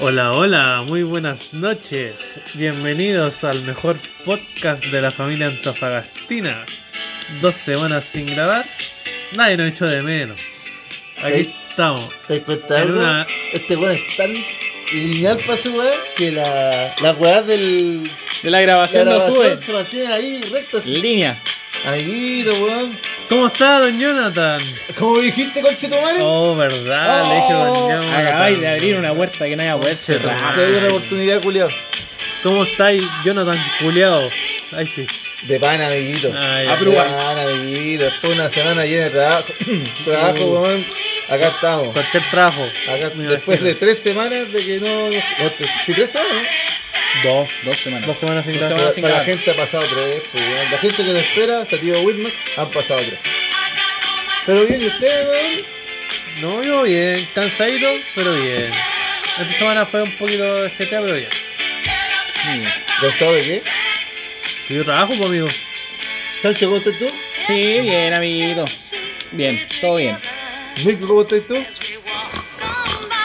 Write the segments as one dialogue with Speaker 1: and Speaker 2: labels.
Speaker 1: Hola, hola, muy buenas noches. Bienvenidos al mejor podcast de la familia Antofagastina. Dos semanas sin grabar, nadie nos echó de menos. Aquí
Speaker 2: Ey.
Speaker 1: estamos.
Speaker 2: ¿Te das cuenta de
Speaker 1: En
Speaker 2: algo?
Speaker 1: una-
Speaker 2: Este weón es tan lineal para su weá que la, la weá del.
Speaker 3: De la
Speaker 2: La
Speaker 3: grabación no
Speaker 2: grabación
Speaker 3: sube.
Speaker 2: se mantiene ahí recto. así.
Speaker 3: Línea.
Speaker 2: Ahí, lo weón.
Speaker 1: ¿Cómo está, don Jonathan?
Speaker 2: Como dijiste, conchetumare.
Speaker 1: Oh, verdad, le dije don Jonathan.
Speaker 3: Oh. Acabáis de abrir una puerta que no iba a poder
Speaker 2: Te doy
Speaker 3: cerrar.
Speaker 2: una oportunidad, culiao.
Speaker 1: ¿Cómo estáis, Jonathan culeado? Ahí sí.
Speaker 2: De pan, amiguito.
Speaker 1: Ay,
Speaker 2: de
Speaker 3: Ah, pero-
Speaker 2: pan, amiguito. Después de una semana llena de trabajo. trabajo,
Speaker 3: Uh.
Speaker 2: weón. Acá estamos.
Speaker 1: cualquier trabajo.
Speaker 2: Acá,
Speaker 1: Me
Speaker 2: después de
Speaker 1: imagino.
Speaker 2: tres semanas de que no. no te- sí, tres semanas, ¿no?
Speaker 1: Dos.
Speaker 3: Dos
Speaker 1: Dos
Speaker 3: semanas.
Speaker 1: semanas sin grabar.
Speaker 3: Dos semanas.
Speaker 2: Para,
Speaker 3: sin
Speaker 2: para la
Speaker 3: grabar.
Speaker 2: gente ha pasado tres, pues, weón. La gente que nos espera, Sativo Whitman, han pasado tres. Pero bien, ¿y ustedes, weón?
Speaker 1: No, yo bien, cansadito, pero bien. Esta semana fue un poquito de GTA, pero bien.
Speaker 2: ¿Cansado de qué?
Speaker 1: Que Yo trabajo, pues, amigo.
Speaker 2: Sancho, ¿cómo estás tú?
Speaker 3: Sí, bien, amiguito. Bien, todo bien.
Speaker 2: Nico, ¿cómo estás tú?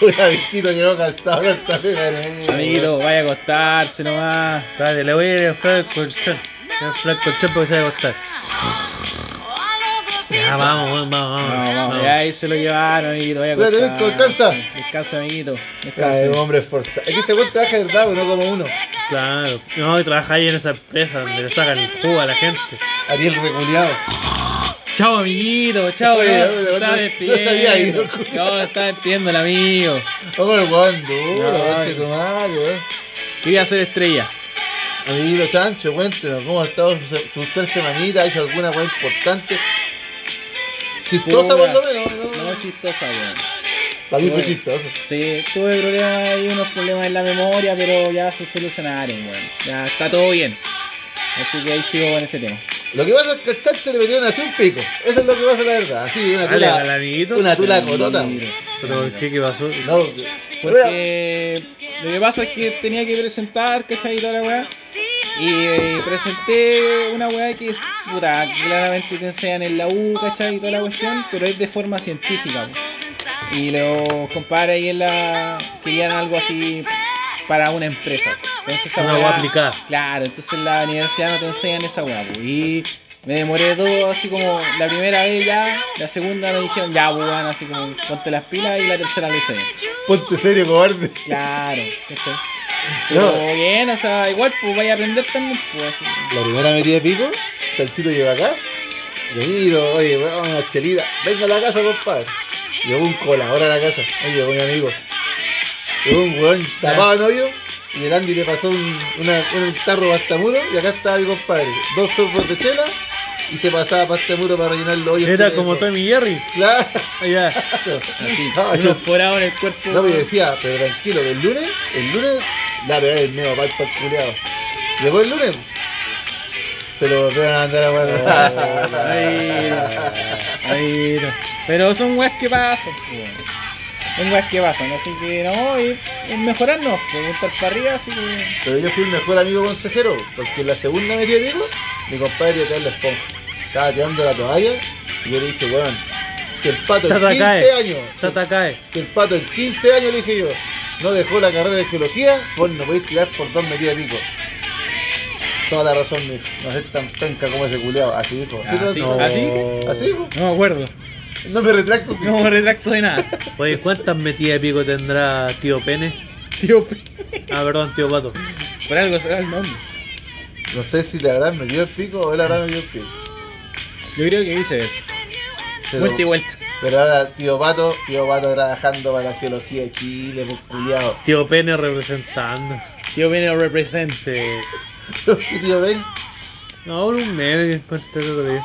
Speaker 2: Una visquita que no cansado no está pegando.
Speaker 3: Amiguito, vaya a acostarse nomás.
Speaker 1: Dale, le voy a inflar el colchón. Le voy a inflar el colchón porque se va a costar. Ya, vamos, vamos, vamos.
Speaker 3: No,
Speaker 1: vamos,
Speaker 3: vamos, ya ahí se lo llevaron, amiguito. Vaya a
Speaker 2: Cuídate,
Speaker 3: acostarse.
Speaker 2: Nico, descansa.
Speaker 3: Descansa, amiguito.
Speaker 2: Ah,
Speaker 3: Descansa.
Speaker 2: es un hombre esforzado. Aquí se weón trabaja de verdad, pero no como uno.
Speaker 1: Claro. No, y trabaja ahí en esa empresa donde le sacan el jugo a la gente.
Speaker 2: Ariel reculeado.
Speaker 3: Chao, amiguito. Chao,
Speaker 2: Oye,
Speaker 3: weón.
Speaker 2: oye,
Speaker 3: Estaba
Speaker 2: no- no sabía ahí,
Speaker 3: despidiendo.
Speaker 2: no,
Speaker 3: No, estaba despidiendo el amigo.
Speaker 2: Vamos el weón duro,
Speaker 3: Ay.
Speaker 2: conche tu madre, weón.
Speaker 3: Quería ser estrella.
Speaker 2: Amiguito Chancho, cuéntenos cómo ha estado su, su tres semanitas, ha hecho alguna weá importante. Chistosa por
Speaker 3: Pura.
Speaker 2: lo menos, ¿no?
Speaker 3: No, chistosa, weón.
Speaker 2: Para mí fue
Speaker 3: Bueno.
Speaker 2: chistoso.
Speaker 3: Sí, tuve problemas ahí, unos problemas en la memoria, pero ya se solucionaron, weón. Ya está todo bien. Así que ahí sigo con ese tema.
Speaker 2: Lo que pasa es que al Chancho le metieron así un pico. Eso es lo que pasa, la verdad. Así, una
Speaker 1: Dale,
Speaker 2: tula.
Speaker 1: al amiguito.
Speaker 2: Una tula
Speaker 3: Sí,
Speaker 2: cotota.
Speaker 3: mira,
Speaker 1: Pero ¿por qué?
Speaker 3: mira.
Speaker 1: ¿Qué pasó?
Speaker 2: No, mira,
Speaker 3: Porque lo que pasa es que tenía que presentar, ¿cachai? Y toda la weá. Y eh, presenté una weá que es, puta, claramente te enseñan en la U, ¿cachai? Y toda la cuestión, pero es de forma científica, weón. Y los compadres ahí en la. querían algo así para una empresa. Entonces esa
Speaker 1: Una
Speaker 3: weá
Speaker 1: weá aplicada.
Speaker 3: Claro, entonces en la universidad no te enseñan esa weá, pues. Y me demoré todo, así como la primera vez ya, la segunda me dijeron ya, pues, weón, así como ponte las pilas y la tercera lo hice bien.
Speaker 2: ponte serio, cobarde.
Speaker 3: Claro, ¿cachai? Pero bien, o sea, igual, pues vaya a aprender también, pues. así.
Speaker 2: La primera metida de pico, Chanchito llega acá. Bienvenido, oye, weón, una chelita. Venga a la casa, compadre. Llegó un colador a la casa. Oye, llegó mi amigo. Llegó un weón tapado en hoyo. Y el Andy le pasó un, una, un tarro pastamuro. Y acá estaba mi compadre. Dos sorbos de chela. Y se pasaba pastamuro para rellenar los hoyos. que
Speaker 1: Era
Speaker 2: le
Speaker 1: como
Speaker 2: dejó.
Speaker 1: Tommy Jerry.
Speaker 2: Claro.
Speaker 1: Allá.
Speaker 3: Así,
Speaker 2: Ah,
Speaker 3: uno
Speaker 2: yo-
Speaker 3: forado en el cuerpo.
Speaker 2: No, pero yo
Speaker 3: weón.
Speaker 2: decía, pero tranquilo, que el lunes, el lunes, la pegada del medio pal pal culiado. Llegó el lunes. Se lo volvieron a mandar a
Speaker 1: Oh,
Speaker 2: guardar.
Speaker 3: Ay, ay, no. Pero son weas que pasan, pues, weón. Son weas que pasan, así que no, y, y mejorarnos, preguntar para arriba, así que.
Speaker 2: pero yo fui el mejor amigo consejero, porque en la segunda metida de pico, mi compadre iba a tirar la esponja. Estaba tirando la toalla y yo le dije, weón, si el pato en
Speaker 1: Tata
Speaker 2: 15
Speaker 1: cae.
Speaker 2: años, si,
Speaker 1: Tata cae.
Speaker 2: si el pato en 15 años, le dije yo, no dejó la carrera de geología, vos no podéis tirar por dos metidas de pico. Toda la razón, mijo. No es tan penca como ese culeado. Así dijo.
Speaker 3: Ah,
Speaker 2: tal-
Speaker 3: sí,
Speaker 2: no.
Speaker 3: ¿Así dije?
Speaker 2: ¿Así dijo?
Speaker 3: No me acuerdo,
Speaker 2: No me retracto. sí.
Speaker 3: no me retracto de nada.
Speaker 1: Oye, ¿cuántas metidas de pico tendrá tío Pene?
Speaker 3: Tío, P.
Speaker 1: Ah, perdón, tío Pato.
Speaker 3: por algo será el nombre.
Speaker 2: No sé si le habrán metido el pico o él habrá metido el pico.
Speaker 3: Yo creo que viceversa.
Speaker 2: Pero,
Speaker 3: Vuelta y vuelta.
Speaker 2: pero ahora, tío Pato, tío Pato trabajando para la geología de Chile, pues culiado.
Speaker 1: Tío Pene representando.
Speaker 3: Tío Pene lo representa. Eh.
Speaker 1: Sí.
Speaker 2: tío Ben,
Speaker 1: No, por un meme que encontré el otro
Speaker 2: Ah,
Speaker 1: día.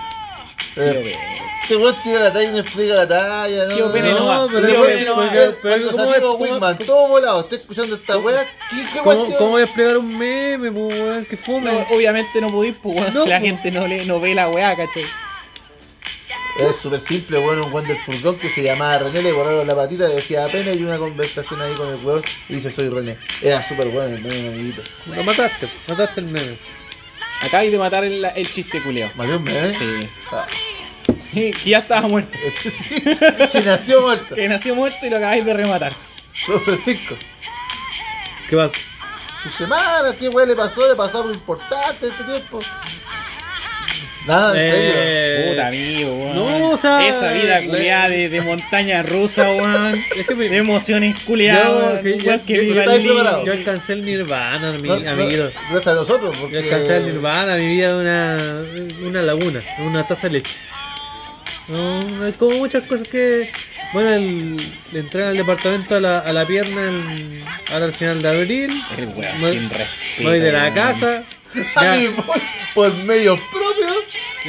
Speaker 3: Tío
Speaker 2: eh,
Speaker 3: Pene.
Speaker 2: este weón tira la talla y no explica la talla. No,
Speaker 3: Tío Pene no va.
Speaker 1: pero
Speaker 3: Tío
Speaker 1: es
Speaker 3: Pene no va.
Speaker 1: porque-
Speaker 2: Pero,
Speaker 1: pero ¿cómo
Speaker 2: ¿cómo
Speaker 1: es-
Speaker 2: es?
Speaker 1: cómo-
Speaker 2: Wingman, todo volado, estoy escuchando esta weá. ¿Qué, qué
Speaker 1: ¿Cómo,
Speaker 2: cuestión?
Speaker 1: cómo voy a explicar un meme, po, weón? Que
Speaker 3: No,
Speaker 1: fome.
Speaker 3: obviamente no podís, pues weón,
Speaker 1: No,
Speaker 3: si la
Speaker 1: pues.
Speaker 3: gente no, le, no ve la weá, cachai.
Speaker 2: Es súper simple, bueno, un weón del furgón que se llamaba René, le borraron la patita, le decía apenas y una conversación ahí con el weón y dice soy René. Era súper bueno el meme, amiguito.
Speaker 1: Lo mataste, mataste el meme.
Speaker 3: Acabáis de matar el, el chiste culeado.
Speaker 2: Mario un meme.
Speaker 3: Sí.
Speaker 2: Ah,
Speaker 3: Que ya estaba muerto.
Speaker 2: ese sí. que nació muerto.
Speaker 3: Que nació muerto y lo acabáis de rematar.
Speaker 2: Don Francisco.
Speaker 1: ¿Qué pasa?
Speaker 2: Su semana, qué weón le pasó, le pasó algo importante este tiempo. Nada, Ah, en serio.
Speaker 1: Eh,
Speaker 3: Puta amigo, weón.
Speaker 1: no, o sea, eh,
Speaker 3: Esa vida
Speaker 1: la-
Speaker 3: culiada de, de montaña rusa, weón.
Speaker 1: Es que me-
Speaker 3: De emociones
Speaker 1: Yo-
Speaker 3: culiadas,
Speaker 1: que-
Speaker 3: weón.
Speaker 1: yo-
Speaker 3: Un weón que
Speaker 2: yo- yo
Speaker 3: viva
Speaker 2: estaba
Speaker 3: el
Speaker 2: preparado.
Speaker 1: yo
Speaker 3: lío.
Speaker 1: alcancé el nirvana, mi
Speaker 2: No, no,
Speaker 1: amiguito.
Speaker 2: Gracias a nosotros,
Speaker 1: Yo
Speaker 2: porque.
Speaker 1: alcancé el nirvana, mi vida es una, una laguna, una taza de leche. No, es como muchas cosas que. Bueno, el, le entré al departamento a la, a la pierna el- ahora al final de abril.
Speaker 3: El weón
Speaker 1: Voy-
Speaker 3: sin respeto.
Speaker 1: Voy de la
Speaker 3: weón.
Speaker 1: casa.
Speaker 2: A
Speaker 1: ya,
Speaker 2: mí voy por medios propios.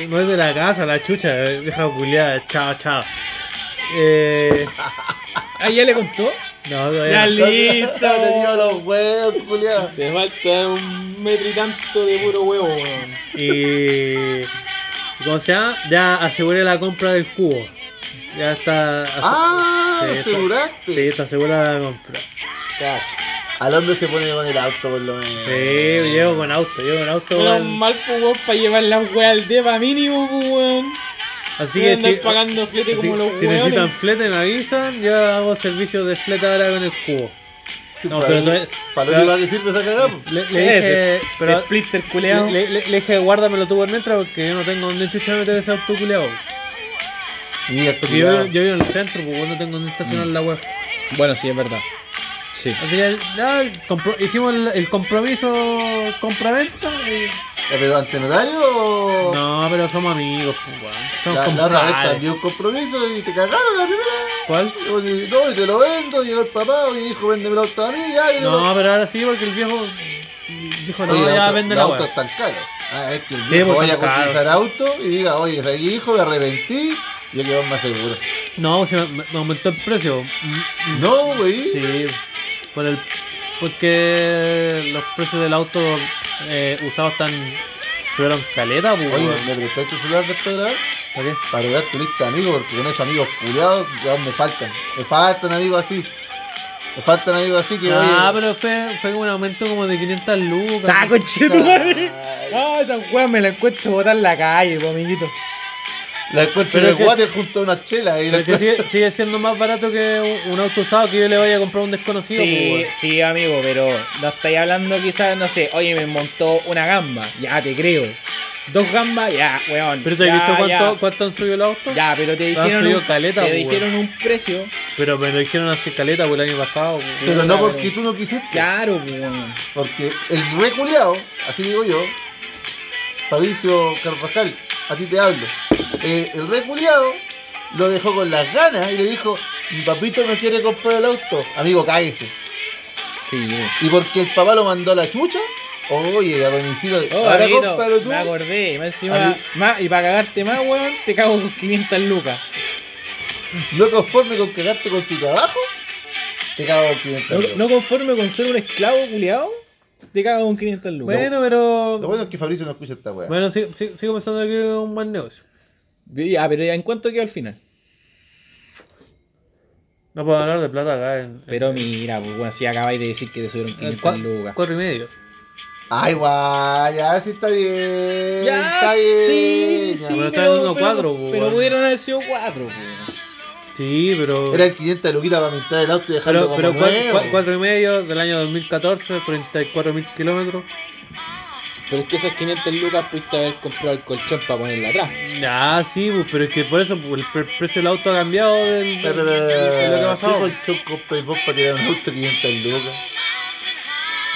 Speaker 1: No es de la casa, la chucha, eh, deja culiada, chao, chao. Eh,
Speaker 3: ¿Ah, ya le contó?
Speaker 1: no, todavía no.
Speaker 3: Ya listo.
Speaker 2: Tenía los huevos, culiado.
Speaker 3: Te falta un metro y tanto de puro huevo, weón.
Speaker 1: Y. ¿Cómo se llama? Ya aseguré la compra del cubo. Ya está.
Speaker 2: Ah,
Speaker 1: Sí,
Speaker 2: lo
Speaker 1: está-
Speaker 2: aseguraste.
Speaker 1: Sí, está asegurada la compra.
Speaker 3: Cacha.
Speaker 2: Al hombre se pone con el auto, por lo menos.
Speaker 1: Sí, llevo con auto, llevo con auto.
Speaker 3: Menos
Speaker 1: weón.
Speaker 3: mal, pues, weón, para llevar la weá al depa mínimo, pues, weón.
Speaker 1: Así
Speaker 3: Voy
Speaker 1: que
Speaker 3: a andar
Speaker 1: si,
Speaker 3: pagando flete como
Speaker 1: si-
Speaker 3: los
Speaker 1: si
Speaker 3: weones.
Speaker 1: necesitan flete me avisan, yo hago servicio de flete ahora con el cubo.
Speaker 2: Sí,
Speaker 1: No,
Speaker 2: para
Speaker 1: pero
Speaker 2: mí-
Speaker 1: todavía-
Speaker 2: Para lo
Speaker 1: pero-
Speaker 2: que va que sirve esa cagada. po.
Speaker 1: Le, le
Speaker 3: Sí,
Speaker 1: dije,
Speaker 3: ese-
Speaker 1: pero
Speaker 3: ese Splitter culeado.
Speaker 1: le, le- le- le dije guárdamelo tú por mientras porque yo no tengo donde chucha meter ese auto culeado.
Speaker 2: Y el
Speaker 1: Porque yo,
Speaker 2: culiao.
Speaker 1: yo vivo en el centro, pues weón, no tengo donde estacionar la web.
Speaker 3: Bueno, sí, es verdad. Sí.
Speaker 1: Así que ya, compro- hicimos el, el compromiso compra-venta. y-
Speaker 2: Eh, ¿Pero ante notario o.?
Speaker 1: No, pero somos amigos, pues weón. Somos
Speaker 2: Oh. La, la otra vez
Speaker 1: compadres.
Speaker 2: también un compromiso y te cagaron la primera.
Speaker 1: ¿Cuál?
Speaker 2: Yo dije, no, y te lo vendo, llegó el papá, oye hijo, véndeme el auto a mí, ya, y
Speaker 1: No, pero ahora sí, porque el viejo dijo,
Speaker 2: Oye,
Speaker 1: no,
Speaker 2: el
Speaker 1: ya
Speaker 2: auto-
Speaker 1: vende
Speaker 2: el
Speaker 1: la
Speaker 2: auto
Speaker 1: web.
Speaker 2: es tan caro. Ah, es que el
Speaker 1: Sí,
Speaker 2: viejo
Speaker 1: porque
Speaker 2: vaya a
Speaker 1: es caro.
Speaker 2: cotizar auto y diga, oye, soy hijo, me arrepentí, yo quedo más seguro.
Speaker 1: No, se me, me aumentó el precio. Mm, mm.
Speaker 2: No, güey.
Speaker 1: Sí, por el, porque los precios del auto eh, usado están. subieron caleta, pues.
Speaker 2: Oye,
Speaker 1: weón.
Speaker 2: ¿me prestaste tu celular después de grabar?
Speaker 1: ¿Para qué?
Speaker 2: Para agregar tu lista de amigos, porque con esos amigos culiados, ya me faltan. Me faltan amigos así. Me faltan amigos así que,
Speaker 1: Ah,
Speaker 2: oye...
Speaker 1: pero fue, fue como un aumento como de 500 lucas.
Speaker 3: ¡Ah, conchito, madre!
Speaker 2: ay,
Speaker 3: Ah, esa weá me la encuentro botar en la calle, pues, amiguito.
Speaker 2: La encuentro
Speaker 1: Pero
Speaker 2: en
Speaker 1: es
Speaker 2: el
Speaker 1: que-
Speaker 2: water junto a una chela y la
Speaker 1: Pero que
Speaker 2: encuentro-
Speaker 1: sigue, sigue siendo más barato que un- un auto usado que yo le vaya a comprar a un desconocido. pues,
Speaker 3: Sí,
Speaker 1: weón.
Speaker 3: sí, amigo, pero no estáis hablando quizás, no sé, oye, me montó una gamba, ya te creo. Dos gambas, ya, weón.
Speaker 1: Pero te
Speaker 3: ya,
Speaker 1: has visto cuánto,
Speaker 3: ya.
Speaker 1: cuánto han subido el auto.
Speaker 3: Ya, pero te
Speaker 1: Te han
Speaker 3: dijeron,
Speaker 1: subido
Speaker 3: un,
Speaker 1: caleta,
Speaker 3: te
Speaker 1: pues,
Speaker 3: dijeron un precio.
Speaker 1: Pero me lo dijeron hace caleta por el año pasado. pues, weón.
Speaker 2: Pero
Speaker 3: Puta,
Speaker 2: no
Speaker 3: pero-
Speaker 2: porque tú no quisiste.
Speaker 3: Claro, pues, weón.
Speaker 2: Porque el re culiao, así digo yo, Fabricio Carvajal, a ti te hablo. eh, el re culiao lo dejó con las ganas y le dijo, mi papito me quiere comprar el auto. Amigo, cállese.
Speaker 3: Sí, weón.
Speaker 2: Y porque el papá lo mandó a la chucha, oye, a Don Isidro,
Speaker 3: Oh,
Speaker 2: ahora
Speaker 3: amiguito,
Speaker 2: cómpralo tú.
Speaker 3: me acordé, más encima,
Speaker 2: Ami-
Speaker 3: más, y para cagarte más, weón, te cago con 500 lucas.
Speaker 2: No conforme con cagarte con tu trabajo, te cago con 500
Speaker 3: No,
Speaker 2: euros.
Speaker 3: no conforme con ser un esclavo culiado, te cago con 500 lucas.
Speaker 1: Bueno, pero.
Speaker 2: Lo bueno es que Fabricio no escucha esta weá.
Speaker 1: Bueno, sigo, sigo- sigo pensando que es un buen negocio.
Speaker 3: Ya, ah, pero ¿en cuánto quedó al final?
Speaker 1: No puedo hablar de plata acá en.
Speaker 3: Pero mira, pues, weón, si acabáis de decir que te subieron 500 lucas.
Speaker 1: 4 y medio.
Speaker 2: Ay, guay, ya sí está bien. está bien.
Speaker 3: sí,
Speaker 2: ya.
Speaker 3: sí,
Speaker 1: pero están
Speaker 3: pero,
Speaker 1: dando cuatro,
Speaker 3: pero,
Speaker 1: pues,
Speaker 3: pero
Speaker 1: weón.
Speaker 3: pudieron haber sido cuatro. pues.
Speaker 1: Sí, pero.
Speaker 2: Eran 500 luquitas para pintar el auto y dejarlo
Speaker 1: Pero,
Speaker 2: como
Speaker 1: pero cua-
Speaker 2: nuevo.
Speaker 1: cua- cuatro y medio del año 2014, 34.000 kilómetros.
Speaker 3: Pero es que esas 500 lucas pudiste haber comprado el colchón para ponerla atrás.
Speaker 1: Ah, sí, pues, pero es que por eso pues, el pre- precio del auto ha cambiado del,
Speaker 2: Pero,
Speaker 1: del- del año
Speaker 2: pero, ¿qué
Speaker 1: pasado.
Speaker 2: colchón compras vos para tirar un auto 500 lucas?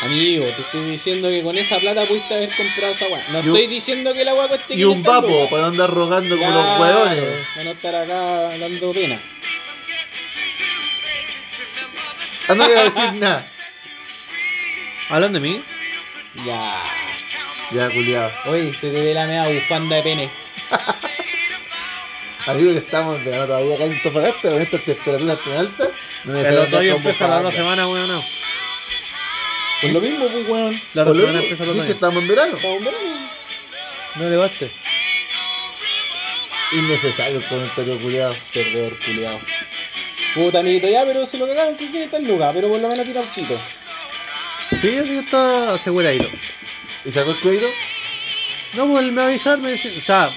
Speaker 4: Amigo, te estoy diciendo que con esa plata pudiste haber comprado esa weá. No
Speaker 2: Y un-
Speaker 4: estoy diciendo que la weá cueste
Speaker 2: Y un
Speaker 4: 500
Speaker 2: vapo
Speaker 4: lucas.
Speaker 2: para no andar rogando como los
Speaker 4: Claro,
Speaker 2: huevones.
Speaker 4: Para no estar acá dando pena.
Speaker 2: Ah, no voy a decir nada.
Speaker 1: ¿Hablan de mí?
Speaker 3: Ya.
Speaker 2: Ya, culiado.
Speaker 3: Oye, se te ve la media bufanda de pene.
Speaker 2: Amigo, que estamos en verano todavía acá en Antofagasta con estas temperaturas tan altas. No
Speaker 1: El
Speaker 2: necesitamos
Speaker 1: otro
Speaker 2: andar
Speaker 1: día
Speaker 2: con
Speaker 1: empieza la otra
Speaker 2: bufanda.
Speaker 1: semana, weón. No.
Speaker 3: Pues lo mismo, pues, weón.
Speaker 1: La otra
Speaker 2: Por lo
Speaker 1: semana
Speaker 2: mismo,
Speaker 1: empieza el otro
Speaker 2: dije,
Speaker 1: año.
Speaker 2: estamos en verano.
Speaker 3: Está un verano.
Speaker 1: No le baste.
Speaker 2: Innecesario el comentario, culiado.
Speaker 3: Perdedor culiado. Puta amiguito, ya, pero se lo cagaron con 500 lucas, pero por lo menos tira un tito.
Speaker 1: Sí, así que está segura ahí.
Speaker 2: ¿Y sacó el crédito?
Speaker 1: No, pues él me va a avisar, me dice. O sea,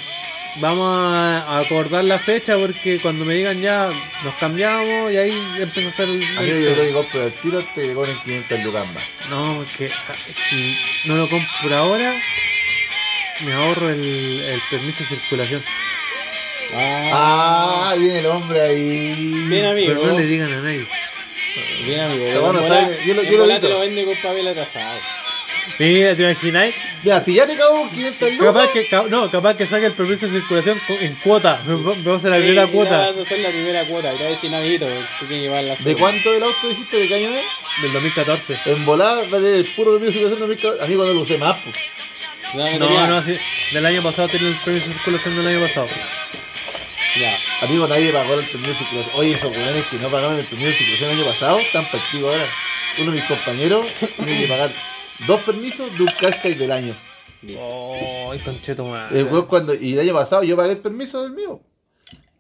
Speaker 1: Vamos a acordar la fecha porque cuando me digan ya nos cambiamos y ahí empiezo a hacer el.
Speaker 2: Amigo, yo creo que compro el tiro, te llegó en 500 lucas más.
Speaker 1: No, porque ah, si no lo compro ahora, me ahorro el, el permiso de circulación.
Speaker 2: Ah, viene el hombre ahí.
Speaker 5: bien amigo.
Speaker 1: Pero no le digan a nadie.
Speaker 5: Bien amigo.
Speaker 2: Te van a
Speaker 5: En
Speaker 2: saber-
Speaker 5: bola-
Speaker 2: yo lo-
Speaker 5: en
Speaker 2: yo lo
Speaker 5: bola
Speaker 2: edito.
Speaker 5: te lo vende con papel atrasado.
Speaker 1: Mira, ¿te imagináis?
Speaker 2: Mira, si ya te cago 500 lucas.
Speaker 1: Capaz que, ca- no, capaz que saque el permiso de circulación co- en cuota. Me- me- Vamos a la
Speaker 5: Sí,
Speaker 1: primera
Speaker 5: y te
Speaker 1: cuota
Speaker 5: Vas a hacer la primera cuota. Y te vas a decir, no, amiguito, tú tienes que llevar la
Speaker 2: ¿De
Speaker 5: segunda.
Speaker 2: cuánto el auto dijiste? ¿De qué año es?
Speaker 1: del 2014.
Speaker 2: En volada, va a tener el puro permiso de circulación de 2014. Amigo, no lo usé más, pues.
Speaker 5: No, no,
Speaker 1: No,
Speaker 5: tenía-
Speaker 1: no, sí, del año pasado tenía el permiso de circulación del año pasado.
Speaker 5: Ya.
Speaker 2: Amigo, nadie pagó el permiso de circulación. Oye, esos weones que no pagaron el permiso de circulación el año pasado están partidos ahora. Uno de mis compañeros tiene que pagar dos permisos de un cascay del año.
Speaker 1: Ay, concheto
Speaker 5: Ah,
Speaker 2: El weón
Speaker 1: madre.
Speaker 2: cuando, y el año pasado yo pagué el permiso del mío.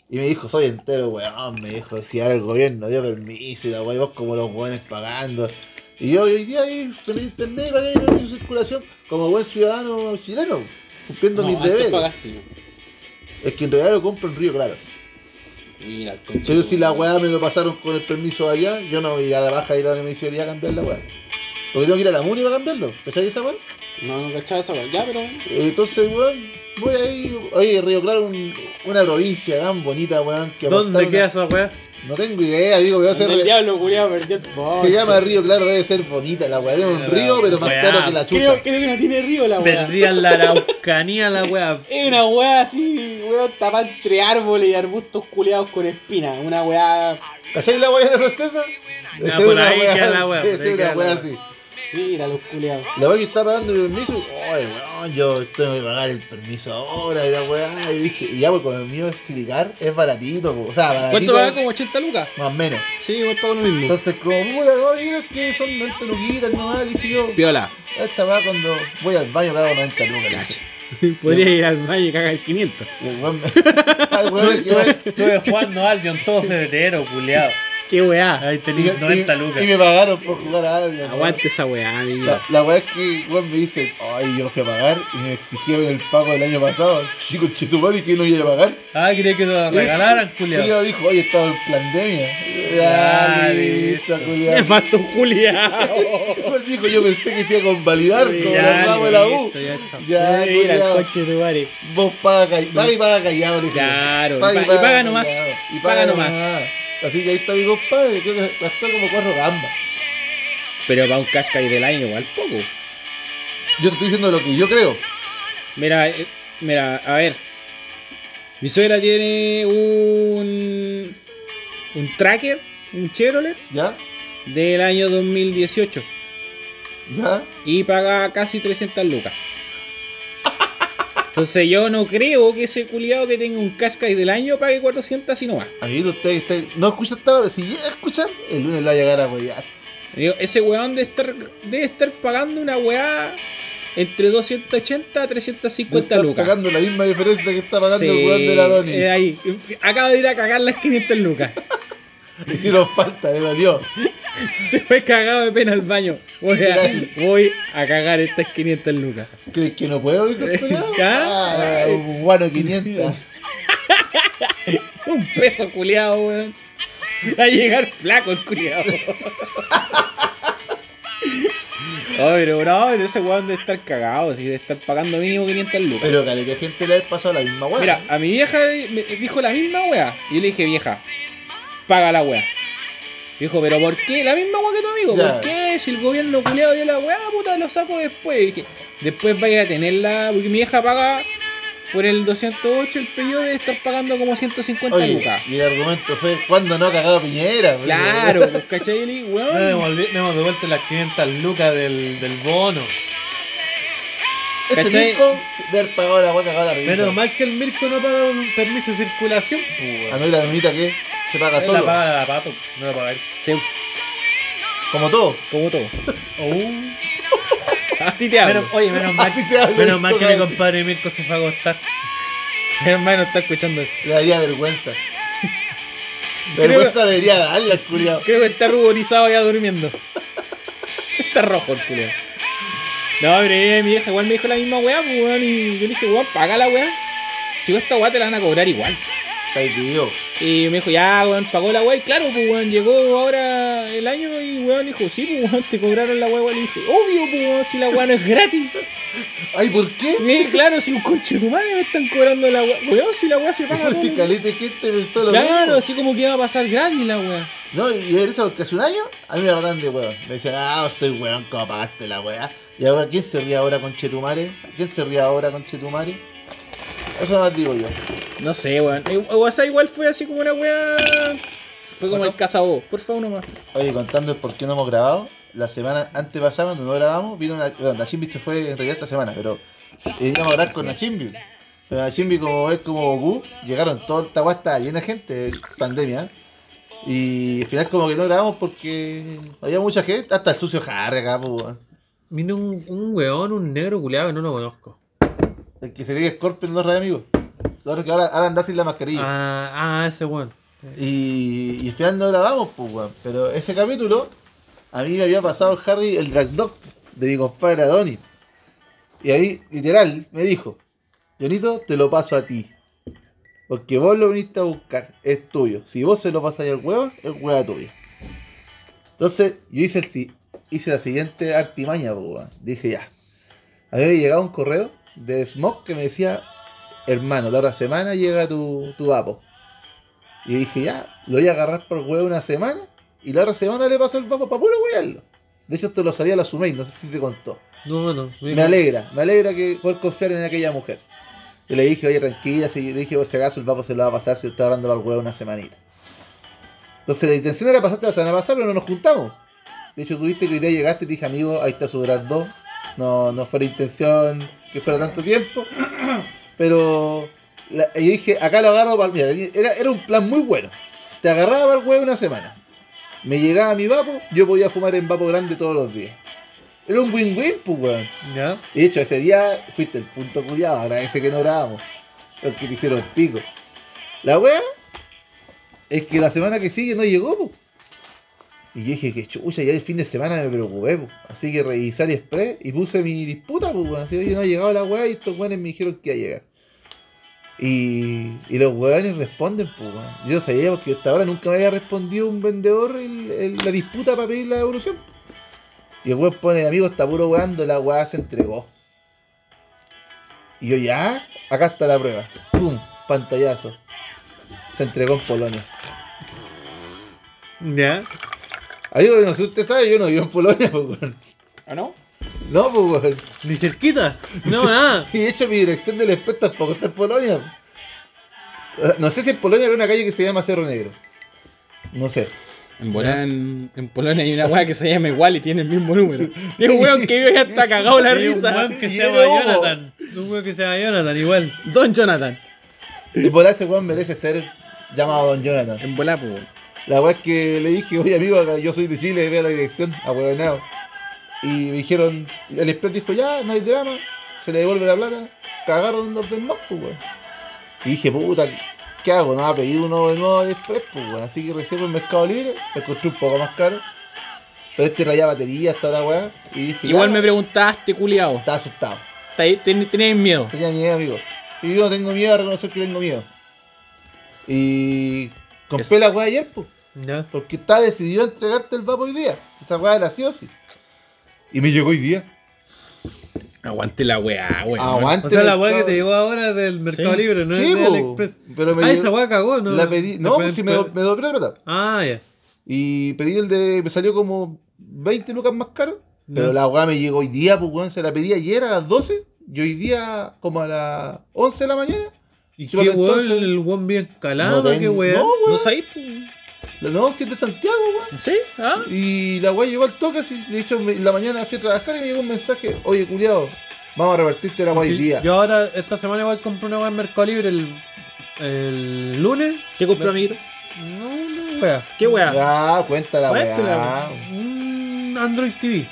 Speaker 2: Y me dijo, soy entero, weón. Me dijo, si ahora el gobierno dio permiso y la weón, vos como los weones pagando. Y yo hoy día ahí por internet pagué el permiso de circulación como buen ciudadano chileno, cumpliendo
Speaker 5: No,
Speaker 2: mis
Speaker 5: antes
Speaker 2: deberes.
Speaker 5: pagaste.
Speaker 2: Es que en realidad lo compro en Río Claro.
Speaker 5: Mira, el conche
Speaker 2: Pero
Speaker 5: tu
Speaker 2: si la
Speaker 5: madre.
Speaker 2: weá me lo pasaron con el permiso allá, yo no voy a ir a la baja y a la emisoría a cambiar la weá. Porque tengo que ir a la MUNI para cambiarlo. ¿Cachai esa weá?
Speaker 5: No, no cachaba esa weá. Ya, pero.
Speaker 2: Entonces, weón, voy ahí. Oye, Río Claro, un- una provincia tan bonita, weón. Que
Speaker 1: ¿Dónde
Speaker 2: apostaron
Speaker 1: queda
Speaker 2: a-
Speaker 1: esa weá?
Speaker 2: No tengo idea, digo, voy a hacer.
Speaker 5: Anda El diablo, culiado, perdió el ponche.
Speaker 2: Se llama Río Claro, debe ser bonita la weá. Es un
Speaker 1: Weá,
Speaker 2: río, pero más
Speaker 1: weá.
Speaker 2: claro que la chucha.
Speaker 5: Creo, creo que no tiene río la weá.
Speaker 1: Perdían la araucanía la weá.
Speaker 5: Es una weá así, weón, tapada entre árboles y arbustos culeados con espinas. Una weá.
Speaker 2: ¿Cachai la weá de francesa? Debe
Speaker 1: Ya,
Speaker 2: ser
Speaker 1: Ah, por
Speaker 2: una
Speaker 1: ahí
Speaker 2: weá-
Speaker 1: queda la weá,
Speaker 2: Debe
Speaker 1: por ahí
Speaker 2: ser una
Speaker 1: queda la
Speaker 2: weá
Speaker 1: weá.
Speaker 2: así.
Speaker 5: Mira los culeados.
Speaker 2: La weá que está pagando el permiso, oye weón, yo tengo que pagar el permiso ahora y la weá, y dije, y ya pues con el mío es silicar, es baratito, po. o sea, baratito.
Speaker 3: ¿Cuánto pagas? Como 80 lucas.
Speaker 2: Más o menos.
Speaker 3: Sí, igual pago lo mismo.
Speaker 2: Entonces, como puta oye, que son 90 luquitas nomás, dije yo,
Speaker 3: Piola.
Speaker 2: esta weá cuando voy al baño cago 90 lucas.
Speaker 3: Cacha.
Speaker 2: dije.
Speaker 3: Podría ir al baño y cagar 500.
Speaker 2: Y el weón me. Ah, el weón me quedó-
Speaker 1: Estuve jugando Albion todo febrero, culiao.
Speaker 3: Qué weá.
Speaker 1: Ahí
Speaker 2: y-
Speaker 1: tenías 90
Speaker 2: y-
Speaker 1: lucas.
Speaker 2: Y me pagaron por jugar a algo.
Speaker 3: Aguante esa weá, amigo.
Speaker 2: La, la weá es que weón me dice, ay, yo fui a pagar y me exigieron el pago del año pasado. Chico, chetumari, que no iba a pagar.
Speaker 1: Ah, quería que te lo regalaran, culiao.
Speaker 2: Julio dijo, oye, estaba en pandemia. Ya,
Speaker 1: Ya,
Speaker 2: listo,
Speaker 1: listo.
Speaker 3: Me
Speaker 2: Julián.
Speaker 3: falta un culiao.
Speaker 2: Dijo, yo pensé que se iba a convalidar con los
Speaker 1: Ya,
Speaker 2: ramos de la U.
Speaker 1: listo, ya, chao.
Speaker 2: Ya,
Speaker 3: Mira el
Speaker 2: Julián.
Speaker 3: coche de tu madre.
Speaker 2: Vos paga, call- paga y paga callado, le dije.
Speaker 3: Claro, y pa- y paga nomás.
Speaker 2: callado. Y
Speaker 3: Paga
Speaker 2: paga
Speaker 3: nomás.
Speaker 2: nomás. Así que ahí está mi compadre, creo que gastó como cuatro gambas.
Speaker 3: Pero para un Qashqai del año igual poco.
Speaker 2: Yo te estoy diciendo lo que yo creo.
Speaker 3: Mira, eh, mira, a ver. Mi suegra tiene un un tracker, un Chevrolet
Speaker 2: ¿Ya?
Speaker 3: del año 2018
Speaker 2: ¿Ya?
Speaker 3: y paga casi 300 lucas. Entonces yo no creo que ese culiado que tenga un Qashqai del año pague 400 y no más.
Speaker 2: Amiguito, usted está... no escucha esta si llega a escuchar, el lunes la va a llegar a huear.
Speaker 3: Digo, ese weón debe estar, debe estar pagando una weá entre 280 a 350
Speaker 2: Está
Speaker 3: lucas.
Speaker 2: pagando la misma diferencia que está pagando
Speaker 3: Sí,
Speaker 2: el weón de la Doni.
Speaker 3: eh, ahí. Acaba de ir a cagar las 500 lucas.
Speaker 2: Le hicieron falta, le dolió.
Speaker 3: Se fue cagado de pena al baño. O sea, voy a cagar estas 500 lucas.
Speaker 2: ¿Crees que no puedo ir con pelado?
Speaker 3: ¿Ya?
Speaker 2: Ah, un guano 500.
Speaker 3: Un peso culiado, weón. Va a llegar flaco el culiado. pero no, pero ese weón debe estar cagado. Si debe estar pagando mínimo 500 lucas.
Speaker 2: Pero caleta de gente le ha pasado la misma hueá.
Speaker 3: Mira, a mi vieja me dijo la misma weá. Y yo le dije, vieja, paga la weá. Dijo, pero ¿por qué? La misma weá que tu amigo.
Speaker 2: Ya.
Speaker 3: ¿Por qué? Si el gobierno culeado dio la weá, puta, lo saco después. Y dije, después vaya a tenerla. Porque mi vieja paga por el 208 el pedido de estar pagando como 150
Speaker 2: Oye,
Speaker 3: lucas.
Speaker 2: y el argumento fue, ¿cuándo no ha cagado Piñera? boludo?
Speaker 3: Claro, pues, ¿cachai? Yo le dije,
Speaker 1: No,
Speaker 6: Eh,
Speaker 1: me,
Speaker 3: weón.
Speaker 1: devolví- me hemos devuelto las 500 lucas del, del bono.
Speaker 2: Ese
Speaker 3: ¿cachai?
Speaker 2: disco de haber pagado la hueá cagado la risa.
Speaker 1: Menos mal que el Mirko no paga un permiso de circulación.
Speaker 2: A
Speaker 1: Pues,
Speaker 2: mí la lunita que se paga
Speaker 1: Él la
Speaker 2: solo.
Speaker 1: paga la pato, no la paga él.
Speaker 3: Sí,
Speaker 2: Como todo.
Speaker 3: como todo. Ah,
Speaker 1: Oh.
Speaker 3: A ti te hablo.
Speaker 1: Menos- oye, menos mal,
Speaker 2: Así te hablo,
Speaker 1: menos mal que mi
Speaker 2: Nico.
Speaker 1: compadre Mirko se fue a acostar.
Speaker 3: Mi hermano está escuchando esto.
Speaker 2: Le daría vergüenza. vergüenza debería darle al culiao.
Speaker 3: Creo que está ruborizado ya durmiendo. Está rojo el culo. No, pero eh, mi vieja igual me dijo la misma weá, pues, weón, y yo le dije, weón, paga la weá.
Speaker 6: si vos esta weá te la van a cobrar igual.
Speaker 2: Estáis vivo.
Speaker 6: Y me dijo, ya, weón, pagó la weá. Y claro, pues, weón, llegó ahora el año y, weón, dijo, sí, pues, weón, te cobraron la weá. Y le dije, obvio, pues, weón, si la weá no es gratis.
Speaker 2: Ay, ¿por qué?
Speaker 6: Y claro, si un conche tu madre me están cobrando la weá. Weón, si la weá se paga.
Speaker 2: Por si
Speaker 6: con-
Speaker 2: caleta de gente pensó lo
Speaker 6: Claro,
Speaker 2: mismo.
Speaker 6: así como que iba a pasar gratis la weá.
Speaker 2: No, y es eso, porque hace un año a mí me agarran de weón. Me decían, ah, soy weón, ¿cómo pagaste la weá? Y ahora, ¿quién se ríe ahora con Chetumare? ¿Quién se ríe ahora con Chetumare? Eso no lo digo yo.
Speaker 6: No sé, weón. Eh, WhatsApp igual fue así como una weá. Fue como el cazabo. Por favor, nomás.
Speaker 2: Oye, contando el por qué no hemos grabado, la semana antepasada cuando no grabamos, vino una, bueno, Nachimbi se fue en realidad esta semana, pero eh, íbamos a hablar con Nachimbi. Pero Nachimbi como es como Goku, llegaron toda esta guasta llena de gente, pandemia. Y al final como que no grabamos porque había mucha gente, hasta el sucio Harry acá, po, weón.
Speaker 1: Vino un, un weón, un negro culeado que no lo conozco.
Speaker 2: El que se cree que es Scorpion no es radio, amigo. Lo otro que ahora, ahora anda sin la mascarilla.
Speaker 1: Ah, ah, ese weón.
Speaker 2: Y, y al final no grabamos, pues, weón. Pero ese capítulo, a mí me había pasado el Harry el drag dog de mi compadre Adonis. Y ahí, literal, me dijo: Jonito, te lo paso a ti. Porque vos lo viniste a buscar, es tuyo. Si vos se lo pasáis al huevo, es hueá tuya. Entonces, yo hice, el si- hice la siguiente artimaña, pues, weón. Dije ya. A mí me llegaba un correo de Smoke que me decía: Hermano, la otra semana llega tu, tu vapo. Y dije, ya, lo voy a agarrar por huevo una semana. Y la otra semana le pasó el vapo para puro huearlo. De hecho, esto lo sabía la Sumei, no sé si te contó.
Speaker 1: No, no. me-
Speaker 2: Me alegra, me alegra que poder confiar en aquella mujer. Y le dije, oye, tranquila, si, le dije, por si acaso el vapo se lo va a pasar si lo está agarrando para el huevo una semanita. Entonces la intención era pasarte la semana pasada, pero no nos juntamos. De hecho, tuviste que hoy día llegaste y te dije, amigo, ahí está su draft 2. No, no fue la intención que fuera tanto tiempo. Pero la- y dije, acá lo agarro para. Mira, era, era un plan muy bueno. Te agarraba para el huevo una semana. Me llegaba mi vapo, yo podía fumar en vapo grande todos los días. Era un win-win, pues, weón.
Speaker 1: ¿Ya?
Speaker 2: Y de hecho, ese día fuiste el punto culiado. Agradece que no grabamos. Porque te hicieron el pico. La wea es que la semana que sigue no llegó, po. Y yo dije que chucha, ya el fin de semana me preocupé, po. Así que revisé Express y puse mi disputa, po. weón. Así, oye, no ha llegado la wea y estos weones me dijeron que iba a llegar. Y, y los weones responden, po. weón. Yo no sabía porque hasta ahora nunca me había respondido un vendedor el- el- la disputa para pedir la devolución. Y el weón pone, amigo, está puro weando, la weá se entregó. Y yo ya, acá está la prueba. ¡Pum! Pantallazo. Se entregó en Polonia.
Speaker 1: ¿Ya?
Speaker 2: Amigo, no sé si usted sabe, yo no vivo en Polonia, pues weón.
Speaker 6: ¿O no?
Speaker 2: No, pues weón.
Speaker 1: ¿Ni cerquita? No, nada.
Speaker 2: Y de hecho mi dirección del espectro tampoco está en Polonia. Eh, No sé si en Polonia hay una calle que se llama Cerro Negro. No sé.
Speaker 6: En, Polonia- en, en Polonia hay una weá que se llama igual y tiene el mismo número. Y un weón que vive hasta cagado la
Speaker 1: Hay un
Speaker 6: risa.
Speaker 1: weón que se
Speaker 2: Lleno
Speaker 1: llama
Speaker 2: de humo.
Speaker 1: Jonathan. Un weón que se llama Jonathan, igual.
Speaker 6: Don Jonathan.
Speaker 2: Y por ese weón merece ser llamado Don Jonathan.
Speaker 6: En volá, po, weón.
Speaker 2: La weá es que le dije, oye amigo, yo soy de Chile, vea la dirección, ahueonado. Y me dijeron, el express dijo, ya, no hay drama, se le devuelve la plata, cagaron los demás, pues weón. Y dije, puta, ¿qué hago? No, pedí uno de nuevo al express, pues weón. Así que recién por Mercado Libre, me costó un poco más caro. Pero este rayaba batería hasta la weá. Y dije,
Speaker 6: Igual
Speaker 2: ya,
Speaker 6: me preguntaste, culiao.
Speaker 2: Estaba asustado,
Speaker 6: Tenías miedo.
Speaker 2: tenía miedo, amigo. Y yo no tengo miedo a reconocer que tengo miedo. Y compré
Speaker 6: Es-
Speaker 2: la weá ayer, pues.
Speaker 1: ¿Ya?
Speaker 2: Porque está decidido a entregarte el vapo hoy día. Si Esa weá era sí o sí. Y me llegó hoy día.
Speaker 6: Aguante la weá, weón.
Speaker 2: Aguante.
Speaker 1: O sea, la weá
Speaker 2: mercado.
Speaker 1: que te llegó ahora es del Mercado
Speaker 6: Sí.
Speaker 1: Libre, no
Speaker 2: Sí,
Speaker 1: es de
Speaker 2: po,
Speaker 1: AliExpress.
Speaker 2: Pero me
Speaker 1: Ah,
Speaker 2: llegó-
Speaker 1: esa weá cagó, ¿no?
Speaker 2: la pedí.
Speaker 1: Se
Speaker 2: No,
Speaker 1: pueden-
Speaker 2: pues si me, do-
Speaker 1: pueden-
Speaker 2: me doblé la plata.
Speaker 1: Ah, ya.
Speaker 2: Y pedí el de. Me salió como 20 lucas más caro. Pero
Speaker 1: Ya.
Speaker 2: la weá me llegó hoy día, pues weón. Se la pedí ayer a las 12. Y hoy día, como a las 11 de la mañana.
Speaker 1: ¿Y
Speaker 2: Sí,
Speaker 1: qué
Speaker 2: porque
Speaker 1: weón?
Speaker 2: entonces-
Speaker 1: El weón bien calado,
Speaker 2: ten-
Speaker 1: qué weón.
Speaker 2: No,
Speaker 6: No
Speaker 2: weón.
Speaker 6: sabéis, po.
Speaker 2: La- No, si es de Santiago, weón.
Speaker 6: ¿Sí? ¿Ah?
Speaker 2: Y la weá llegó al toque, así. De hecho, me- la mañana fui a trabajar y me llegó un mensaje. Oye, culiado, vamos a repartirte la weá hoy
Speaker 1: Sí,
Speaker 2: día.
Speaker 1: Yo ahora, esta semana igual compré una weá en Mercado Libre el, el lunes.
Speaker 6: ¿Qué compró, amiguito?
Speaker 1: No, no, weá.
Speaker 6: ¿Qué weá?
Speaker 2: Ya, cuenta la
Speaker 6: Cuéntala,
Speaker 2: weá.
Speaker 1: Un Android TV.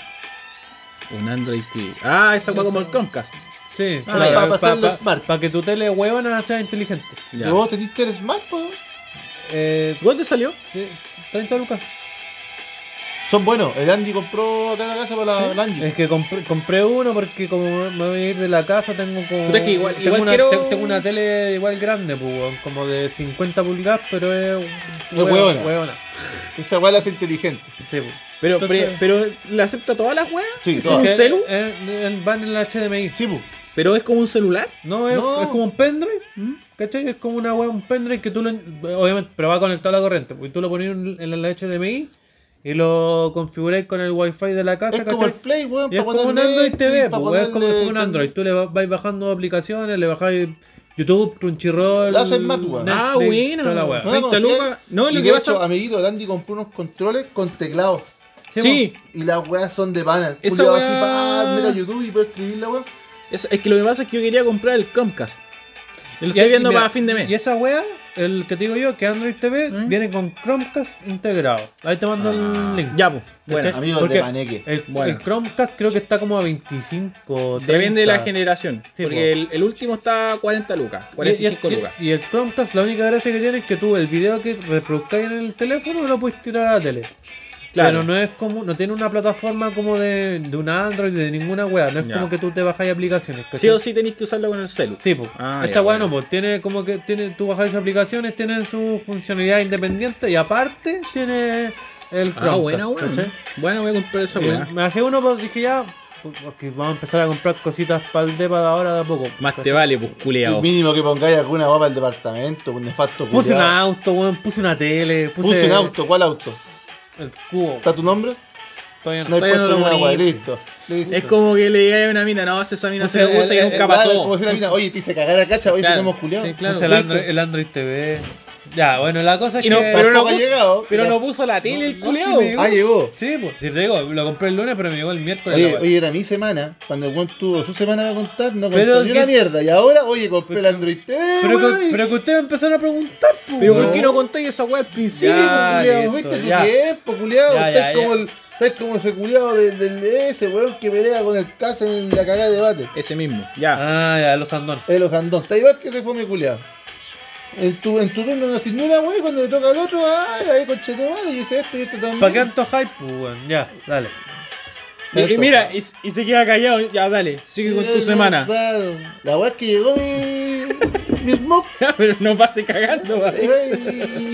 Speaker 6: Un Android TV. Ah, esa weá como el Comcast.
Speaker 1: Sí,
Speaker 6: Ah, ya,
Speaker 2: para hacerlo smart.
Speaker 1: Para que tu tele huevona sea inteligente.
Speaker 2: ¿Y
Speaker 6: Ya.
Speaker 2: vos tenés el smartphone?
Speaker 1: Eh,
Speaker 6: ¿Cuánto te salió?
Speaker 1: sí, 30 lucas.
Speaker 2: Son buenos. El Andy compró acá en la casa para la, la Angie.
Speaker 1: Es que compré, compré uno porque como me voy a ir de la casa tengo como...
Speaker 6: Puta, es que igual-
Speaker 1: tengo,
Speaker 6: igual
Speaker 1: una,
Speaker 6: quiero-
Speaker 1: te- tengo una tele igual grande, pues, weón, como de 50 pulgadas, pero es...
Speaker 2: Es
Speaker 1: hueón-
Speaker 2: hueona.
Speaker 1: hueona.
Speaker 2: Esa weá la hace inteligente.
Speaker 1: Sí, pues.
Speaker 3: Pero,
Speaker 1: Entonces-
Speaker 3: pre- pero le acepta todas las weas.
Speaker 2: Sí,
Speaker 3: ¿Es
Speaker 2: todas.
Speaker 3: como un
Speaker 1: Que
Speaker 3: celu?
Speaker 1: es- es- van en la HDMI.
Speaker 2: Sí, pu.
Speaker 3: Pero es como un celular.
Speaker 1: No, es,
Speaker 2: No. ¿Mm?
Speaker 1: es como un pendrive. ¿Cachai? Es como una web, un pendrive que tú lo. Obviamente, pero va conectado a la corriente. Y tú lo pones en en la HDMI y lo configuráis con el wifi de la casa,
Speaker 2: Es como el
Speaker 1: ¿cachai?
Speaker 2: Play, weón.
Speaker 1: Y es
Speaker 2: pa'
Speaker 1: como un
Speaker 2: poner
Speaker 1: Android
Speaker 2: Netflix,
Speaker 1: TV,
Speaker 2: pa'
Speaker 1: pues, es como, es como un
Speaker 2: ponerle- este-
Speaker 1: Android. Tú le va- vais bajando aplicaciones, le bajáis YouTube, Crunchyroll.
Speaker 2: La hacen más, weón.
Speaker 1: Netflix,
Speaker 3: ah, bueno.
Speaker 1: toda la weá.
Speaker 2: No, no,
Speaker 3: 30
Speaker 2: sí hay-
Speaker 3: lucas. No,
Speaker 2: y
Speaker 3: lo
Speaker 2: de
Speaker 3: que
Speaker 2: hecho,
Speaker 3: pasa.
Speaker 2: amiguito, el Andy compró unos controles con teclado.
Speaker 3: Sí,
Speaker 2: Y las weas son de pana.
Speaker 3: Esa
Speaker 2: Julio va
Speaker 3: wea-
Speaker 2: así, pa, mira YouTube y puede escribir la wea.
Speaker 3: es, es que lo que pasa es que yo quería comprar el Comcast. Lo
Speaker 1: Y-
Speaker 3: estoy
Speaker 1: y
Speaker 3: viendo
Speaker 1: mira,
Speaker 3: para fin de mes.
Speaker 1: Y esa wea, el que te digo yo, que Android TV
Speaker 3: ¿Mm?
Speaker 1: viene con Chromecast integrado. Ahí te mando
Speaker 2: Ah,
Speaker 1: el link.
Speaker 3: Ya, pues. Bueno,
Speaker 1: ¿Cachai?
Speaker 2: Amigos
Speaker 1: Porque-
Speaker 2: de Maneque.
Speaker 1: El,
Speaker 3: Bueno.
Speaker 1: el Chromecast creo que está como a 25.
Speaker 3: depende de la
Speaker 1: 30.
Speaker 3: generación.
Speaker 1: Sí, po.
Speaker 3: porque el, el último está a 40 lucas,
Speaker 1: Y-
Speaker 3: 45
Speaker 1: y, y-
Speaker 3: lucas.
Speaker 1: Y el Chromecast, la única gracia que tiene es que tú el video que reproduzcáis en el teléfono lo puedes tirar a la tele.
Speaker 3: Claro.
Speaker 1: Pero no es como, no tiene una plataforma como de, de un Android, de ninguna wea. No es
Speaker 3: Ya.
Speaker 1: como que tú te bajáis aplicaciones. ¿cachai?
Speaker 3: Sí o sí tenéis que usarlo con el celu.
Speaker 1: Sí, po.
Speaker 3: Ah,
Speaker 1: Esta
Speaker 3: ya,
Speaker 1: weá no,
Speaker 3: bueno.
Speaker 1: po. Tiene como que tiene, tú bajas sus aplicaciones, tienen su funcionalidad independiente y aparte tiene el Chromecast.
Speaker 3: Ah, buena, weón.
Speaker 1: ¿cachai?
Speaker 3: Bueno, voy a comprar esa
Speaker 1: Y
Speaker 3: weá.
Speaker 1: Me bajé uno, pues dije ya, porque vamos a empezar a comprar cositas para el depa de ahora de a poco.
Speaker 3: Más te vale, pues,
Speaker 2: El
Speaker 3: culeado.
Speaker 2: mínimo que pongáis alguna wea para el departamento, un nefasto
Speaker 1: Puse un
Speaker 2: culiao.
Speaker 1: auto, weón, puse una tele, puse,
Speaker 2: Puse un auto, ¿cuál auto?
Speaker 1: El cubo.
Speaker 2: ¿Está tu nombre?
Speaker 1: Todavía
Speaker 2: No
Speaker 1: no.
Speaker 2: hay
Speaker 3: Todavía no
Speaker 2: puesto
Speaker 3: lo
Speaker 2: ni una wea,
Speaker 3: poniste.
Speaker 2: listo. listo.
Speaker 3: Es como que le digáis a una mina, no, esa mina se
Speaker 1: Puse
Speaker 3: lo usa y
Speaker 1: el-
Speaker 3: nunca
Speaker 1: el-
Speaker 2: Claro,
Speaker 3: pasó.
Speaker 2: como si una mina, oye, te hice cagar a cacha, hoy
Speaker 3: Claro,
Speaker 2: tenemos culiao.
Speaker 3: sí, claro.
Speaker 1: Puse el, Android, el Android TV. Ya, bueno, la cosa es
Speaker 3: Y
Speaker 1: que.
Speaker 3: no-
Speaker 2: Pero no
Speaker 3: Pero
Speaker 2: ha
Speaker 3: no-
Speaker 2: llegado.
Speaker 3: Pero
Speaker 2: Ya.
Speaker 3: no puso la tele el
Speaker 1: no,
Speaker 3: culeado.
Speaker 1: sí me llegó.
Speaker 2: Ah, llegó.
Speaker 1: Sí, pues, si te digo, lo compré el lunes, pero me llegó el miércoles. la
Speaker 2: Oye,
Speaker 1: weá.
Speaker 2: oye, era mi semana. Cuando el weón tuvo su semana para contar, no contó
Speaker 1: Pero
Speaker 2: ni
Speaker 1: que-
Speaker 2: una mierda. Y ahora, oye, compré
Speaker 1: Pero-
Speaker 2: el Android TV.
Speaker 1: pero,
Speaker 2: weón,
Speaker 1: que,
Speaker 2: y-
Speaker 1: pero que ustedes empezaron a preguntar, pues.
Speaker 3: Ah, Pero
Speaker 1: weón.
Speaker 3: ¿por qué no contáis esa weá al
Speaker 2: Sí,
Speaker 3: principio?
Speaker 2: ya,
Speaker 1: listo,
Speaker 2: viste tu
Speaker 1: ya.
Speaker 2: tiempo, culiado.
Speaker 1: Ya,
Speaker 2: Estás
Speaker 1: ya,
Speaker 2: como
Speaker 1: ya.
Speaker 2: el. Estás como ese culiado del, del de ese weón que pelea con el Cas en la cagada de debate.
Speaker 3: Ese mismo, ya.
Speaker 1: Ah, ya, los andón.
Speaker 2: El Osandón. Está igual que ese fome culiado. En tu, en tu turno no haces ni una weón, cuando le toca al otro, ay, ahí conchetumare, y hice esto y esto también.
Speaker 1: ¿Para qué antojáis, pues, weón? Ya, dale.
Speaker 3: y, y mira, y, y se queda callado. Ya, dale, sigue con tu
Speaker 2: Claro,
Speaker 3: semana.
Speaker 2: claro. La weá es que llegó mi. mi smoke.
Speaker 3: Pero no pase cagando,
Speaker 2: Y,
Speaker 3: weón.
Speaker 2: y,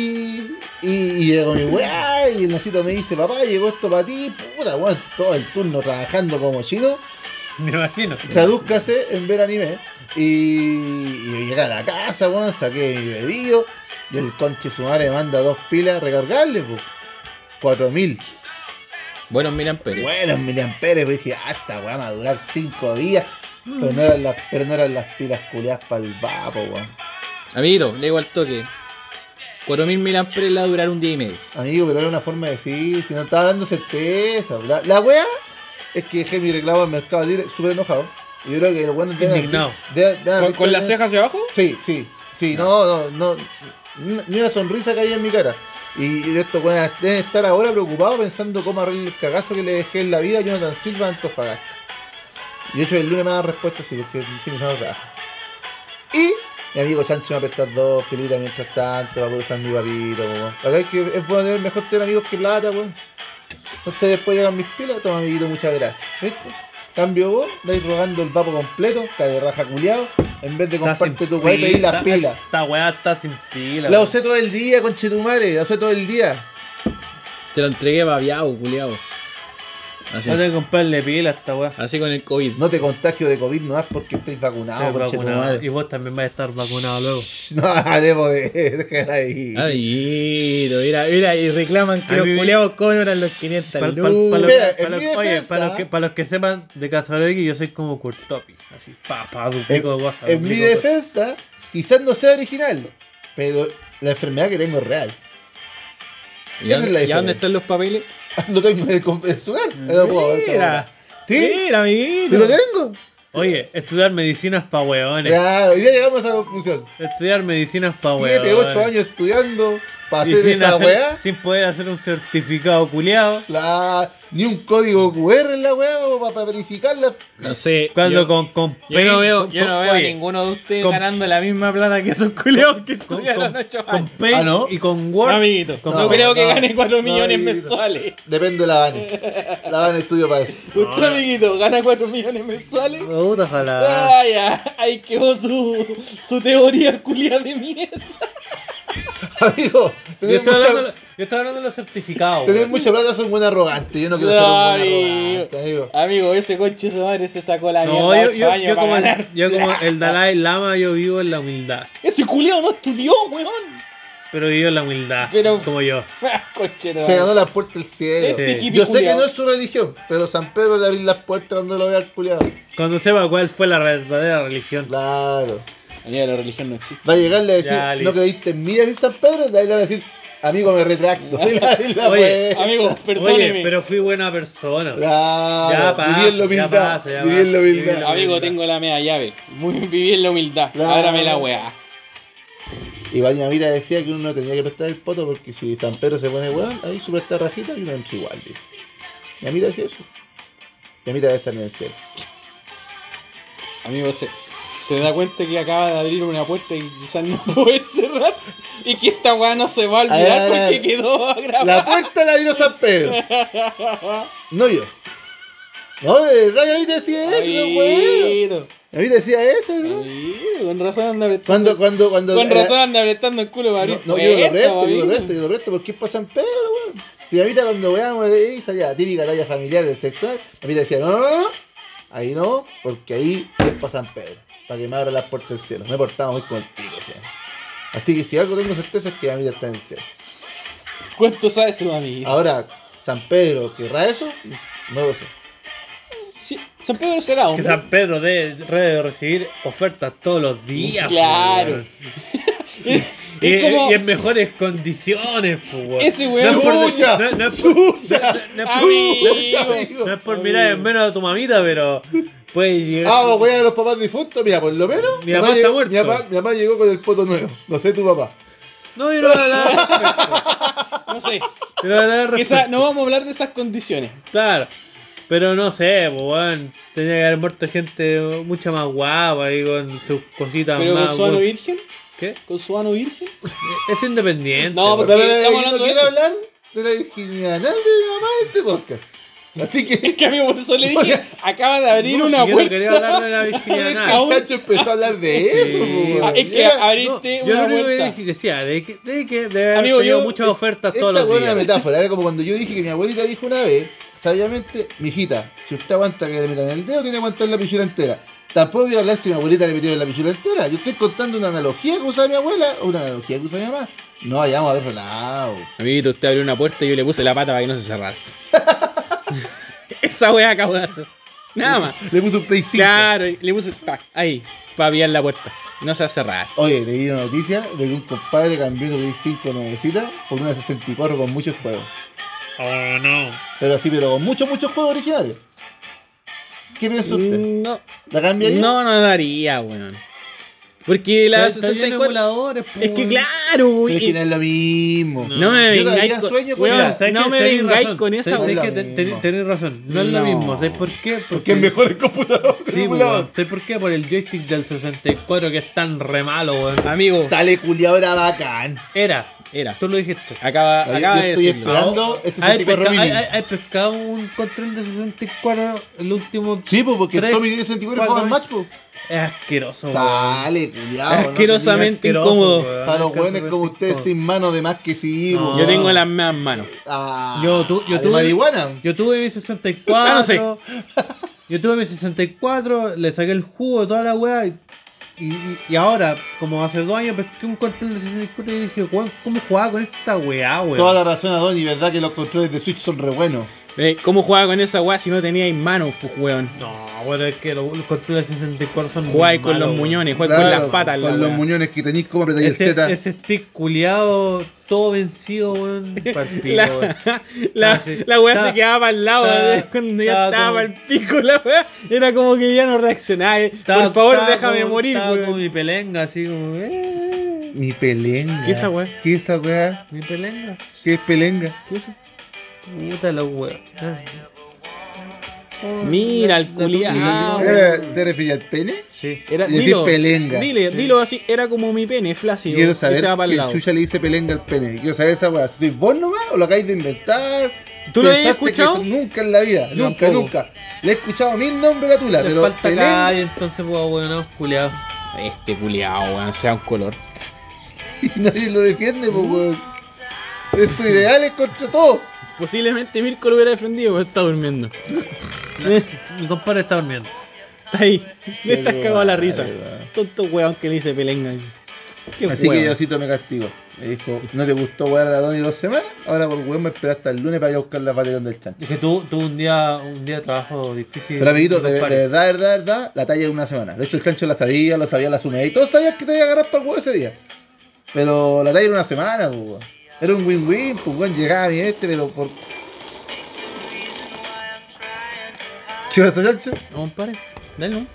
Speaker 2: y- y llegó mi weá, y el nacito me dice, papá, llegó esto para ti, puta weón, todo el turno trabajando como chino,
Speaker 1: Me imagino.
Speaker 2: tradúzcase en ver anime. Y, y llegué a la casa, weón, saqué mi pedido, y el conche su madre me manda dos pilas recargables, pues. 4000.
Speaker 3: Bueno, miran, pero.
Speaker 2: Buenos miliamperes, pues dije, ah, esta weá me va a durar 5 días. Pero no, eran las, pero no eran las pilas culeadas para el vapo, weón.
Speaker 3: Amiguito, le digo al toque. 4000 miliamperes la va a durar un día y medio.
Speaker 2: Amigo, pero era una forma de decir, si no estaba dando certeza. La, la wea es que dejé mi reclamo al mercado libre súper enojado. Y yo creo que bueno
Speaker 1: Indignado.
Speaker 3: ¿Con, con las cejas hacia abajo?
Speaker 2: Sí, sí, sí, no, no, no. ni- Ni una sonrisa caía en mi cara. Y, y estos weones deben estar ahora preocupados pensando cómo arreglar el cagazo que le dejé en la vida a Jonathan Silva en Antofagasta. Y de hecho el lunes me da respuesta sí, porque el fin de semana trabajo. Y mi amigo Chancho me va a prestar dos pilitas mientras tanto, va a poder usar mi papito, po, weón. La verdad es que es bueno tener mejor tener amigos que plata, weón. Entonces después llegan mis pilas, toma amiguito, muchas gracias. ¿Viste? Cambio vos, dais rogando el vapo completo, de raja culiado, en vez de
Speaker 1: Está sin
Speaker 2: comprarte tu weá y pedir las
Speaker 1: pila.
Speaker 2: pilas.
Speaker 1: Esta weá está sin pila.
Speaker 2: La
Speaker 1: weón.
Speaker 2: usé todo el día, conchetumare, la usé todo el día.
Speaker 3: Te lo entregué babiado, culiao. Así,
Speaker 1: No tengo que comprarle pila a esta weá.
Speaker 3: así con el COVID.
Speaker 2: No te contagio de COVID no es porque estáis vacunado,
Speaker 1: Estar vacunado. Y
Speaker 2: conchetumare.
Speaker 1: vos también vas a estar vacunado luego.
Speaker 2: No haremos de dejar ahí.
Speaker 3: Amiguito, mira, mira, y reclaman que
Speaker 1: A
Speaker 3: los
Speaker 1: mí-
Speaker 3: culeados cobran los 500
Speaker 1: Para
Speaker 3: lucas.
Speaker 2: Mira, en mi
Speaker 1: oye,
Speaker 2: defensa-
Speaker 1: para los, que, pa' los que sepan de Casaroegui, yo soy como Kurtopi. Así, pa, pa, duplico
Speaker 2: En-
Speaker 1: cosas.
Speaker 2: En mi
Speaker 1: duplico cosas.
Speaker 2: defensa, quizás no sea original, pero la enfermedad que tengo es real.
Speaker 3: ¿Y,
Speaker 2: Esa
Speaker 3: dónde,
Speaker 2: es la
Speaker 3: y dónde
Speaker 2: diferencia.
Speaker 3: están los papeles?
Speaker 2: Lo tengo en el convencional. No puedo ver esta
Speaker 3: Mira,
Speaker 2: weá. ¿Sí?
Speaker 3: mira,
Speaker 2: ¿Sí
Speaker 3: amiguito.
Speaker 2: lo tengo?
Speaker 1: Oye, estudiar medicinas pa' weones.
Speaker 2: Claro, y ya llegamos a esa conclusión.
Speaker 1: Estudiar medicinas pa' weones.
Speaker 2: 7, 8 años estudiando, para
Speaker 1: Y
Speaker 2: hacer
Speaker 1: sin,
Speaker 2: esa
Speaker 1: hacer-
Speaker 2: weá.
Speaker 1: sin poder hacer un certificado culiado.
Speaker 2: La, ni un código QR en la weá para, verificarla.
Speaker 3: No sé.
Speaker 1: Cuando
Speaker 3: yo,
Speaker 1: con, con
Speaker 3: yo no
Speaker 1: Paint-
Speaker 3: veo,
Speaker 1: con-
Speaker 3: yo no veo a
Speaker 1: oye,
Speaker 3: ninguno de ustedes
Speaker 1: con-
Speaker 3: ganando la misma plata que esos culeos que
Speaker 1: con,
Speaker 3: estudiaron
Speaker 1: con-
Speaker 3: ocho
Speaker 1: con
Speaker 3: años.
Speaker 1: Paint
Speaker 2: Ah, ¿no?
Speaker 1: y con
Speaker 3: No,
Speaker 1: Word.
Speaker 3: amiguito.
Speaker 1: con-
Speaker 3: no,
Speaker 1: no,
Speaker 3: creo que
Speaker 2: no,
Speaker 3: gane 4
Speaker 2: no,
Speaker 3: millones
Speaker 2: amiguito.
Speaker 3: mensuales.
Speaker 2: Depende de la Bani. La Bani estudio para eso.
Speaker 7: Usted,
Speaker 1: no.
Speaker 7: amiguito, gana 4 millones mensuales.
Speaker 1: Puta,
Speaker 2: Ah,
Speaker 1: ojalá.
Speaker 7: Ay, ya, ahí quedó su, su teoría culia de mierda.
Speaker 2: Amigo,
Speaker 1: Yo
Speaker 2: tenés
Speaker 1: estoy, hablando, de
Speaker 2: mucha,
Speaker 1: lo- yo estoy hablando de los certificados.
Speaker 2: tenés
Speaker 1: weón.
Speaker 2: mucha plata, soy un buen arrogante. Yo no quiero ser un buen arrogante, amigo.
Speaker 7: Amigo, ese conche su madre se sacó la
Speaker 1: No,
Speaker 7: mierda
Speaker 1: yo,
Speaker 7: 8
Speaker 1: yo-
Speaker 7: años
Speaker 1: yo
Speaker 7: para
Speaker 1: como el,
Speaker 7: ganar.
Speaker 1: yo como el Dalai Lama, yo vivo en la humildad.
Speaker 7: Ese culiao no estudió, weón.
Speaker 1: Pero vivo en la humildad.
Speaker 7: Pero-
Speaker 1: como yo.
Speaker 7: Conche tu
Speaker 2: Se ganó
Speaker 7: madre.
Speaker 2: la puerta del cielo.
Speaker 1: Sí.
Speaker 7: Este hippie
Speaker 2: Yo sé que
Speaker 7: culiao.
Speaker 2: no es su religión, pero San Pedro le abrió las puertas cuando lo vea al culiado.
Speaker 1: Cuando sepa cuál fue la verdadera religión.
Speaker 2: Claro.
Speaker 7: Ya, la religión no existe.
Speaker 2: Va a llegarle a decir,
Speaker 1: Ya, listo.
Speaker 2: no creíste en mí, decir San Pedro, de ahí le va a decir, amigo, me retracto. Y la, y la
Speaker 1: Oye,
Speaker 2: wea.
Speaker 7: Amigo,
Speaker 1: Oye,
Speaker 7: perdóneme.
Speaker 1: pero fui buena persona.
Speaker 2: Claro,
Speaker 1: Ya pasa,
Speaker 2: viví en la
Speaker 1: ya
Speaker 2: humildad,
Speaker 1: pasa, ya
Speaker 2: viví en la
Speaker 1: pasa,
Speaker 2: humildad.
Speaker 1: viví en la-
Speaker 7: Amigo, tengo la media llave. Muy, viví en la humildad. Ábrame la weá.
Speaker 2: Igual mi amiga decía que uno no tenía que prestar el poto porque si San Pedro se pone weón, ahí su presta rajita y uno entra igual. dijo. Mi amiga decía eso. Mi amiga debe estar en el cielo.
Speaker 7: Amigo, se, se da cuenta que acaba de abrir una puerta y quizás no poder cerrar. Y que esta weá no se va a
Speaker 2: A
Speaker 7: olvidar
Speaker 2: ver, a ver, a
Speaker 7: porque
Speaker 2: ver.
Speaker 7: quedó grabada.
Speaker 2: La puerta la vino San Pedro. No yo. No, de verdad, mi amiga decía eso, no, weón.
Speaker 7: Amigo,
Speaker 2: Mi amiga decía eso, ¿no?
Speaker 7: amigo, con razón anda apretando.
Speaker 2: Cuando, cuando, cuando. eh,
Speaker 7: Con
Speaker 2: era-
Speaker 7: razón anda apretando el culo para abrir.
Speaker 2: No, no, yo lo
Speaker 7: puertas,
Speaker 2: resto, yo
Speaker 7: amigo.
Speaker 2: lo resto, yo lo resto, porque es para San Pedro, weón. Si ahorita cuando veamos ahí salía la típica talla familiar del sexual, ahorita decía, no, no, no, no, ahí no, porque ahí es para San Pedro, para que me abra las puertas del cielo. Me he portado muy con el pico, o sea. Así que si algo tengo certeza es que mi vida está en el cielo.
Speaker 7: ¿Cuánto sabe su amigo?
Speaker 2: Ahora, ¿San Pedro querrá eso? No lo sé.
Speaker 7: Sí, San Pedro será
Speaker 1: Que
Speaker 7: hombre.
Speaker 1: San Pedro debe, debe recibir ofertas todos los días.
Speaker 7: Claro.
Speaker 1: pues, weón. Y,
Speaker 7: Es como-
Speaker 1: y en mejores condiciones, pues, weón.
Speaker 7: Ese weón-
Speaker 1: No es
Speaker 2: ¡Chucha!
Speaker 1: por- no- no es por-
Speaker 2: ¡Chucha!
Speaker 1: no- no es por-
Speaker 7: Amigo.
Speaker 1: No es por mirar en menos a tu mamita, pero puede llegar.
Speaker 2: Ah, vamos a cuidar a los papás difuntos, mira, por lo menos.
Speaker 1: Mi papá está
Speaker 2: llegó,
Speaker 1: muerto.
Speaker 2: Mi papá, mi papá llegó con el poto nuevo, no sé tu papá.
Speaker 1: No, yo no voy a hablar.
Speaker 7: No sé.
Speaker 1: yo no voy a hablar al respecto.
Speaker 7: Esa- no vamos a hablar de esas condiciones.
Speaker 1: Claro. Pero no sé, pues, weón. Tenía que haber muerto gente mucha más guapa y con sus cositas
Speaker 7: Pero
Speaker 1: más.
Speaker 7: con su ano
Speaker 1: weón.
Speaker 7: virgen.
Speaker 1: ¿Qué?
Speaker 7: Con su ano virgen.
Speaker 1: Es independiente.
Speaker 7: No,
Speaker 1: weón.
Speaker 7: porque-
Speaker 2: Ah, Pero, pero,
Speaker 7: estamos
Speaker 2: pero,
Speaker 7: hablando
Speaker 2: yo no
Speaker 7: de
Speaker 2: quiero
Speaker 7: eso.
Speaker 2: hablar de la virginidad anal de mi mamá en este podcast. Así que
Speaker 7: Es que a mí por eso le dije, acaba de abrir
Speaker 1: No,
Speaker 7: una
Speaker 1: si yo no
Speaker 7: puerta.
Speaker 1: quería hablar de la
Speaker 2: el
Speaker 1: virginidad anal.
Speaker 2: muchacho empezó a hablar de eso. pues,
Speaker 1: Sí.
Speaker 2: po,
Speaker 7: Ah, es que
Speaker 2: Mira,
Speaker 1: No,
Speaker 7: abriste
Speaker 1: yo
Speaker 7: una
Speaker 1: lo único
Speaker 7: puerta.
Speaker 1: que decía, de que, de que debe haber
Speaker 7: Amigo,
Speaker 1: tenido
Speaker 7: yo-
Speaker 1: muchas ofertas todos
Speaker 2: Esta
Speaker 1: los
Speaker 2: buena
Speaker 1: días.
Speaker 2: metáfora, era como cuando yo dije que mi abuelita dijo una vez, sabiamente, mijita, si usted aguanta que le metan el dedo, tiene que aguantar la pichula entera. Tampoco voy a hablar si mi abuelita le metió en la pichula entera. Yo estoy contando una analogía que usa mi abuela o una analogía que usa mi mamá. No, vayamos a otro lado.
Speaker 3: Amiguito, usted abrió una puerta y yo le puse la pata para que no se cerrara. Esa weá acabo de hacer. Nada más.
Speaker 2: Le puse un play 5.
Speaker 3: Claro, y le puse tac, ahí, para pillar la puerta. No se va a cerrar.
Speaker 2: Oye, leí una noticia de que un compadre cambió de Play 5 nuevecita por una 64 con muchos juegos.
Speaker 1: Oh, no.
Speaker 2: Pero sí, pero con muchos, muchos juegos originales. ¿Qué piensa usted?
Speaker 3: No,
Speaker 2: ¿La cambiaría?
Speaker 3: no, no lo haría, weón. Porque la 64. Es que claro,
Speaker 2: Pero es que no
Speaker 3: weón.
Speaker 2: es lo mismo.
Speaker 1: No.
Speaker 3: No me
Speaker 2: Yo todavía
Speaker 3: vengáis con.
Speaker 2: sueño con
Speaker 3: weón,
Speaker 2: la-
Speaker 3: ¿sabes no
Speaker 1: que
Speaker 3: me
Speaker 1: tenés
Speaker 3: vengáis
Speaker 1: razón,
Speaker 3: con esa
Speaker 1: ¿Sabes que
Speaker 2: weá. No es lo
Speaker 1: ten- ten-
Speaker 2: mismo.
Speaker 1: tenés razón? No es lo
Speaker 3: No.
Speaker 1: mismo. ¿Sabes por qué?
Speaker 2: Porque es mejor el computador. que el
Speaker 1: Sí, pues,
Speaker 2: emulador.
Speaker 1: weón. ¿Sabes por qué? Por el joystick del 64 que es tan re malo, weón.
Speaker 3: Amigo,
Speaker 2: Sale culiado era bacán.
Speaker 1: Era,
Speaker 3: era.
Speaker 1: tú lo dijiste.
Speaker 3: Acaba,
Speaker 2: Yo-
Speaker 3: acaba
Speaker 2: yo
Speaker 3: de
Speaker 2: estoy
Speaker 3: decirlo.
Speaker 2: esperando Este el
Speaker 1: ¿Has
Speaker 2: 64
Speaker 1: pescado, pues,
Speaker 2: mini.
Speaker 1: hay- hay- hay pescado un control de 64 el último?
Speaker 2: Sí, pues porque
Speaker 1: Tres,
Speaker 2: Tommy tiene 64
Speaker 1: cuatro,
Speaker 2: juegos en match, pues.
Speaker 1: Es asqueroso, weón.
Speaker 2: Sale culiado. no
Speaker 3: Asquerosamente
Speaker 1: Es asqueroso,
Speaker 3: incómodo.
Speaker 1: weón.
Speaker 2: Para los
Speaker 1: Alcanza
Speaker 2: buenos como ustedes
Speaker 1: 64.
Speaker 2: sin mano de más que sí, pues.
Speaker 1: No.
Speaker 2: po.
Speaker 3: Yo tengo las mismas manos.
Speaker 2: Ah,
Speaker 1: Yo tu- yo
Speaker 2: de
Speaker 1: tuve-
Speaker 2: marihuana.
Speaker 1: Yo tuve mi 64.
Speaker 3: Ah, no sé.
Speaker 1: Yo tuve mi 64, le saqué el jugo de toda la weá. Y, y- y ahora, como hace dos años, pesqué un control de 64 y dije, weón, ¿cómo jugaba con esta weá, weón?
Speaker 2: Toda la razón a Donny, ¿verdad? Que los controles de Switch son re buenos.
Speaker 3: Eh, ¿Cómo jugaba con esa weá si no teníais manos, pues, weón?
Speaker 1: No, weón, es que los, los controles de 64 son. muy
Speaker 3: Jugáis con
Speaker 1: malos,
Speaker 3: los
Speaker 1: weón.
Speaker 3: muñones, jugáis con
Speaker 2: Claro,
Speaker 3: las patas. la
Speaker 2: Con los
Speaker 3: weá.
Speaker 2: muñones que tenéis, como apretáis el
Speaker 1: Ese,
Speaker 2: Z.
Speaker 1: ese stick culiado, todo vencido, weón. Partido, weón.
Speaker 3: La, la,
Speaker 1: Ah, sí.
Speaker 3: la weá
Speaker 1: Estaba-
Speaker 3: se quedaba al lado
Speaker 1: estaba-
Speaker 3: de- cuando ya
Speaker 1: estaba
Speaker 3: estaba
Speaker 1: como-
Speaker 3: al pico la weá. Era como que ya no reaccionaba. eh,
Speaker 1: Estaba-
Speaker 3: Por favor,
Speaker 1: estaba
Speaker 3: déjame
Speaker 1: como-
Speaker 3: morir,
Speaker 1: estaba
Speaker 3: weón.
Speaker 1: como mi pelenga, así como. eh.
Speaker 2: Mi pelenga.
Speaker 3: ¿Qué esa weá?
Speaker 2: ¿Qué esa weá?
Speaker 1: Mi pelenga.
Speaker 2: ¿Qué es pelenga?
Speaker 3: ¿Qué es eso?
Speaker 1: Puta los huevos. Ay.
Speaker 3: Mira, el
Speaker 1: La- la-
Speaker 3: culiao. Ah,
Speaker 2: Eh, ¿Te refieres al pene?
Speaker 1: Sí.
Speaker 3: Era,
Speaker 2: Y decir
Speaker 3: dilo,
Speaker 2: pelenga.
Speaker 3: dile,
Speaker 1: Sí.
Speaker 3: dilo así, era como mi pene, flácido.
Speaker 2: Quiero
Speaker 3: y
Speaker 2: saber
Speaker 3: se va para el
Speaker 2: que
Speaker 3: lado.
Speaker 2: Chucha le dice pelenga al pene. Quiero saber esa weá. ¿Sois vos nomás o lo acabáis de inventar?
Speaker 3: ¿Tú lo habías
Speaker 2: Pensaste que
Speaker 3: escuchado?
Speaker 2: eso Nunca en la vida.
Speaker 3: Yo
Speaker 2: Nunca,
Speaker 3: tampoco.
Speaker 2: nunca. Le he escuchado mil nombres a la tula,
Speaker 1: Les
Speaker 2: pero
Speaker 1: falta
Speaker 2: pelenga.
Speaker 1: calle, entonces, pues, huevonados culiados.
Speaker 3: Este culiao, weón, sea un color.
Speaker 2: Y nadie lo defiende, pues, weón. Es su ideal es contra todo.
Speaker 3: Posiblemente Mirko lo hubiera defendido, pero está durmiendo. Está
Speaker 1: Mi compadre está durmiendo.
Speaker 3: ahí. Me estás
Speaker 2: Che,
Speaker 3: cagado la
Speaker 2: madre,
Speaker 3: risa.
Speaker 2: weón.
Speaker 3: Tonto weón que le dice pelenga. Qué
Speaker 2: Así
Speaker 3: weón.
Speaker 2: que Diosito me castigó. Me dijo, ¿no te gustó wear a las dos y dos semanas? Ahora por weón me esperaste hasta el lunes para ir a buscar la patera del chancho.
Speaker 1: Es que tú, tú un día, un día de trabajo difícil.
Speaker 2: Pero amiguito, de, de
Speaker 1: compadre.
Speaker 2: verdad, de verdad, de verdad, la talla de una semana. De hecho el chancho la sabía, lo sabía la sumé y todos sabían que te iba a agarrar para el huevo ese día. Pero la talla era una semana, pues weón. Era un win-win, pues weón, llegaba mi este, pero por. ¿Qué pasa, chancho?
Speaker 3: No, compadre. Dale, weón.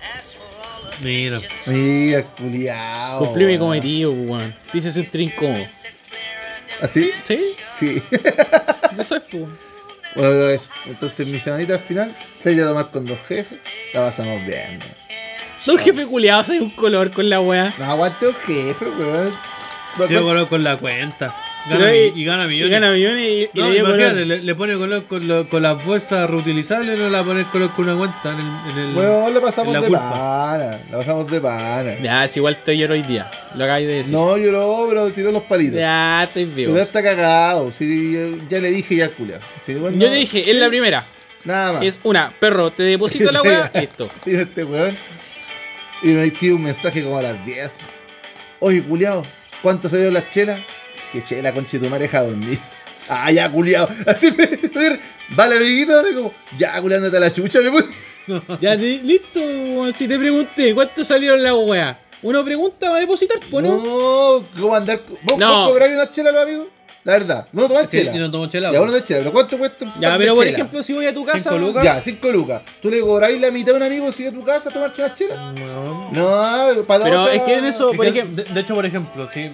Speaker 1: Mira.
Speaker 2: Mira, culiao.
Speaker 3: Cumplí mi
Speaker 2: Oh, weón.
Speaker 3: cometido, weón. Te hice sentir incómodo.
Speaker 2: ¿Así?
Speaker 3: Sí,
Speaker 2: ¿Ah, Sí.
Speaker 3: ya sabes, pues.
Speaker 2: Bueno, pero eso. Entonces mi semanita al final se iba a tomar con dos jefes. La pasamos bien. weón.
Speaker 3: Dos jefe culiados hay un color con la weá.
Speaker 2: No aguante un jefe, weón. No,
Speaker 1: Tiene
Speaker 2: no-
Speaker 1: color con la cuenta. Gana,
Speaker 3: Pero
Speaker 1: y,
Speaker 3: y-
Speaker 1: gana
Speaker 3: Y
Speaker 1: millones.
Speaker 3: gana millones y, y
Speaker 1: No,
Speaker 3: le dio
Speaker 1: imagínate,
Speaker 3: color.
Speaker 1: le, le pone color con, lo- con las bolsas reutilizables, no la pone color con una cuenta en el. En el
Speaker 2: Weón, la
Speaker 1: en
Speaker 2: pasamos
Speaker 1: la
Speaker 2: de
Speaker 1: culpa.
Speaker 2: pana. La pasamos de pana.
Speaker 3: Ya, es igual estoy lloro hoy día. Lo acabáis de decir.
Speaker 2: No lloró, pero tiró los palitos.
Speaker 3: Ya, estoy vivo.
Speaker 2: Pero
Speaker 3: Yo
Speaker 2: está cagado. Sí, ya, ya le dije ya, culia. Sí, bueno,
Speaker 3: te
Speaker 2: no, Ah.
Speaker 3: dije, es la primera.
Speaker 2: Nada más.
Speaker 3: Es una, perro, te deposito la weá, listo.
Speaker 2: Y este weón. Y me escribe un mensaje como a las 10. Oye, culiao, ¿cuánto se dieron las chelas? Que chela, conche tu madre, deja dormir. Ah, ya, culiao. Así me vale, amiguito. así como, ya, culiándote a la chucha. Me puse.
Speaker 3: Ya, te- listo. weón. Si te pregunté, ¿cuánto salieron las weá? Una pregunta va a depositar, po, ¿no?
Speaker 2: no, ¿cómo andar? ¿Vos, vos
Speaker 3: No.
Speaker 2: cobráis una chela, los amigos? La verdad, no tomás
Speaker 1: Es que
Speaker 2: chela.
Speaker 1: yo no tomo chela.
Speaker 2: Ya,
Speaker 1: weón.
Speaker 2: uno de chela, pero ¿cuánto cuesta un
Speaker 3: Ya,
Speaker 2: pan de
Speaker 3: pero por
Speaker 2: chela?
Speaker 3: ejemplo, si voy a tu casa.
Speaker 1: Cinco lucas.
Speaker 2: Ya, 5 lucas. ¿Tú le cobráis la mitad a un amigo si va a tu casa a tomarse una chela?
Speaker 1: No.
Speaker 2: No, para
Speaker 3: Pero
Speaker 2: otra-
Speaker 3: es que en eso,
Speaker 1: Es
Speaker 3: por
Speaker 1: que,
Speaker 3: ejemplo.
Speaker 1: de, de hecho, por ejemplo, si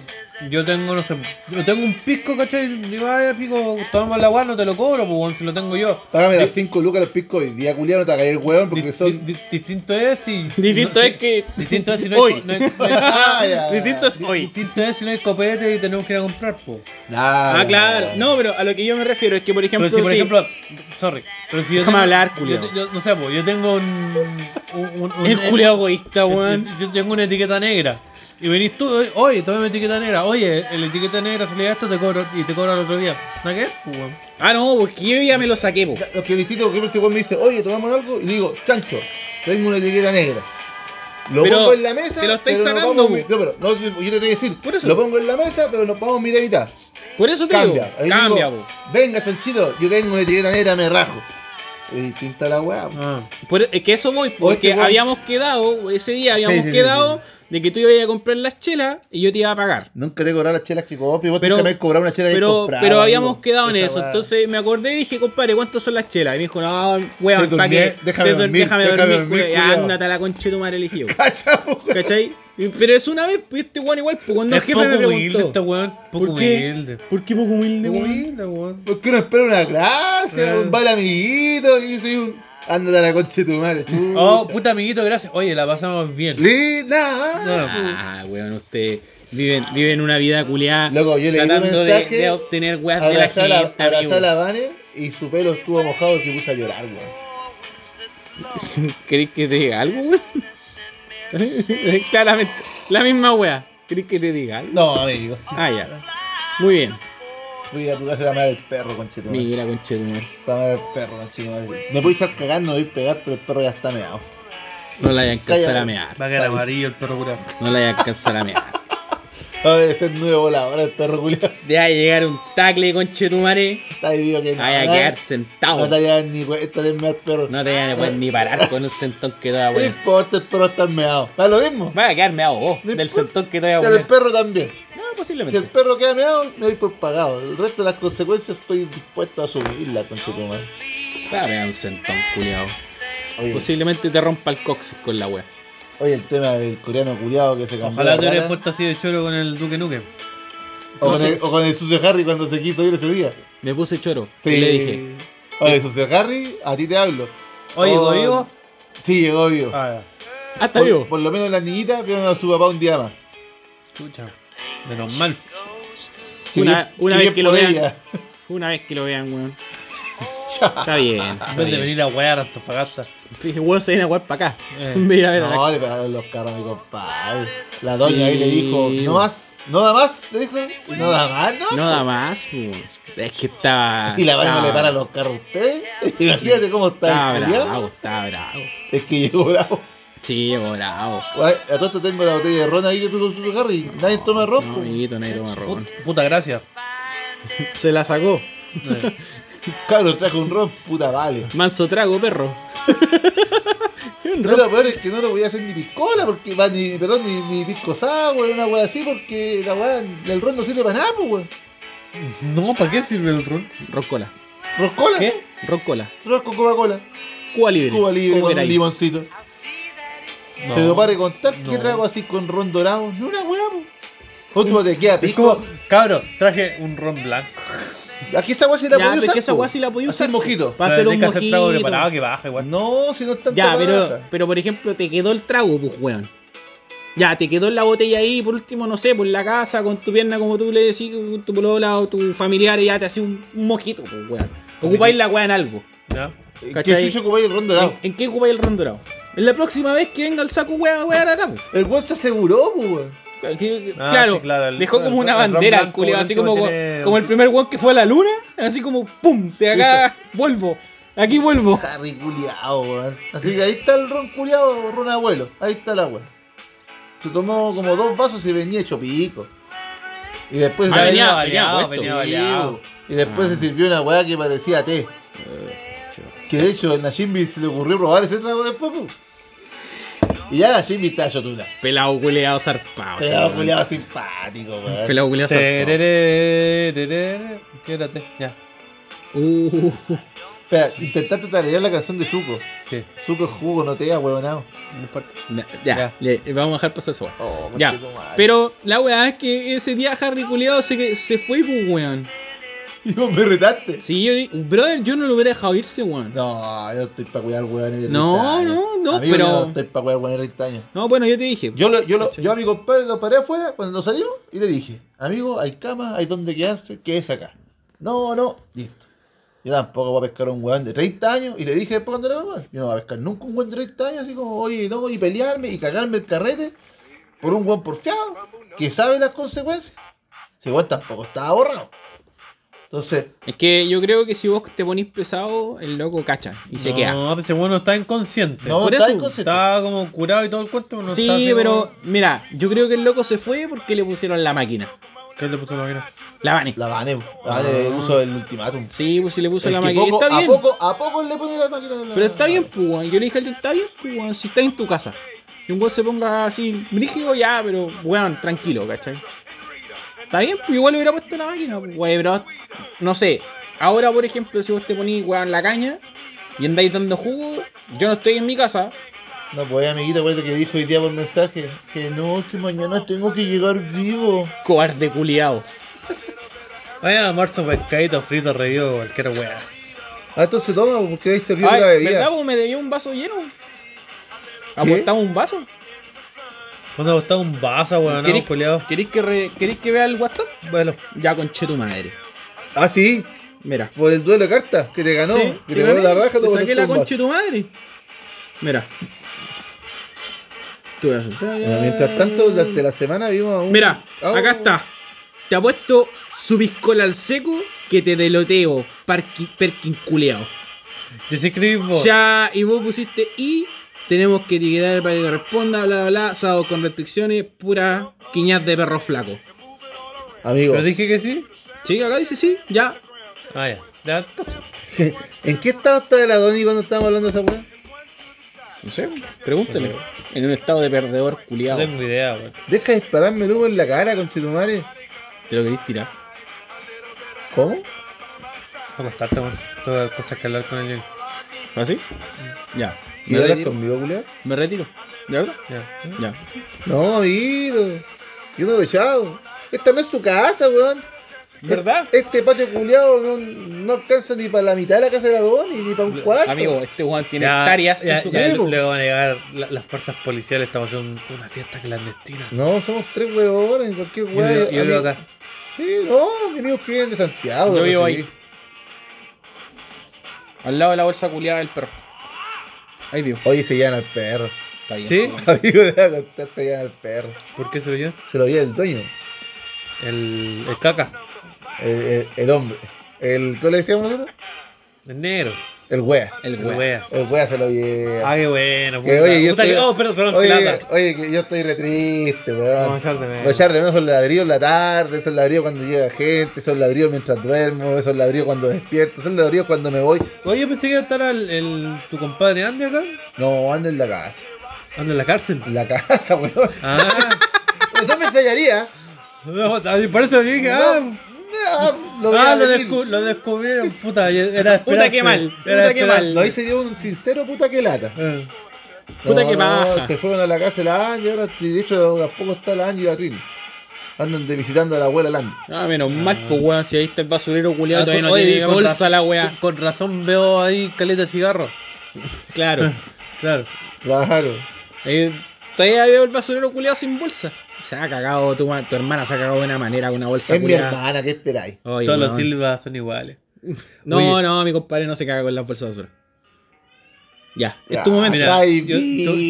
Speaker 1: yo tengo, no sé, yo tengo un pisco, ¿cachai? Digo, ay, pico, tomamos la agua, no te lo cobro, pues, weón, si lo tengo yo.
Speaker 2: Págame las 5 lucas los picos hoy día, culiao, no te hagas el huevón
Speaker 1: Di-
Speaker 2: porque son.
Speaker 1: di- distinto es si.
Speaker 3: Distinto
Speaker 1: no-
Speaker 3: es que.
Speaker 1: Distinto es si no hay.
Speaker 3: Hoy.
Speaker 1: no hay- no hay-
Speaker 2: Ah, ya.
Speaker 3: Distinto es hoy.
Speaker 1: distinto es si no hay copete y tenemos que ir a comprar, pues.
Speaker 3: Ah, claro. No, pero a lo que yo me refiero es que, por ejemplo,
Speaker 1: Pero si, por
Speaker 3: sí.
Speaker 1: ejemplo, sorry, pero si yo.
Speaker 3: Déjame
Speaker 1: tengo-
Speaker 3: hablar, culiao.
Speaker 1: yo- yo- No sé, pues, yo tengo un. un, un- un-
Speaker 3: el culiao egoísta, weón.
Speaker 1: Yo, yo tengo una etiqueta negra. Y venís tú, oye, toma mi etiqueta negra. Oye, la etiqueta negra se le da esto te cobro, y te cobro al otro día. ¿No qué? Weón.
Speaker 3: Ah, no, porque yo ya me lo saqué, po.
Speaker 2: Lo que es distinto, porque este huevón me dice, oye, tomamos algo, y le digo, chancho, tengo una etiqueta negra. Lo
Speaker 3: Pero
Speaker 2: pongo en la mesa.
Speaker 3: te lo estáis
Speaker 2: pero nos
Speaker 3: sacando,
Speaker 2: vamos-
Speaker 3: po.
Speaker 2: No, pero no, yo yo te voy a decir.
Speaker 3: Por eso.
Speaker 2: Lo pongo en la mesa, pero nos vamos mitad y mitad.
Speaker 3: Por eso te
Speaker 2: Cambia. Ahí
Speaker 3: digo. Cambia,
Speaker 2: digo,
Speaker 3: po.
Speaker 2: Venga, chanchito, yo tengo una etiqueta negra, me rajo. Es distinta la weá. po.
Speaker 1: Ah.
Speaker 3: Por- es que eso voy, porque
Speaker 2: este weón-
Speaker 3: habíamos quedado, ese día habíamos
Speaker 2: sí, sí,
Speaker 3: quedado de que tú ibas a comprar las chelas y yo te iba a pagar.
Speaker 2: Nunca te he cobrado las chelas que compro y vos
Speaker 3: Pero-
Speaker 2: nunca me has cobrado una chela que
Speaker 3: Pero,
Speaker 2: comprado,
Speaker 3: pero
Speaker 2: amigo.
Speaker 3: habíamos quedado en
Speaker 2: Esa
Speaker 3: eso.
Speaker 2: weá.
Speaker 3: Entonces me acordé y dije, compadre, ¿cuántas son las chelas? Y me dijo, no,
Speaker 2: Te
Speaker 3: weón, ¿para
Speaker 2: durmié,
Speaker 3: qué?
Speaker 2: déjame
Speaker 3: Te dur-
Speaker 2: dormir,
Speaker 3: déjame
Speaker 2: déjame
Speaker 3: dormir,
Speaker 2: dormir,
Speaker 3: culiao". Ya,
Speaker 2: culiao.
Speaker 3: ándate a la concha de tu madre elegido.
Speaker 2: Cacha, po.
Speaker 3: ¿Cachai? Y- Pero es una vez, pues, este weón igual, pues, cuando el
Speaker 1: es
Speaker 3: jefe
Speaker 1: poco
Speaker 3: me
Speaker 1: humilde este
Speaker 3: preguntó.
Speaker 1: weón. Poco
Speaker 3: ¿Por qué?
Speaker 1: humilde.
Speaker 3: ¿Por qué poco humilde,
Speaker 1: Humilde, weón.
Speaker 2: ¿Por qué no espero una gracia?
Speaker 1: Eh.
Speaker 2: Un bal amiguito. Y soy un. Ándate a la concha de tu madre, chucha.
Speaker 1: Oh, puta amiguito, gracias. Oye, la pasamos bien.
Speaker 2: Linda.
Speaker 1: No,
Speaker 3: Ah, weón, usted viven, viven una vida culiada.
Speaker 2: Loco, yo le di un
Speaker 3: tratando de,
Speaker 2: mensaje,
Speaker 3: de obtener weas de la
Speaker 2: Abrazá a
Speaker 3: gente.
Speaker 2: la,
Speaker 3: amigo.
Speaker 2: abrazá a la Vane y su pelo estuvo mojado porque puse a llorar, weón.
Speaker 3: ¿Querés que te diga algo, weón? Claramente, la misma wea. ¿Querés que te diga algo?
Speaker 2: No, amigo.
Speaker 3: Ah, ya. Muy bien.
Speaker 2: Voy a tu casa la madre del perro, conchito. La
Speaker 3: Mira, conchetumar.
Speaker 2: madre del perro, conchito. Me puedo estar cagando, me voy a pegar, pero el perro ya está meado.
Speaker 3: No la hayan cansado a
Speaker 2: Cállate.
Speaker 3: mear.
Speaker 1: Va a quedar amarillo el perro curado.
Speaker 3: No la hayan cansado a mear.
Speaker 2: Va a ser nuevo volador el perro culiado.
Speaker 3: Te va a llegar un tacle, conchetumare.
Speaker 2: Está vivido que
Speaker 3: Te Vaya a
Speaker 2: nada.
Speaker 3: quedar
Speaker 2: No
Speaker 3: sentado.
Speaker 2: te hallas ni cuesta de mear perro. Ah,
Speaker 3: No te van a poder ni parar con un sentón que te va a
Speaker 2: No
Speaker 3: poner.
Speaker 2: importa, el perro está meado. Da lo mismo.
Speaker 3: Vaya a quedar meado vos
Speaker 2: No
Speaker 3: del
Speaker 2: importa.
Speaker 3: sentón que te va a
Speaker 2: Pero el
Speaker 3: poner.
Speaker 2: perro también.
Speaker 3: No,
Speaker 2: Si el
Speaker 3: posiblemente.
Speaker 2: perro queda meado, me voy por pagado. El resto de las consecuencias estoy dispuesto a asumirlas, conchetumare.
Speaker 3: Te va a pegar un sentón, culiao.
Speaker 2: Oye,
Speaker 3: Pues Posiblemente te rompa el coxis con la wea.
Speaker 2: Oye, el tema del coreano curiado que se cambió.
Speaker 1: Ojalá
Speaker 2: la
Speaker 1: te hubieras
Speaker 2: cara.
Speaker 1: puesto así de choro con el Duque Nuque.
Speaker 2: o, con el, o con el sucio Harry cuando se quiso ir ese día.
Speaker 3: Me puse choro.
Speaker 2: Sí.
Speaker 3: Y le dije,
Speaker 2: Oye, sucio Harry, a ti te hablo.
Speaker 1: Oye,
Speaker 2: Oh,
Speaker 1: ¿lo vivo?
Speaker 2: Sí, llegó vivo.
Speaker 1: Ah,
Speaker 3: hasta
Speaker 2: por,
Speaker 3: vivo.
Speaker 2: por lo menos las niñitas vieron a su papá un día más.
Speaker 1: chucha. Menos mal.
Speaker 2: Qué
Speaker 3: Una-
Speaker 2: bien-
Speaker 3: una
Speaker 2: qué
Speaker 3: vez
Speaker 2: bien
Speaker 3: que lo
Speaker 2: por
Speaker 3: vean.
Speaker 2: ella.
Speaker 3: Una vez que lo vean, weón. Está bien. Está
Speaker 1: En vez de
Speaker 3: bien.
Speaker 1: venir a wear a Antofagasta.
Speaker 3: Dije, weón, se viene a jugar para acá.
Speaker 1: Eh.
Speaker 3: Mira, a ver, acá.
Speaker 2: No, le pegaron los carros a mi compadre. La doña
Speaker 3: Sí.
Speaker 2: ahí le dijo, no más, no da más, le dijo, y no da más, ¿no?
Speaker 3: No da más, weón. Es que estaba.
Speaker 2: Y la vaina
Speaker 3: estaba-
Speaker 2: le para los carros a usted. Imagínate cómo está
Speaker 3: Estaba
Speaker 2: el culiao.
Speaker 3: bravo, estaba bravo.
Speaker 2: Es que llegó bravo.
Speaker 3: Sí, llegó bravo.
Speaker 2: Guay, A todo esto tengo la botella de ron ahí que tú consumes, Harry. Nadie toma ron. pues.
Speaker 3: No,
Speaker 2: po.
Speaker 3: amiguito, nadie toma ron.
Speaker 1: Put- puta gracia.
Speaker 3: Se la sacó.
Speaker 1: Eh,
Speaker 2: Cabros, trajo un ron, puta vale.
Speaker 3: Manso trago, perro.
Speaker 2: No, lo peor es que no lo voy a hacer ni piscola, porque va ni, perdón, ni, ni pisco sour, una weá así, porque la weá, el ron no sirve para nada, pues, weón.
Speaker 1: No, ¿para qué sirve el ron?
Speaker 3: Roscola.
Speaker 2: Roscola,
Speaker 1: ¿Qué?
Speaker 3: Roscola.
Speaker 2: ron con Coca-Cola,
Speaker 3: Cuba libre.
Speaker 2: Cuba libre,
Speaker 3: como
Speaker 2: con un
Speaker 3: queráis.
Speaker 2: limoncito.
Speaker 1: No.
Speaker 2: Pero para de contar, ¿qué
Speaker 1: No.
Speaker 2: trago así con ron dorado? No, una weá, po. Último te queda
Speaker 1: Es
Speaker 2: pisco.
Speaker 1: como, cabro, traje un ron blanco.
Speaker 2: Aquí esa weá sí la
Speaker 3: Ya,
Speaker 2: podía
Speaker 3: pero es
Speaker 2: usar. pues.
Speaker 3: que esa
Speaker 2: po.
Speaker 3: weá sí la podía
Speaker 2: Hacer
Speaker 3: usar.
Speaker 2: mojito.
Speaker 3: Para hacer
Speaker 1: Pero
Speaker 3: un
Speaker 1: tenés que trago
Speaker 3: mojito.
Speaker 1: preparado que baja igual.
Speaker 2: No, si no es tanto
Speaker 3: Ya,
Speaker 2: para
Speaker 3: pero,
Speaker 2: nada.
Speaker 3: pero por ejemplo, te quedó el trago, pues, weón. Ya, te quedó en la botella ahí, por último, no sé, por la casa, con tu pierna, como tú le decís, con tu polola o tu familiar, y ya te hacía un, un mojito, pues, weón. Ocupáis la weá en algo.
Speaker 1: ¿Ya?
Speaker 2: ¿En
Speaker 3: ¿cachai?
Speaker 2: ¿Qué chucho ocupáis el ron dorado?
Speaker 3: ¿En, en qué ocupáis el ron dorado? En la próxima vez que venga el saco, weá, weá, de acá, pues.
Speaker 2: El weón se aseguró, po, weón.
Speaker 3: Que- que-
Speaker 1: Ah,
Speaker 3: claro,
Speaker 1: sí, claro, el-
Speaker 3: dejó como
Speaker 1: el-
Speaker 3: una
Speaker 1: el ron
Speaker 3: bandera, el
Speaker 1: blanco,
Speaker 3: culiao, así
Speaker 1: último
Speaker 3: como,
Speaker 1: tiene-
Speaker 3: como el primer weón que fue a la luna, así como ¡pum! De acá vuelvo, aquí vuelvo.
Speaker 2: Harry culiao, weón. Así que ahí está el ron culiao, ron abuelo. Ahí está la weá. Se tomó como dos vasos y venía hecho pico. Y después,
Speaker 3: Ah, venía-
Speaker 1: baleado,
Speaker 3: puesto.
Speaker 1: venía
Speaker 2: Sí,
Speaker 1: baleado.
Speaker 2: y después
Speaker 3: Ah.
Speaker 2: se sirvió una weá que parecía té. Que de hecho, a Jimmy se le ocurrió probar ese trago después, po. Y ya la Jimmy está chotuna.
Speaker 3: Pelado culeado zarpado. ese
Speaker 2: Pelado
Speaker 3: weón.
Speaker 2: culiao simpático, weón.
Speaker 3: Pelado culeado zarpado.
Speaker 1: Tereré, tereré. Quédate, ya.
Speaker 3: Uh,
Speaker 2: Espera, intentaste tararear la canción de Zuko.
Speaker 1: Sí,
Speaker 2: Zuko es jugo, no te da, huevonao.
Speaker 1: no importa.
Speaker 3: ya,
Speaker 1: Ya.
Speaker 3: le- vamos a dejar pasar eso. weón.
Speaker 2: Oh,
Speaker 3: Ya,
Speaker 2: conchetumare.
Speaker 3: Pero la weá es que ese día Harry culeado se, que- se fue, pues, weón.
Speaker 2: Y vos me retaste.
Speaker 3: Si yo, brother, yo no lo hubiera dejado irse, weón. No.
Speaker 2: No, yo estoy para cuidar huevones de
Speaker 3: No,
Speaker 2: 30 años.
Speaker 3: no, no,
Speaker 2: Amigo,
Speaker 3: pero-
Speaker 2: Yo no estoy para cuidar huevones de 30 años.
Speaker 3: bueno, yo te dije.
Speaker 2: Yo, lo, yo, lo- yo a mi compadre lo paré afuera cuando salimos y le dije, amigo, hay cama, hay donde quedarse, ¿qué es acá? No, no, listo. Yo tampoco voy a pescar a un huevón de 30 años y le dije después cuando era mamá, yo no voy a pescar nunca un huevón de 30 años, así como, oye, no, y pelearme y cagarme el carrete por un huevón porfiado que sabe las consecuencias. Si huevón tampoco estaba borrado. Entonces,
Speaker 3: Es que yo creo que si vos te ponís pesado, el loco cacha y se
Speaker 1: no,
Speaker 3: queda.
Speaker 1: No, ese bueno está inconsciente.
Speaker 2: no
Speaker 3: por
Speaker 2: está
Speaker 3: eso,
Speaker 2: inconsciente.
Speaker 1: Estaba como curado y todo el cuento. pero No estaba
Speaker 3: Sí,
Speaker 1: así
Speaker 3: pero mira, yo creo que el loco se fue porque le pusieron la máquina.
Speaker 1: como- ¿Qué le puso la máquina?
Speaker 3: La Vane.
Speaker 2: La Vane, la Vane el uso del ultimátum.
Speaker 3: Sí, pues si le puso
Speaker 2: Es
Speaker 3: la
Speaker 2: que
Speaker 3: máquina.
Speaker 2: poco-
Speaker 3: está
Speaker 2: a
Speaker 3: bien.
Speaker 2: Poco, a poco le pone la máquina de la-
Speaker 3: Pero está bien, pues, weón. Yo le dije al tío, está bien, pues, weón. Si está en tu casa. Y un weón se ponga así, brígido, ya, pero, weón, tranquilo, ¿cachai? Está bien, pues igual le hubiera puesto la máquina, pues, weón, pero, no sé. Ahora, por ejemplo, si vos te ponís, weón, la caña y andáis dando jugo, yo no estoy en mi casa.
Speaker 2: No, pues amiguito, acuérdate que dijo hoy día por mensaje que no, que mañana tengo que llegar vivo.
Speaker 3: Cobarde culiado.
Speaker 1: Vayan a almuerzo pescadito frito revivo cualquier wea.
Speaker 2: Ah, entonces toma, porque ahí servido la
Speaker 3: Ay,
Speaker 2: bebida.
Speaker 3: ¿verdad, vos me debió un vaso lleno? ¿Apostamos un vaso?
Speaker 1: ¿Cuándo ha costado un vaso, weón?
Speaker 3: ¿Queréis-
Speaker 1: No, culiado.
Speaker 3: ¿Queréis que, re- queréis que vea el WhatsApp?
Speaker 1: Bueno,
Speaker 3: Ya conche tu madre.
Speaker 2: Ah, sí,
Speaker 3: Mira.
Speaker 2: por el duelo de cartas que te ganó,
Speaker 3: Sí,
Speaker 2: ¿Ah, que te,
Speaker 3: te
Speaker 2: ganó
Speaker 3: gané,
Speaker 2: la raja,
Speaker 3: te
Speaker 2: tú
Speaker 3: saqué la
Speaker 2: concha.
Speaker 3: concha de tu madre. Mira. Tú vas a sentar.
Speaker 2: mientras tanto, durante la semana vimos a un. Ah,
Speaker 3: Mira,
Speaker 2: a un-
Speaker 3: acá está. Te apuesto su piscola al seco que te deloteo, parqui- perkin culeado.
Speaker 1: yo sí escribí vos.
Speaker 3: Ya, y vos pusiste y tenemos que etiquetar para que corresponda, bla, bla, bla, sábado con restricciones, pura quiñaz de perro flaco.
Speaker 2: Amigo,
Speaker 1: Pero dije que sí.
Speaker 3: Sí, acá dice sí, ya.
Speaker 1: Ah, ya. Ya, entonces.
Speaker 2: ¿en qué estado está el Adonis cuando estábamos hablando de esa weá?
Speaker 3: No sé, pregúntale. En un estado de perdedor
Speaker 1: No
Speaker 3: culiado.
Speaker 1: tengo idea, weón.
Speaker 2: Deja de dispararme el humo en la cara, conchetumare.
Speaker 3: Te lo querés tirar.
Speaker 2: ¿Cómo?
Speaker 1: ¿Cómo estás, weón? Tengo cosas que hablar con alguien.
Speaker 3: ¿Así? Ya.
Speaker 2: ¿Y
Speaker 3: Me
Speaker 2: hablas
Speaker 3: retiro.
Speaker 2: conmigo, culiao?
Speaker 3: Me retiro. ¿De verdad?
Speaker 1: Ya.
Speaker 3: Ya.
Speaker 2: No, amigo. Yo no lo he echado. Esta no es su casa, weón.
Speaker 6: ¿Verdad?
Speaker 2: Este patio culiado no, no alcanza ni para la mitad de la casa de la don ni para un cuarto.
Speaker 6: Amigo, este Juan tiene
Speaker 1: Ya,
Speaker 6: hectáreas
Speaker 1: ya,
Speaker 6: en su
Speaker 1: ya,
Speaker 6: casa.
Speaker 2: casa.
Speaker 1: Luego van a llegar la- las fuerzas policiales, estamos haciendo un- una fiesta clandestina.
Speaker 2: No, somos tres huevones, cualquier
Speaker 1: Yo vivo-
Speaker 2: huevo.
Speaker 1: yo vivo acá.
Speaker 2: Sí, no, mi amigo que vienen de Santiago.
Speaker 6: Yo
Speaker 2: no
Speaker 6: vivo
Speaker 2: sé
Speaker 6: ahí.
Speaker 2: qué.
Speaker 6: Al lado de la bolsa culiada del perro. Ahí vivo.
Speaker 2: Hoy se llevan al perro.
Speaker 6: Está bien.
Speaker 1: ¿Sí?
Speaker 2: Amigo, de la contar, se llevan al perro.
Speaker 1: ¿Por qué soy yo?
Speaker 2: Se lo vi el dueño,
Speaker 1: El, el caca,
Speaker 2: el, el- el hombre. El, ¿Cómo le decíamos nosotros?
Speaker 1: el negro,
Speaker 2: El wea.
Speaker 6: El
Speaker 1: el
Speaker 6: weón.
Speaker 1: wea.
Speaker 2: El wea se lo lleva.
Speaker 1: Ah, qué bueno,
Speaker 2: Que,
Speaker 1: puta.
Speaker 2: oye, yo
Speaker 1: Puta
Speaker 2: estoy-
Speaker 1: que- oh, perdón, perdón,
Speaker 2: Oye,
Speaker 1: plata.
Speaker 2: oye, que yo estoy re triste,
Speaker 1: Vamos a
Speaker 2: weón.
Speaker 1: echar de menos.
Speaker 2: Los echar de menos son ladrillos en la tarde, son ladrillos cuando llega gente, son ladrillos mientras duermo, son ladrillos cuando despierto, son ladrillos cuando me voy.
Speaker 1: Oye, yo pensé que estará el, el- tu compadre Andy acá.
Speaker 2: No, ando en la casa.
Speaker 1: Anda en la cárcel.
Speaker 2: En la casa, weón. Pues
Speaker 1: Ah,
Speaker 2: Yo me extrañaría.
Speaker 1: no, a mí por eso dije,
Speaker 2: No,
Speaker 1: ah,
Speaker 2: no, lo,
Speaker 1: ah,
Speaker 2: ah,
Speaker 1: lo, descu- lo descubrieron, puta, y era
Speaker 3: Puta, qué
Speaker 1: esperarse,
Speaker 3: mal,
Speaker 1: era
Speaker 3: puta, qué
Speaker 1: esperarse.
Speaker 2: no, ahí sería un sincero puta que lata.
Speaker 1: Eh,
Speaker 3: Puta
Speaker 2: No,
Speaker 3: que
Speaker 2: no,
Speaker 3: baja.
Speaker 2: Se fueron a la casa de la Angie, ahora de hecho a poco está la Angie y la Trini. Andan de visitando a la abuela Landy.
Speaker 3: Ah, menos mal, pues weón, si ahí está el basurero culiado,
Speaker 1: Ah,
Speaker 3: todavía no
Speaker 1: oye,
Speaker 3: tiene
Speaker 1: con
Speaker 3: bolsa
Speaker 1: razón-
Speaker 3: la weá.
Speaker 1: Con razón veo ahí caleta de cigarro.
Speaker 3: Claro.
Speaker 1: Claro.
Speaker 2: Claro.
Speaker 3: Ahí todavía veo el basurero culiado sin bolsa. Se ha cagado, tu, ma- tu hermana se ha cagado de una manera con una bolsa
Speaker 2: Es mi
Speaker 3: culiada.
Speaker 2: hermana, ¿qué esperáis?
Speaker 3: Oye,
Speaker 1: Todos los
Speaker 3: weón.
Speaker 1: silvas son iguales.
Speaker 3: No,
Speaker 1: Oye.
Speaker 3: no, mi compadre no se caga con la bolsa de basura. Ya, es
Speaker 2: Ya,
Speaker 3: tu momento.
Speaker 1: Mira, yo tu-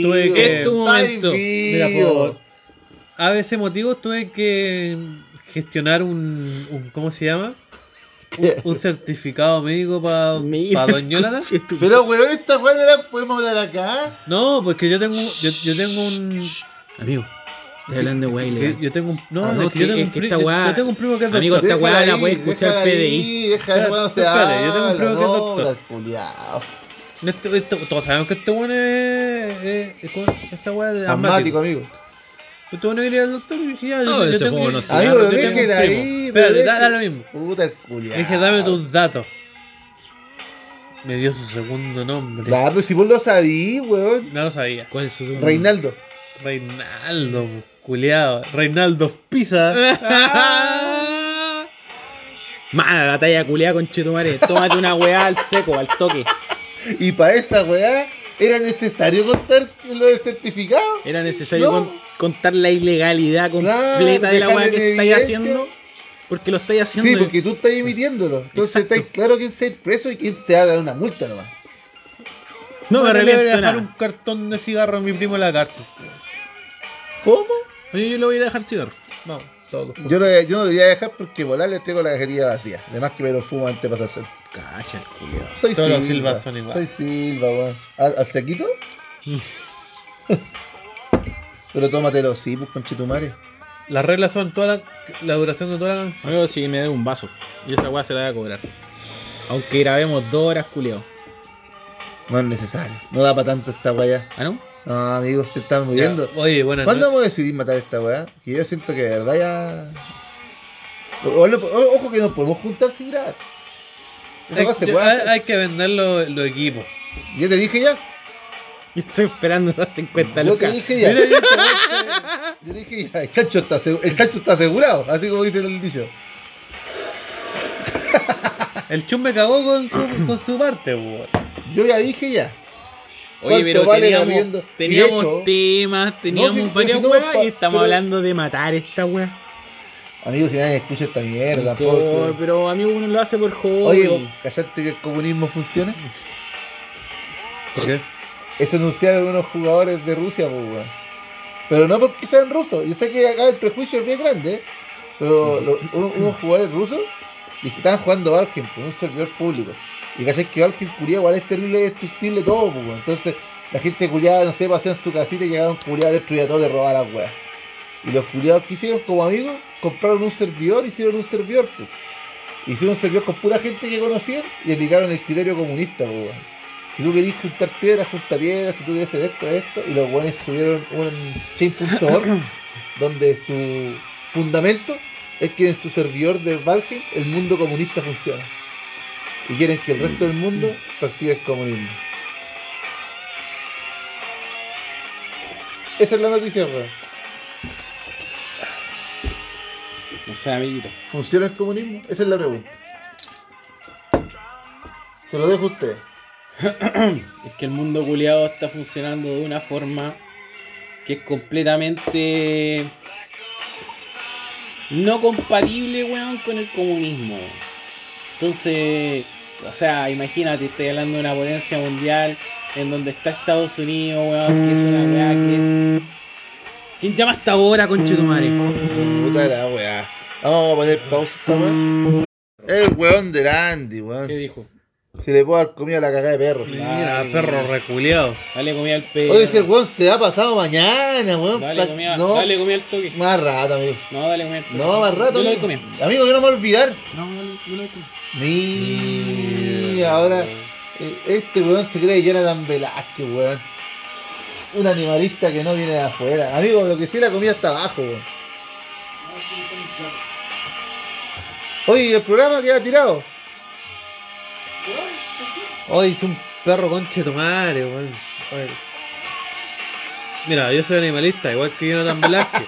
Speaker 1: tuve
Speaker 2: vivo,
Speaker 1: que-
Speaker 3: Es tu
Speaker 2: estáis
Speaker 3: momento.
Speaker 1: Mira,
Speaker 2: vivo.
Speaker 1: por a veces motivos tuve que gestionar un, un- ¿cómo se llama? Un, un certificado médico para
Speaker 3: Mira,
Speaker 1: Don Jonathan.
Speaker 3: Sí, es tu-
Speaker 2: Pero weón, esta weá no la podemos dar acá. ¿ah?
Speaker 1: No, porque yo tengo, yo, yo tengo un,
Speaker 3: Amigo, estoy hablando de weá
Speaker 1: que-
Speaker 3: ilegal.
Speaker 1: yo tengo un, no,
Speaker 3: Ah, no,
Speaker 1: es que yo
Speaker 3: que-
Speaker 1: tengo
Speaker 3: es
Speaker 1: un,
Speaker 3: que
Speaker 1: pri-
Speaker 3: esta
Speaker 1: yo-
Speaker 3: weá-
Speaker 1: yo tengo un primo que es
Speaker 3: Amigo,
Speaker 1: doctor.
Speaker 3: Esta weá
Speaker 2: Déjala
Speaker 3: la
Speaker 2: ahí,
Speaker 3: puede escuchar
Speaker 2: déjala
Speaker 3: PDI.
Speaker 2: ahí, Déjala,
Speaker 1: Espérate,
Speaker 2: weón, se
Speaker 1: espérate, yo tengo un primo que es
Speaker 2: habla,
Speaker 1: doctor.
Speaker 2: no, culiao.
Speaker 1: Esto- esto- todos sabemos que este weón es, es- es con- esta weá de
Speaker 2: Asmático,
Speaker 1: asmático.
Speaker 2: amigo.
Speaker 1: Este weón quería ir al doctor y dije, ya, yo, yo
Speaker 3: No, ese
Speaker 1: tengo
Speaker 3: juego
Speaker 1: que-
Speaker 3: no se
Speaker 1: yo
Speaker 2: Amigo, lo
Speaker 1: tengo un
Speaker 2: dejen
Speaker 1: primo.
Speaker 2: ahí. pero
Speaker 1: Espérate, da,
Speaker 2: dejen-
Speaker 1: da lo mismo.
Speaker 2: Puta el culiao.
Speaker 1: Le dije, dame tus datos. Me dio su segundo nombre.
Speaker 2: Ya, pero si vos lo sabís, weón.
Speaker 1: No lo sabía.
Speaker 3: ¿Cuál es su segundo?
Speaker 2: Reinaldo.
Speaker 1: Reinaldo, culiado. Reinaldo Pisa.
Speaker 3: Mala la talla culiada con Chetumare. Tómate una weá al seco, al toque.
Speaker 2: Y para esa weá, ¿era necesario contar lo de certificado?
Speaker 3: Era
Speaker 2: No.
Speaker 3: necesario con- contar la ilegalidad completa
Speaker 2: Claro,
Speaker 3: de la weá
Speaker 2: dejar en
Speaker 3: que estáis
Speaker 2: evidencia.
Speaker 3: haciendo. Porque lo estáis haciendo.
Speaker 2: Sí, porque tú estás emitiéndolo. Entonces
Speaker 3: Exacto.
Speaker 2: estáis claro quién se preso y quién se va a dar una multa nomás.
Speaker 3: No
Speaker 1: Bueno, le voy a
Speaker 3: me arrepiento de
Speaker 1: dejar
Speaker 3: nada.
Speaker 1: un cartón de cigarro a mi primo en la cárcel.
Speaker 2: ¿Cómo?
Speaker 3: Oye, yo le voy a ir a dejar cigarro.
Speaker 1: Vamos, todo.
Speaker 2: Yo, lo- yo no lo voy a dejar porque volar le traigo la cajetilla vacía. Además que me lo fumo antes de pasarse.
Speaker 3: Calla el culiado.
Speaker 2: Soy
Speaker 1: Todos los
Speaker 2: Silva.
Speaker 1: Silvas son igual.
Speaker 2: Soy Silva, weón. ¿Al, al sequito? Pero tómatelo, sí, pues conchetumare.
Speaker 1: Las reglas son toda la, la duración de toda la canción.
Speaker 3: Amigo, si me dé un vaso. Y esa weá se la voy a cobrar. Aunque grabemos dos horas, culiado.
Speaker 2: No es necesario. No da para tanto esta weá.
Speaker 3: ¿Ah, no?
Speaker 2: No, amigos, se están muriendo.
Speaker 1: Oye, buenas
Speaker 2: ¿Cuándo
Speaker 1: noches.
Speaker 2: vamos a decidir matar a esta weá? Que yo siento que de verdad ya. O- o- o- ojo que nos podemos juntar sin grabar. Esa
Speaker 1: Hay,
Speaker 2: weá se
Speaker 1: yo-
Speaker 2: puede
Speaker 1: hay-
Speaker 2: hacer.
Speaker 1: hay que vender los los equipos.
Speaker 2: Yo te dije ya.
Speaker 3: Y estoy esperando las 50
Speaker 2: Yo te
Speaker 3: lucas.
Speaker 2: dije ya. Yo te dije ya. El chancho está, asegu- el chancho está asegurado, así como dice el dicho.
Speaker 1: El chum me cagó con su, con su parte, weón.
Speaker 2: Yo ya dije ya.
Speaker 3: Oye, pero
Speaker 2: ¿Cuánto vale
Speaker 3: teníamos,
Speaker 2: abriendo? Y
Speaker 3: teníamos
Speaker 2: hecho-
Speaker 3: temas, teníamos
Speaker 2: No, si-
Speaker 3: varias
Speaker 2: si no,
Speaker 3: weas
Speaker 2: pa-
Speaker 3: y estamos
Speaker 2: pero-
Speaker 3: hablando de matar esta wea.
Speaker 2: Amigos, si nadie escucha esta mierda,
Speaker 3: No,
Speaker 2: porque...
Speaker 3: pero amigo uno lo hace por hobby.
Speaker 2: Oye, ¿callaste que el comunismo funciona?
Speaker 1: ¿Por qué?
Speaker 2: Eso anunciaron unos jugadores de Rusia, pues, weón. Pero no porque sean rusos. Yo sé que acá el prejuicio es bien grande, ¿eh? pero lo- uno- unos jugadores rusos dije, estaban jugando Valheim por un servidor público. Y cachai que Valheim culiado igual es terrible, destructible todo, pues, weón. Entonces la gente culiada, no sé, pasea en su casita y llegaban culiados destruía todo y robaba las weas. Y los culiados que hicieron como amigos, compraron un servidor, hicieron un servidor, pues. Hicieron un servidor con pura gente que conocían y aplicaron el criterio comunista, pues, weón. Si tú querés juntar piedras, junta piedras. Si tú querés hacer esto, esto. Y los buenos subieron un chain.org donde su fundamento es que en su servidor de Valheim el mundo comunista funciona. Y quieren que el resto del mundo practique el comunismo. Esa es la noticia, weón.
Speaker 3: No sé, amiguito.
Speaker 2: ¿Funciona el comunismo? Esa es la pregunta. Se lo dejo a usted.
Speaker 3: Es que el mundo culiado está funcionando de una forma que es completamente no compatible, weón, con el comunismo. weón. Entonces, o sea, imagínate, estoy hablando de una potencia mundial en donde está Estados Unidos, weón, que es una weá que es. ¿Quién llama hasta ahora, conchetumare?
Speaker 2: Puta la weá. Vamos a poner pausa esta weá. El weón del Andy,
Speaker 3: ¿Qué
Speaker 2: weón.
Speaker 3: dijo?
Speaker 2: Si le puedo dar comida a la cagada de perro.
Speaker 1: Mira,
Speaker 3: Ay,
Speaker 1: perro
Speaker 3: weón.
Speaker 1: reculeado.
Speaker 3: Dale comida al pez.
Speaker 2: Oye, si el weón se ha pasado mañana, weón.
Speaker 3: Dale
Speaker 2: Pa-
Speaker 3: comida,
Speaker 2: no,
Speaker 3: dale comida al toque.
Speaker 2: más rato, amigo.
Speaker 3: No, dale comida al toque.
Speaker 2: No, más rato.
Speaker 3: Yo le doy
Speaker 2: amigo.
Speaker 3: comida.
Speaker 2: Amigo, yo no me voy a olvidar.
Speaker 3: No, yo le- yo le doy comida.
Speaker 2: Mi, ahora eh, este weón se cree Jonathan Velázquez, weón. Un animalista que no viene de afuera. Amigo, lo que sí la comida está abajo, weón. Oye, ¿y el programa queda tirado.
Speaker 1: Hoy es un perro conche tu madre, weón. Oye. Mira, yo soy animalista, igual que Jonathan Velázquez.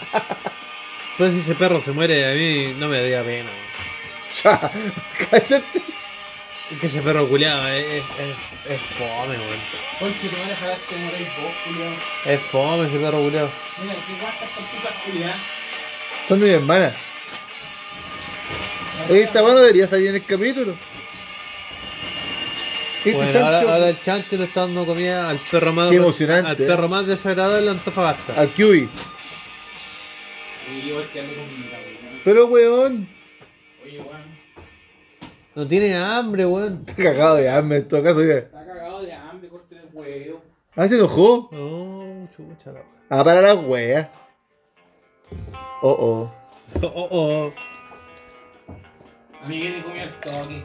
Speaker 1: Pero si ese perro se muere, a mí no me daría pena. weón.
Speaker 2: Cha, cállate.
Speaker 1: Es que ese perro culeado es, es, es- es fome, weón.
Speaker 3: Conchetumare, ojalá te moráis vos, culiao.
Speaker 1: Es fome ese perro culeado.
Speaker 3: Mira, qué guastas pantuflas, culiao.
Speaker 2: Son de mi hermana. Oye, esta mano debería salir en el capítulo. Este
Speaker 1: Bueno, ahora,
Speaker 2: Sancho,
Speaker 1: ahora el chancho le está dando comida al perro más,
Speaker 2: Qué emocionante,
Speaker 1: al
Speaker 2: eh.
Speaker 1: perro más desagradable de Antofagasta.
Speaker 2: al Cubi.
Speaker 3: Y yo voy a quedarme con mi vida, culiao.
Speaker 2: Pero weón,
Speaker 3: Oye, weón.
Speaker 1: No tiene hambre, weón.
Speaker 2: está cagado de hambre en todo caso, mira.
Speaker 3: Está cagado de hambre, corte el huevo.
Speaker 2: Ah, se enojó.
Speaker 1: No, chucha la weón.
Speaker 2: Ah, para las weas. Oh, oh.
Speaker 1: Oh, oh,
Speaker 3: A mí viene comida al toque.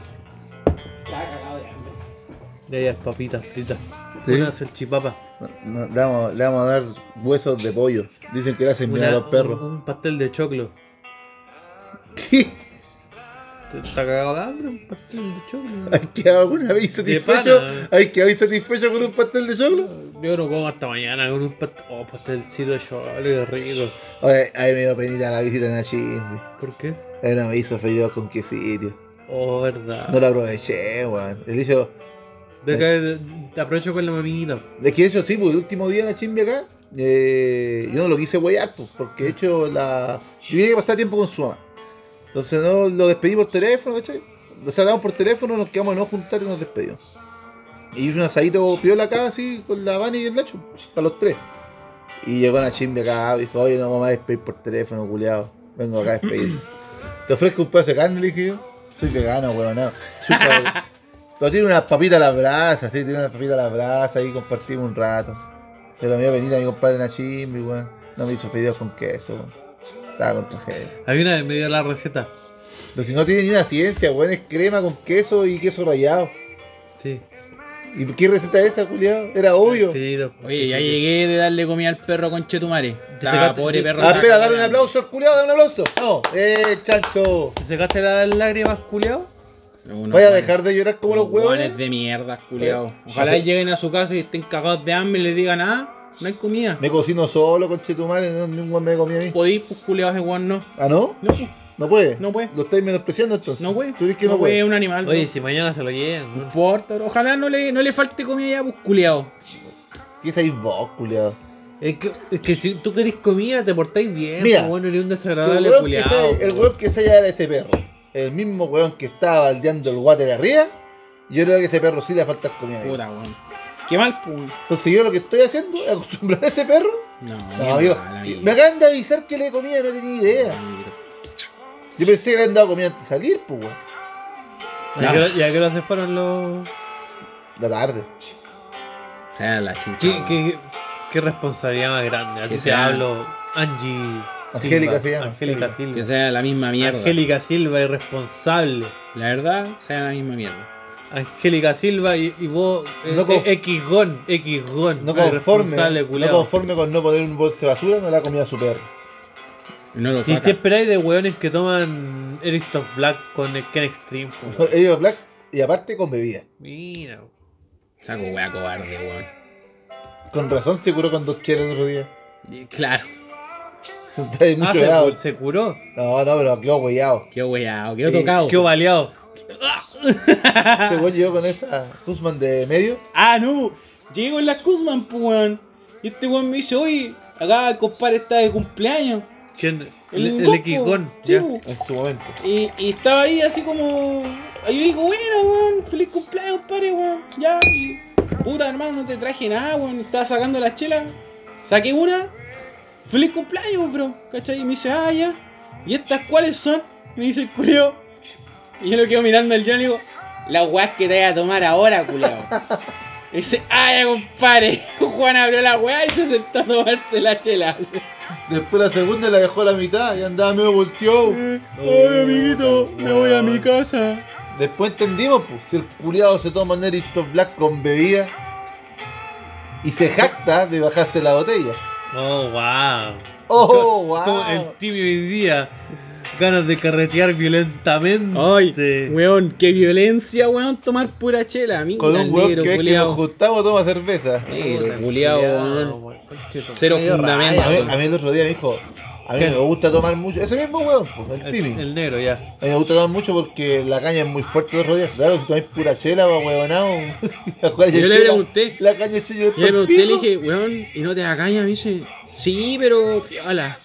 Speaker 3: Está cagado de hambre.
Speaker 1: oh. De ellas papitas fritas.
Speaker 2: ¿Sí?
Speaker 1: Una salchipapa.
Speaker 2: No, le, vamos, le vamos a dar huesos de pollo. Dicen que le hacen miedo a
Speaker 1: Una-
Speaker 2: los perros.
Speaker 1: Un, un pastel de choclo.
Speaker 2: ¿Qué?
Speaker 1: ¿Te- ¿Está cagado de hambre? Un pastel de choclo.
Speaker 2: ¿Has quedado alguna vez satisfecho?
Speaker 1: pana.
Speaker 2: ¿Has quedado insatisfecho con un pastel de choclo?
Speaker 1: Yo no como hasta mañana con un pastel. Oh, pastelcito de choclo, qué rico.
Speaker 2: Oye, ahí me dio penita la visita en Nachín.
Speaker 1: ¿Por qué?
Speaker 2: Ahí no me hizo feo con qué sitio.
Speaker 1: Oh, verdad.
Speaker 2: No eh. lo aproveché, weón. El hecho,
Speaker 1: De acá, de- te aprovecho con la mamita.
Speaker 2: es que de hecho sí, pues el último día en la chimbe acá, eh, yo no lo quise huear, pues, porque de hecho la. Yo tenía que pasar tiempo con su mamá. Entonces no lo despedí por teléfono, ¿cachai? Nos hablamos por teléfono, nos quedamos de no juntar y nos despedimos. Y hice un asadito piola acá, así, con la Vani y el Nacho, para los tres. Y llegó una chimbe acá, dijo, oye, no vamos a despedir por teléfono, culiado. Vengo acá a despedir. Te ofrezco un pedazo de carne, le dije yo. Soy vegano, huevonado. Chucha, Pero tiene unas papitas a la brasa, sí, tiene unas papitas a la brasa y compartimos un rato. Pero me dio penita mi compadre Nachimbi, weón. No me hizo fideos con queso, weón. Estaba con tragedia.
Speaker 1: A mí una vez me dio la receta.
Speaker 2: Lo que no tiene ni una ciencia, weón, es crema con queso y queso rallado.
Speaker 1: Sí.
Speaker 2: ¿Y qué receta es esa, culiado? Era obvio.
Speaker 1: Fideíto.
Speaker 3: Oye, ya
Speaker 1: Sí, sí.
Speaker 3: llegué de darle comida al perro conchetumare. Está
Speaker 1: sacaste-
Speaker 3: pobre perro.
Speaker 2: Ah,
Speaker 3: está
Speaker 2: espera,
Speaker 3: cagado
Speaker 2: dar un
Speaker 3: de hambre.
Speaker 2: aplauso al culiado, dar un aplauso. No, eh, chancho.
Speaker 1: ¿Te sacaste las lágrimas, culiao?
Speaker 3: Unos
Speaker 2: Vaya a
Speaker 3: guanes-
Speaker 2: dejar de llorar como los
Speaker 3: unos
Speaker 2: huevos.
Speaker 3: guanes de mierda, culiao.
Speaker 2: Eh,
Speaker 3: Ojalá
Speaker 2: hace-
Speaker 3: lleguen a su casa y estén cagados de hambre y les digan, ah, no hay comida.
Speaker 2: Me cocino solo, conchetumare, no, ni un weón me comía a mí.
Speaker 3: Podís, pues culiao, ese weón no.
Speaker 2: ¿Ah, no?
Speaker 3: No, pues,
Speaker 2: ¿No puede?
Speaker 3: No puede.
Speaker 2: ¿Lo estáis menospreciando entonces?
Speaker 3: no puede.
Speaker 2: ¿Tú dices que no,
Speaker 3: puede,
Speaker 2: puede?
Speaker 3: un animal.
Speaker 1: Oye,
Speaker 3: no.
Speaker 1: si mañana se lo llegan.
Speaker 3: No
Speaker 1: ¿no?
Speaker 3: importa, bro. ojalá no le, no le falte comida ya, pues culiao.
Speaker 2: ¿Qué es ahí vos, culiado?
Speaker 1: Es que, es que si tú querés comida, te portáis bien.
Speaker 2: Mira,
Speaker 1: pues, bueno, eres un
Speaker 2: el
Speaker 1: desagradable
Speaker 2: weón que
Speaker 1: culiao. pues.
Speaker 2: se- el weón que se halla era ese perro. El mismo weón que estaba baldeando el guate de arriba. Yo creo que ese perro sí le falta comida. amigo.
Speaker 3: Puta, weón. Qué mal, pues.
Speaker 2: Entonces yo lo que estoy haciendo es acostumbrar a ese perro.
Speaker 3: No,
Speaker 2: No, amigo. Me acaban de avisar que le comía, no tenía idea. Yo pensé que le han dado comida antes de salir, pues weón.
Speaker 1: ¿Y a qué hora- ¿Y a qué hora se fueron los.?
Speaker 2: La tarde.
Speaker 3: Era la chucha.
Speaker 1: ¿Qué,
Speaker 3: weón.
Speaker 1: qué, qué responsabilidad más grande? Aquí
Speaker 3: Que
Speaker 1: te
Speaker 3: sea-
Speaker 1: hablo Angie.
Speaker 2: Angélica
Speaker 1: Silva,
Speaker 2: se llama,
Speaker 1: Angélica
Speaker 2: Angélica.
Speaker 1: Silva.
Speaker 3: Que sea la misma mierda.
Speaker 1: Angélica Silva, irresponsable.
Speaker 3: La verdad, sea la misma mierda.
Speaker 1: Angélica Silva y, y vos,
Speaker 2: No
Speaker 1: eh,
Speaker 2: conf-
Speaker 1: eh, Xgon, Xgon.
Speaker 2: No conforme,
Speaker 1: irresponsable,
Speaker 2: no
Speaker 1: culiao.
Speaker 2: conforme con no poner un bolso de basura, no la comía a su perro.
Speaker 3: No lo
Speaker 1: Si
Speaker 3: saca.
Speaker 1: te esperáis de weones que toman Eristoff Black con el Ken Extreme, po, weón.
Speaker 2: Ellos black y aparte con bebida.
Speaker 1: Mira, weón.
Speaker 3: Saco wea cobarde, weón.
Speaker 2: Con razón se curó con dos chelas el otro día.
Speaker 3: Y Claro,
Speaker 2: Eso está de
Speaker 1: Ah,
Speaker 2: mucho
Speaker 1: se,
Speaker 2: grado.
Speaker 1: cu- se curó.
Speaker 2: No, no, pero quedó huellado.
Speaker 3: qué weado, qué
Speaker 2: Sí,
Speaker 3: tocado.
Speaker 1: Qué baleado.
Speaker 2: Este güey llegó con esa Guzmán de medio.
Speaker 3: Ah, no, llego en la Kuzman, pues, weón. Y este weón me dice, oye, acá el compadre está de cumpleaños.
Speaker 1: ¿Quién?
Speaker 3: El,
Speaker 1: El, el,
Speaker 3: Goku.
Speaker 1: Equigón,
Speaker 3: Sí,
Speaker 1: ya.
Speaker 3: pues, po.
Speaker 2: En su momento.
Speaker 3: Y, y estaba ahí así como. ahí yo le digo, bueno, weón, feliz cumpleaños, padre, weón. Ya, y, puta, hermano, no te traje nada, weón. Estaba sacando las chelas. Saqué una. Feliz cumpleaños, bro. ¿Cachai? Y me dice, ah, ya. ¿Y estas cuáles son? Me dice el culeo. Y yo lo quedo mirando al John y le digo, las weas que te voy a tomar ahora, culeo. Y dice, ah, ya, compadre. Juan abrió la wea y se sentó a tomarse la chela.
Speaker 2: Después la segunda la dejó a la mitad y andaba medio volteado.
Speaker 1: Ay, amiguito, me voy a mi
Speaker 8: casa.
Speaker 2: Después entendimos, pues, si el culiado se toma un Eric Black con bebida y se jacta de bajarse la botella.
Speaker 1: Oh, wow.
Speaker 2: ¡Oh,
Speaker 1: Como
Speaker 2: wow!
Speaker 1: el tibio hoy día. Ganas de carretear violentamente.
Speaker 8: Ay, weón, qué violencia, weón, tomar pura chela, amigo.
Speaker 2: Con un huevo que ves que nos juntamos toma cerveza.
Speaker 8: Negro, culiao, weón. Cero
Speaker 1: Medio
Speaker 8: fundamento.
Speaker 2: A mí, a mí el otro día me dijo, a mí no me gusta tomar mucho. Ese mismo hueón, pues, el
Speaker 1: El,
Speaker 2: Timmy.
Speaker 1: el negro, ya.
Speaker 2: A mí me gusta tomar mucho porque la caña es muy fuerte los rodillas. Claro, si tomáis pura chela, va huevonao. La cual
Speaker 8: Yo
Speaker 2: es
Speaker 8: le
Speaker 2: chela,
Speaker 8: pregunté.
Speaker 2: La caña es chela.
Speaker 8: Y le pregunté, le dije, weón, ¿y no te da caña? Me dice, sí, pero piola.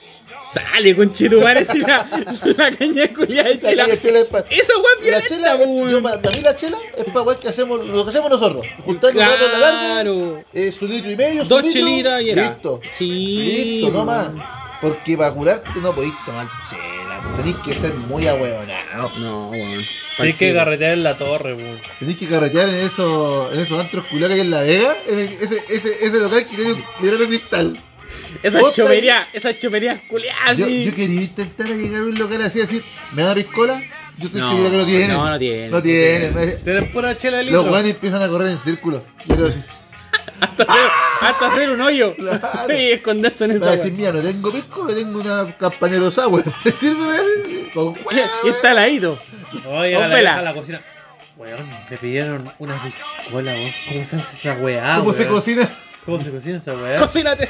Speaker 8: Sale, conchetumare, si la, la caña culiada de
Speaker 2: La
Speaker 8: chela.
Speaker 2: caña es chela es pa-
Speaker 8: Esa weón
Speaker 2: La
Speaker 8: violenta,
Speaker 2: chela,
Speaker 8: po,
Speaker 2: es- yo,
Speaker 8: weón.
Speaker 2: para, para mí la chela es para weas que hacemos, lo que hacemos nosotros. Juntar un rato en la tarde,
Speaker 8: Claro.
Speaker 2: eh, su litro y medio, su
Speaker 8: Dos
Speaker 2: litro,
Speaker 8: chelitas y era.
Speaker 2: Listo.
Speaker 8: Sí.
Speaker 2: Listo, no
Speaker 8: weón.
Speaker 2: más. Porque para curarte no podéis tomar chela, po. tenéis que ser muy ahueonado.
Speaker 8: No, weón.
Speaker 1: Tienes que carretear en la torre, weón.
Speaker 2: Tenéis que carretear en esos, en esos antros culiados que hay en La Vega, ese, ese, ese, ese local que tiene un librero cristal.
Speaker 8: Esa
Speaker 2: Puta,
Speaker 8: chopería, esa chopería culiada,
Speaker 2: Yo,
Speaker 8: Ah, sí.
Speaker 2: yo quería intentar a llegar a un local así, decir, ¿me da riscola? Yo estoy
Speaker 8: No,
Speaker 2: seguro que no tienen.
Speaker 8: no, no tienen,
Speaker 2: No
Speaker 8: no
Speaker 2: tienen.
Speaker 1: Tienes pura chela de litro.
Speaker 2: Los guanes empiezan a correr en círculo. Yo creo así.
Speaker 8: Hasta hacer, hasta hacer un hoyo.
Speaker 2: Claro.
Speaker 8: Y esconderse en
Speaker 2: Para
Speaker 8: esa.
Speaker 2: decir, mira, no tengo pisco, yo tengo una campanero sour. Sírveme con
Speaker 8: weá. Y está heladito.
Speaker 1: Oye, a la,
Speaker 8: Ópela.
Speaker 1: vieja a la cocina. Weón, me pidieron unas piscolas, weón. ¿Cómo se hace esa weá,
Speaker 2: ¿Cómo se
Speaker 1: weón?
Speaker 2: cocina?
Speaker 1: ¿Cómo se cocina esa
Speaker 2: Eh.
Speaker 1: weá?
Speaker 8: Cocínate.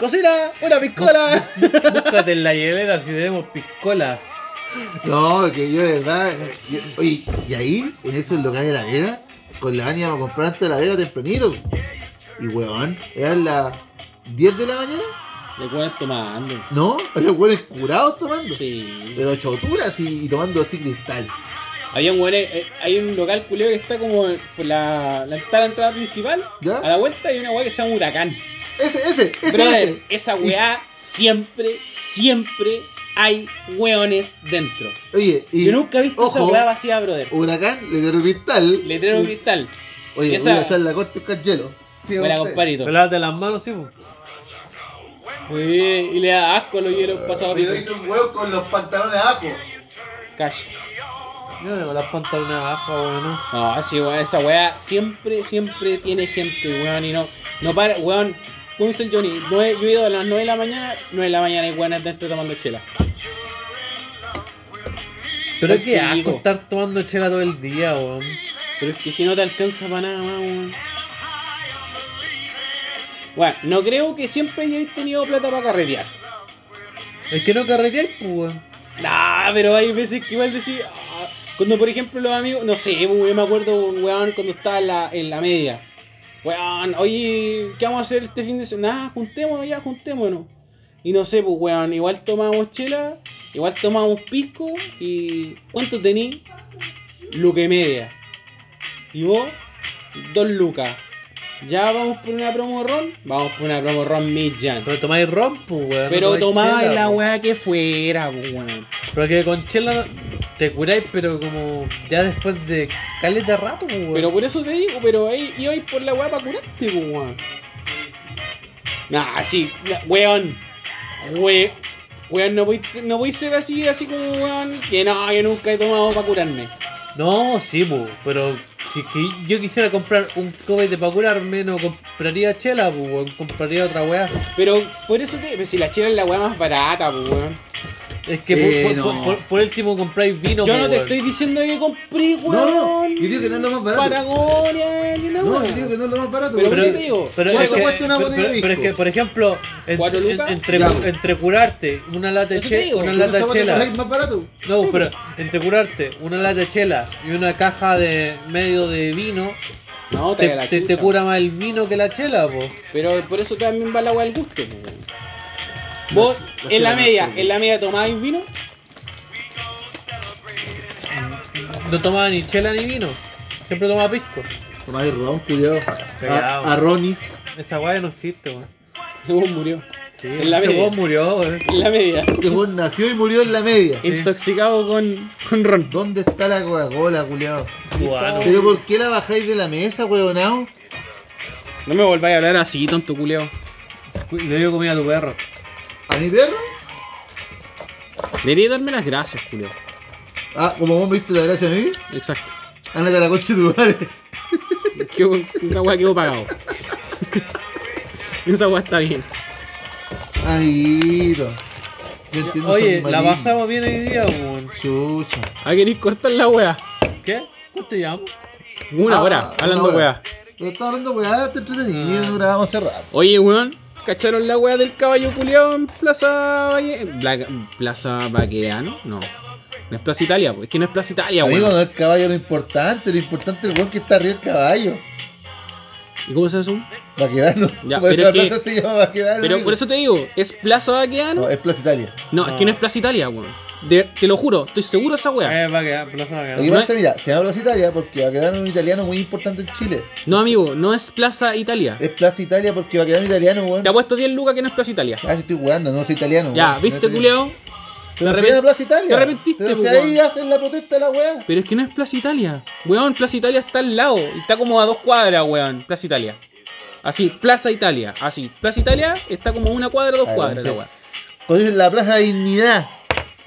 Speaker 8: Cocina una piscola.
Speaker 1: Búscate en la hielera si tenemos piscola.
Speaker 2: No, que yo de verdad. eh, yo- oye, y ahí, en esos locales de la Vega, con la Ani íbamos a comprar antes de la Vega tempranito. Y weón, eran las 10 de la mañana.
Speaker 3: Le ponen tomando.
Speaker 2: No, había hueones curados tomando.
Speaker 3: Sí.
Speaker 2: Pero choturas y, y tomando así cristal.
Speaker 3: Había un weón, eh, hay un local culeo que está como por la, la, está la entrada principal.
Speaker 2: ¿Ya?
Speaker 3: A la vuelta hay una weá que se llama Huracán.
Speaker 2: Ese, ese, ese,
Speaker 3: Brother,
Speaker 2: ese.
Speaker 3: esa weá siempre, siempre hay weones dentro.
Speaker 2: Oye, y
Speaker 3: Yo nunca he visto esa
Speaker 2: ojo.
Speaker 3: weá vacía, brother.
Speaker 2: Huracán, letrero cristal.
Speaker 3: Letrero de cristal.
Speaker 2: Oye,
Speaker 3: esa-
Speaker 2: voy a echar la corte buscar hielo. Sí,
Speaker 3: Buena,
Speaker 2: hombre.
Speaker 3: compadrito.
Speaker 1: ¿Te lavas de las manos, sí, po?
Speaker 3: Muy bien, Y le da asco los hielos pasados.
Speaker 2: Pero hizo un huevo con los pantalones abajo.
Speaker 3: Cash.
Speaker 1: Yo tengo las pantalones abajo, weón.
Speaker 3: No, así, weón, esa weá siempre, siempre tiene gente, weón, y no, no para, weón, como dice el Johnny, no he- yo he ido a las 9 de la mañana, 9 de la mañana hay weones dentro tomando chela.
Speaker 1: Pero es que
Speaker 3: Contigo.
Speaker 1: asco estar tomando chela todo el día, weón.
Speaker 3: Pero es que si no te alcanza para nada más, weón. Bueno, no creo que siempre hayáis tenido plata para carretear.
Speaker 1: Es que no carreteáis, pues, weón.
Speaker 3: Nah, pero hay veces que igual decís, ah, cuando por ejemplo los amigos, no sé, weón, yo me acuerdo, weón, cuando estaba en la, en la media. Weón, oye, ¿qué vamos a hacer este fin de semana? Nah, juntémonos ya, juntémonos. Y no sé, pues weón, igual tomábamos chela, igual tomábamos pisco y... ¿Cuánto tení? Luca y media. Y vos, dos lucas. Ya vamos por una promo ron, vamos por una promo ron mid-jan.
Speaker 1: Pero tomáis ron, pues, weón. no
Speaker 3: Pero tomaba
Speaker 1: chela,
Speaker 3: la
Speaker 1: po.
Speaker 3: weá que fuera, pues, weón.
Speaker 1: Pero que con chela te curáis, pero como ya después de caleta rato, pues, weón.
Speaker 3: Pero por eso te digo, pero ahí ibais por la weá para curarte, po, weón. Nah, sí, na- weón. We, weón, no voy, no voy a ser así, así como weón. Que no, yo nunca he tomado para curarme.
Speaker 1: No, sí, pues, pero si es que yo quisiera comprar un copete para curarme, no compraría chela, pues, weón. Compraría otra weá.
Speaker 3: Pero por eso te. Pero si la chela es la weá más barata, po, weón.
Speaker 1: Es que
Speaker 2: Eh,
Speaker 1: por, por-
Speaker 2: no.
Speaker 1: por- por- por el tipo compráis vino.
Speaker 7: Yo
Speaker 1: po,
Speaker 7: no te
Speaker 1: weón.
Speaker 7: estoy diciendo que compré, weón.
Speaker 2: No, no, yo digo que no es lo más barato.
Speaker 7: Patagonia, ni una
Speaker 2: No,
Speaker 7: weón.
Speaker 2: yo digo que no es lo más barato.
Speaker 7: Pero por
Speaker 2: porque-
Speaker 7: eso te digo,
Speaker 1: Pero,
Speaker 2: ¿Cuánto
Speaker 1: es que,
Speaker 2: cuesta una
Speaker 1: pero-
Speaker 2: botella de
Speaker 1: pero es
Speaker 2: pisco?
Speaker 1: que, por ejemplo, en-
Speaker 6: ¿Cuatro
Speaker 1: en-
Speaker 6: lucas?
Speaker 1: entre,
Speaker 2: Ya,
Speaker 1: cu-
Speaker 2: po.
Speaker 1: entre curarte una lata de
Speaker 7: Eso te
Speaker 1: che-
Speaker 7: digo,
Speaker 1: una
Speaker 2: Pero
Speaker 1: lata de
Speaker 2: esa botella
Speaker 1: chela.
Speaker 2: es más barato.
Speaker 1: No, pero entre curarte una lata de chela y una caja de medio de vino,
Speaker 7: No,
Speaker 1: te,
Speaker 7: te, la
Speaker 1: te- te
Speaker 7: chucha.
Speaker 1: cura más el vino que la chela, po.
Speaker 7: Pero por eso también va el agua al gusto, po, weón. Vos,
Speaker 2: No sé, no
Speaker 7: en la
Speaker 2: sé,
Speaker 7: media,
Speaker 2: no sé.
Speaker 7: en la media tomáis vino.
Speaker 1: No tomaba ni chela ni vino. Siempre tomaba pisco.
Speaker 2: Tomás el ron, cuidado.
Speaker 1: Pegado.
Speaker 2: A, a Ronis.
Speaker 1: Esa guaya no existe, weón.
Speaker 7: Vos murió.
Speaker 1: Sí,
Speaker 7: En la
Speaker 1: ese
Speaker 7: media.
Speaker 1: weón murió, weón.
Speaker 7: En la media.
Speaker 2: Ese weón nació y murió en la media.
Speaker 3: Intoxicado con, con ron.
Speaker 2: ¿Dónde está la Coca-Cola, culiado?
Speaker 1: Cubano.
Speaker 2: ¿Pero por qué la bajáis de la mesa, huevonao?
Speaker 3: No me volváis a hablar así, tonto culeo.
Speaker 1: Le dio comida a tu perro.
Speaker 2: ¿A mi perro?
Speaker 3: Debería darme las gracias, culeo.
Speaker 2: Ah, como vos me diste la gracia a mí,
Speaker 3: Exacto.
Speaker 2: ándate a la coche de tu madre.
Speaker 3: Qué bu- esa weá quedó pagado. esa weá está bien.
Speaker 2: Amiguito. Yo entiendo
Speaker 1: Oye,
Speaker 2: su
Speaker 1: la
Speaker 2: animalismo.
Speaker 1: pasamos bien hoy día, weón.
Speaker 2: Chucha.
Speaker 3: ¿A queréis cortar la weá?
Speaker 1: ¿Qué? ¿Cómo te llamo?
Speaker 3: Una
Speaker 2: Ah,
Speaker 3: hora, hablando
Speaker 2: una hora. Ah.
Speaker 3: weá.
Speaker 2: Pero estamos hablando weá, te entretenido, grabamos hace rato.
Speaker 3: Oye, weón, ¿cacharon la weá del caballo culiao en Plaza Valle... Bla- Plaza Baquedano? No. No es Plaza Italia, po. es que no es Plaza Italia,
Speaker 2: Amigo,
Speaker 3: weón.
Speaker 2: no es el caballo lo importante, lo importante es el weón que está arriba del caballo.
Speaker 3: ¿Y cómo se hace un?
Speaker 2: Va a quedarnos.
Speaker 3: Ya,
Speaker 2: por eso
Speaker 3: pero
Speaker 2: la
Speaker 3: es que-
Speaker 2: plaza se llama va a quedar.
Speaker 3: Pero por eso te digo, ¿es Plaza Baquedano?
Speaker 2: No, es Plaza Italia.
Speaker 3: No, es que no es Plaza Italia, weón. De- te lo juro, estoy seguro de esa weá.
Speaker 1: Eh, va a quedar, plaza va a
Speaker 2: Lo
Speaker 1: quedar.
Speaker 2: que
Speaker 3: No
Speaker 2: pasa, mira, se llama Plaza Italia porque va a quedar un italiano muy importante en Chile.
Speaker 3: No, amigo, no es Plaza Italia.
Speaker 2: Es Plaza Italia porque va a quedar un italiano, weón.
Speaker 3: Te apuesto 10 lucas que no es Plaza Italia.
Speaker 2: Ah, yo estoy jugando, no soy italiano.
Speaker 3: Ya,
Speaker 2: weón.
Speaker 3: ¿viste,
Speaker 2: No soy-
Speaker 3: culeo?
Speaker 2: Pero
Speaker 3: Te
Speaker 2: se
Speaker 3: arrepent-
Speaker 2: llama Plaza Italia.
Speaker 3: te arrepentiste,
Speaker 2: Pero si
Speaker 3: pues,
Speaker 2: ahí
Speaker 3: weón.
Speaker 2: hacen la protesta la weá.
Speaker 3: Pero es que no es Plaza Italia. Weón, Plaza Italia está al lado. y Está como a dos cuadras, weón. Plaza Italia. Así, Plaza Italia. Así, Plaza Italia está como a una cuadra, dos
Speaker 2: Ah,
Speaker 3: cuadras,
Speaker 2: sí.
Speaker 3: la weá.
Speaker 2: Entonces pues la Plaza de Dignidad.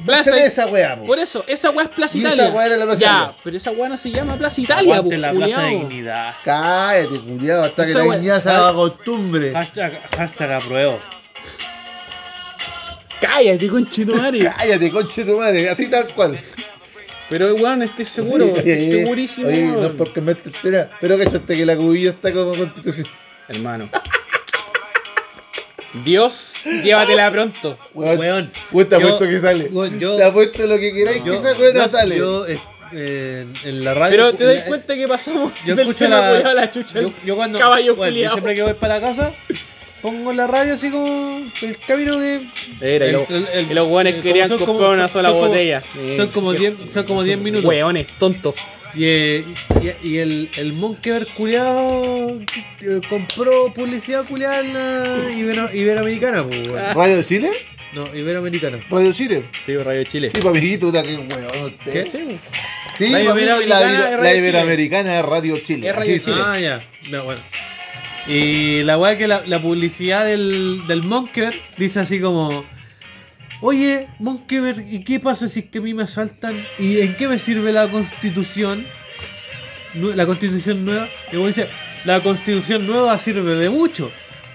Speaker 3: Plaza
Speaker 2: Esta es esa weá, po.
Speaker 3: Por eso, esa weá es Plaza
Speaker 2: Y esa
Speaker 3: Italia.
Speaker 2: weá era la Plaza
Speaker 3: ya,
Speaker 2: Italia.
Speaker 3: pero esa weá no se llama Plaza Italia,
Speaker 1: Aguante
Speaker 3: pues,
Speaker 1: la plaza de
Speaker 3: culiao.
Speaker 1: dignidad.
Speaker 2: Cállate, culiado, hasta que
Speaker 3: Esa
Speaker 2: la
Speaker 3: weá- Ah.
Speaker 2: dignidad se haga costumbre.
Speaker 1: Hashtag, hashtag apruebo.
Speaker 3: Cállate, conchetumare.
Speaker 2: Cállate, conche tu madre, así tal cual.
Speaker 3: pero weón, estoy seguro, estoy segurísimo.
Speaker 2: Oye, no es
Speaker 3: weón.
Speaker 2: porque me entera, pero cachaste que la cubillo está como constitución.
Speaker 3: Hermano. Dios, llévatela pronto.
Speaker 1: Weón,
Speaker 2: Pues
Speaker 1: yo-
Speaker 2: te apuesto que sale.
Speaker 1: weón, yo-
Speaker 2: te apuesto lo que queráis que esa weá no sale.
Speaker 1: Yo, eh, eh, en la radio.
Speaker 3: Pero te das
Speaker 1: eh,
Speaker 3: cuenta que pasamos
Speaker 1: Yo
Speaker 3: del
Speaker 1: escucho
Speaker 3: tema
Speaker 1: la-
Speaker 3: culiao a la chucha.
Speaker 1: Yo, yo cuando.
Speaker 3: Caballo
Speaker 1: bueno, yo
Speaker 3: culiao.
Speaker 1: siempre que voy para la casa, pongo la radio así como. El camino que.
Speaker 3: Era, y, los-
Speaker 1: el- el-
Speaker 3: y los hueones
Speaker 1: eh,
Speaker 3: querían
Speaker 1: son
Speaker 3: comprar
Speaker 1: como-
Speaker 3: una
Speaker 1: son-
Speaker 3: sola
Speaker 1: son como-
Speaker 3: botella. Eh,
Speaker 1: Son como 10 son como 10 minutos.
Speaker 3: Hueones, tontos.
Speaker 1: Y, eh, y, y el, el Monkever culiado compró publicidad culiada en la Ibero- iberoamericana, pues,
Speaker 3: Ah.
Speaker 1: weón.
Speaker 2: ¿Radio Chile?
Speaker 1: No, iberoamericana.
Speaker 2: ¿Radio Chile?
Speaker 3: Sí, Radio Chile.
Speaker 2: Sí, papirito, puta, qué weón. usted.
Speaker 1: ¿Qué?
Speaker 2: Sí,
Speaker 1: Radio
Speaker 2: papi, la,
Speaker 1: Iberoamericana es Radio
Speaker 2: la
Speaker 1: Chile.
Speaker 2: Iberoamericana es Radio Chile.
Speaker 3: Es Radio
Speaker 2: así
Speaker 3: Chile.
Speaker 1: Ah, ya. No, bueno. Y la weá que la, la publicidad del, del Monkever dice así como. Oye, Monkever, ¿y qué pasa si es que a mí me asaltan? ¿Y en qué me sirve la constitución? Nue- La constitución nueva. Y luego dice, la constitución nueva sirve de mucho.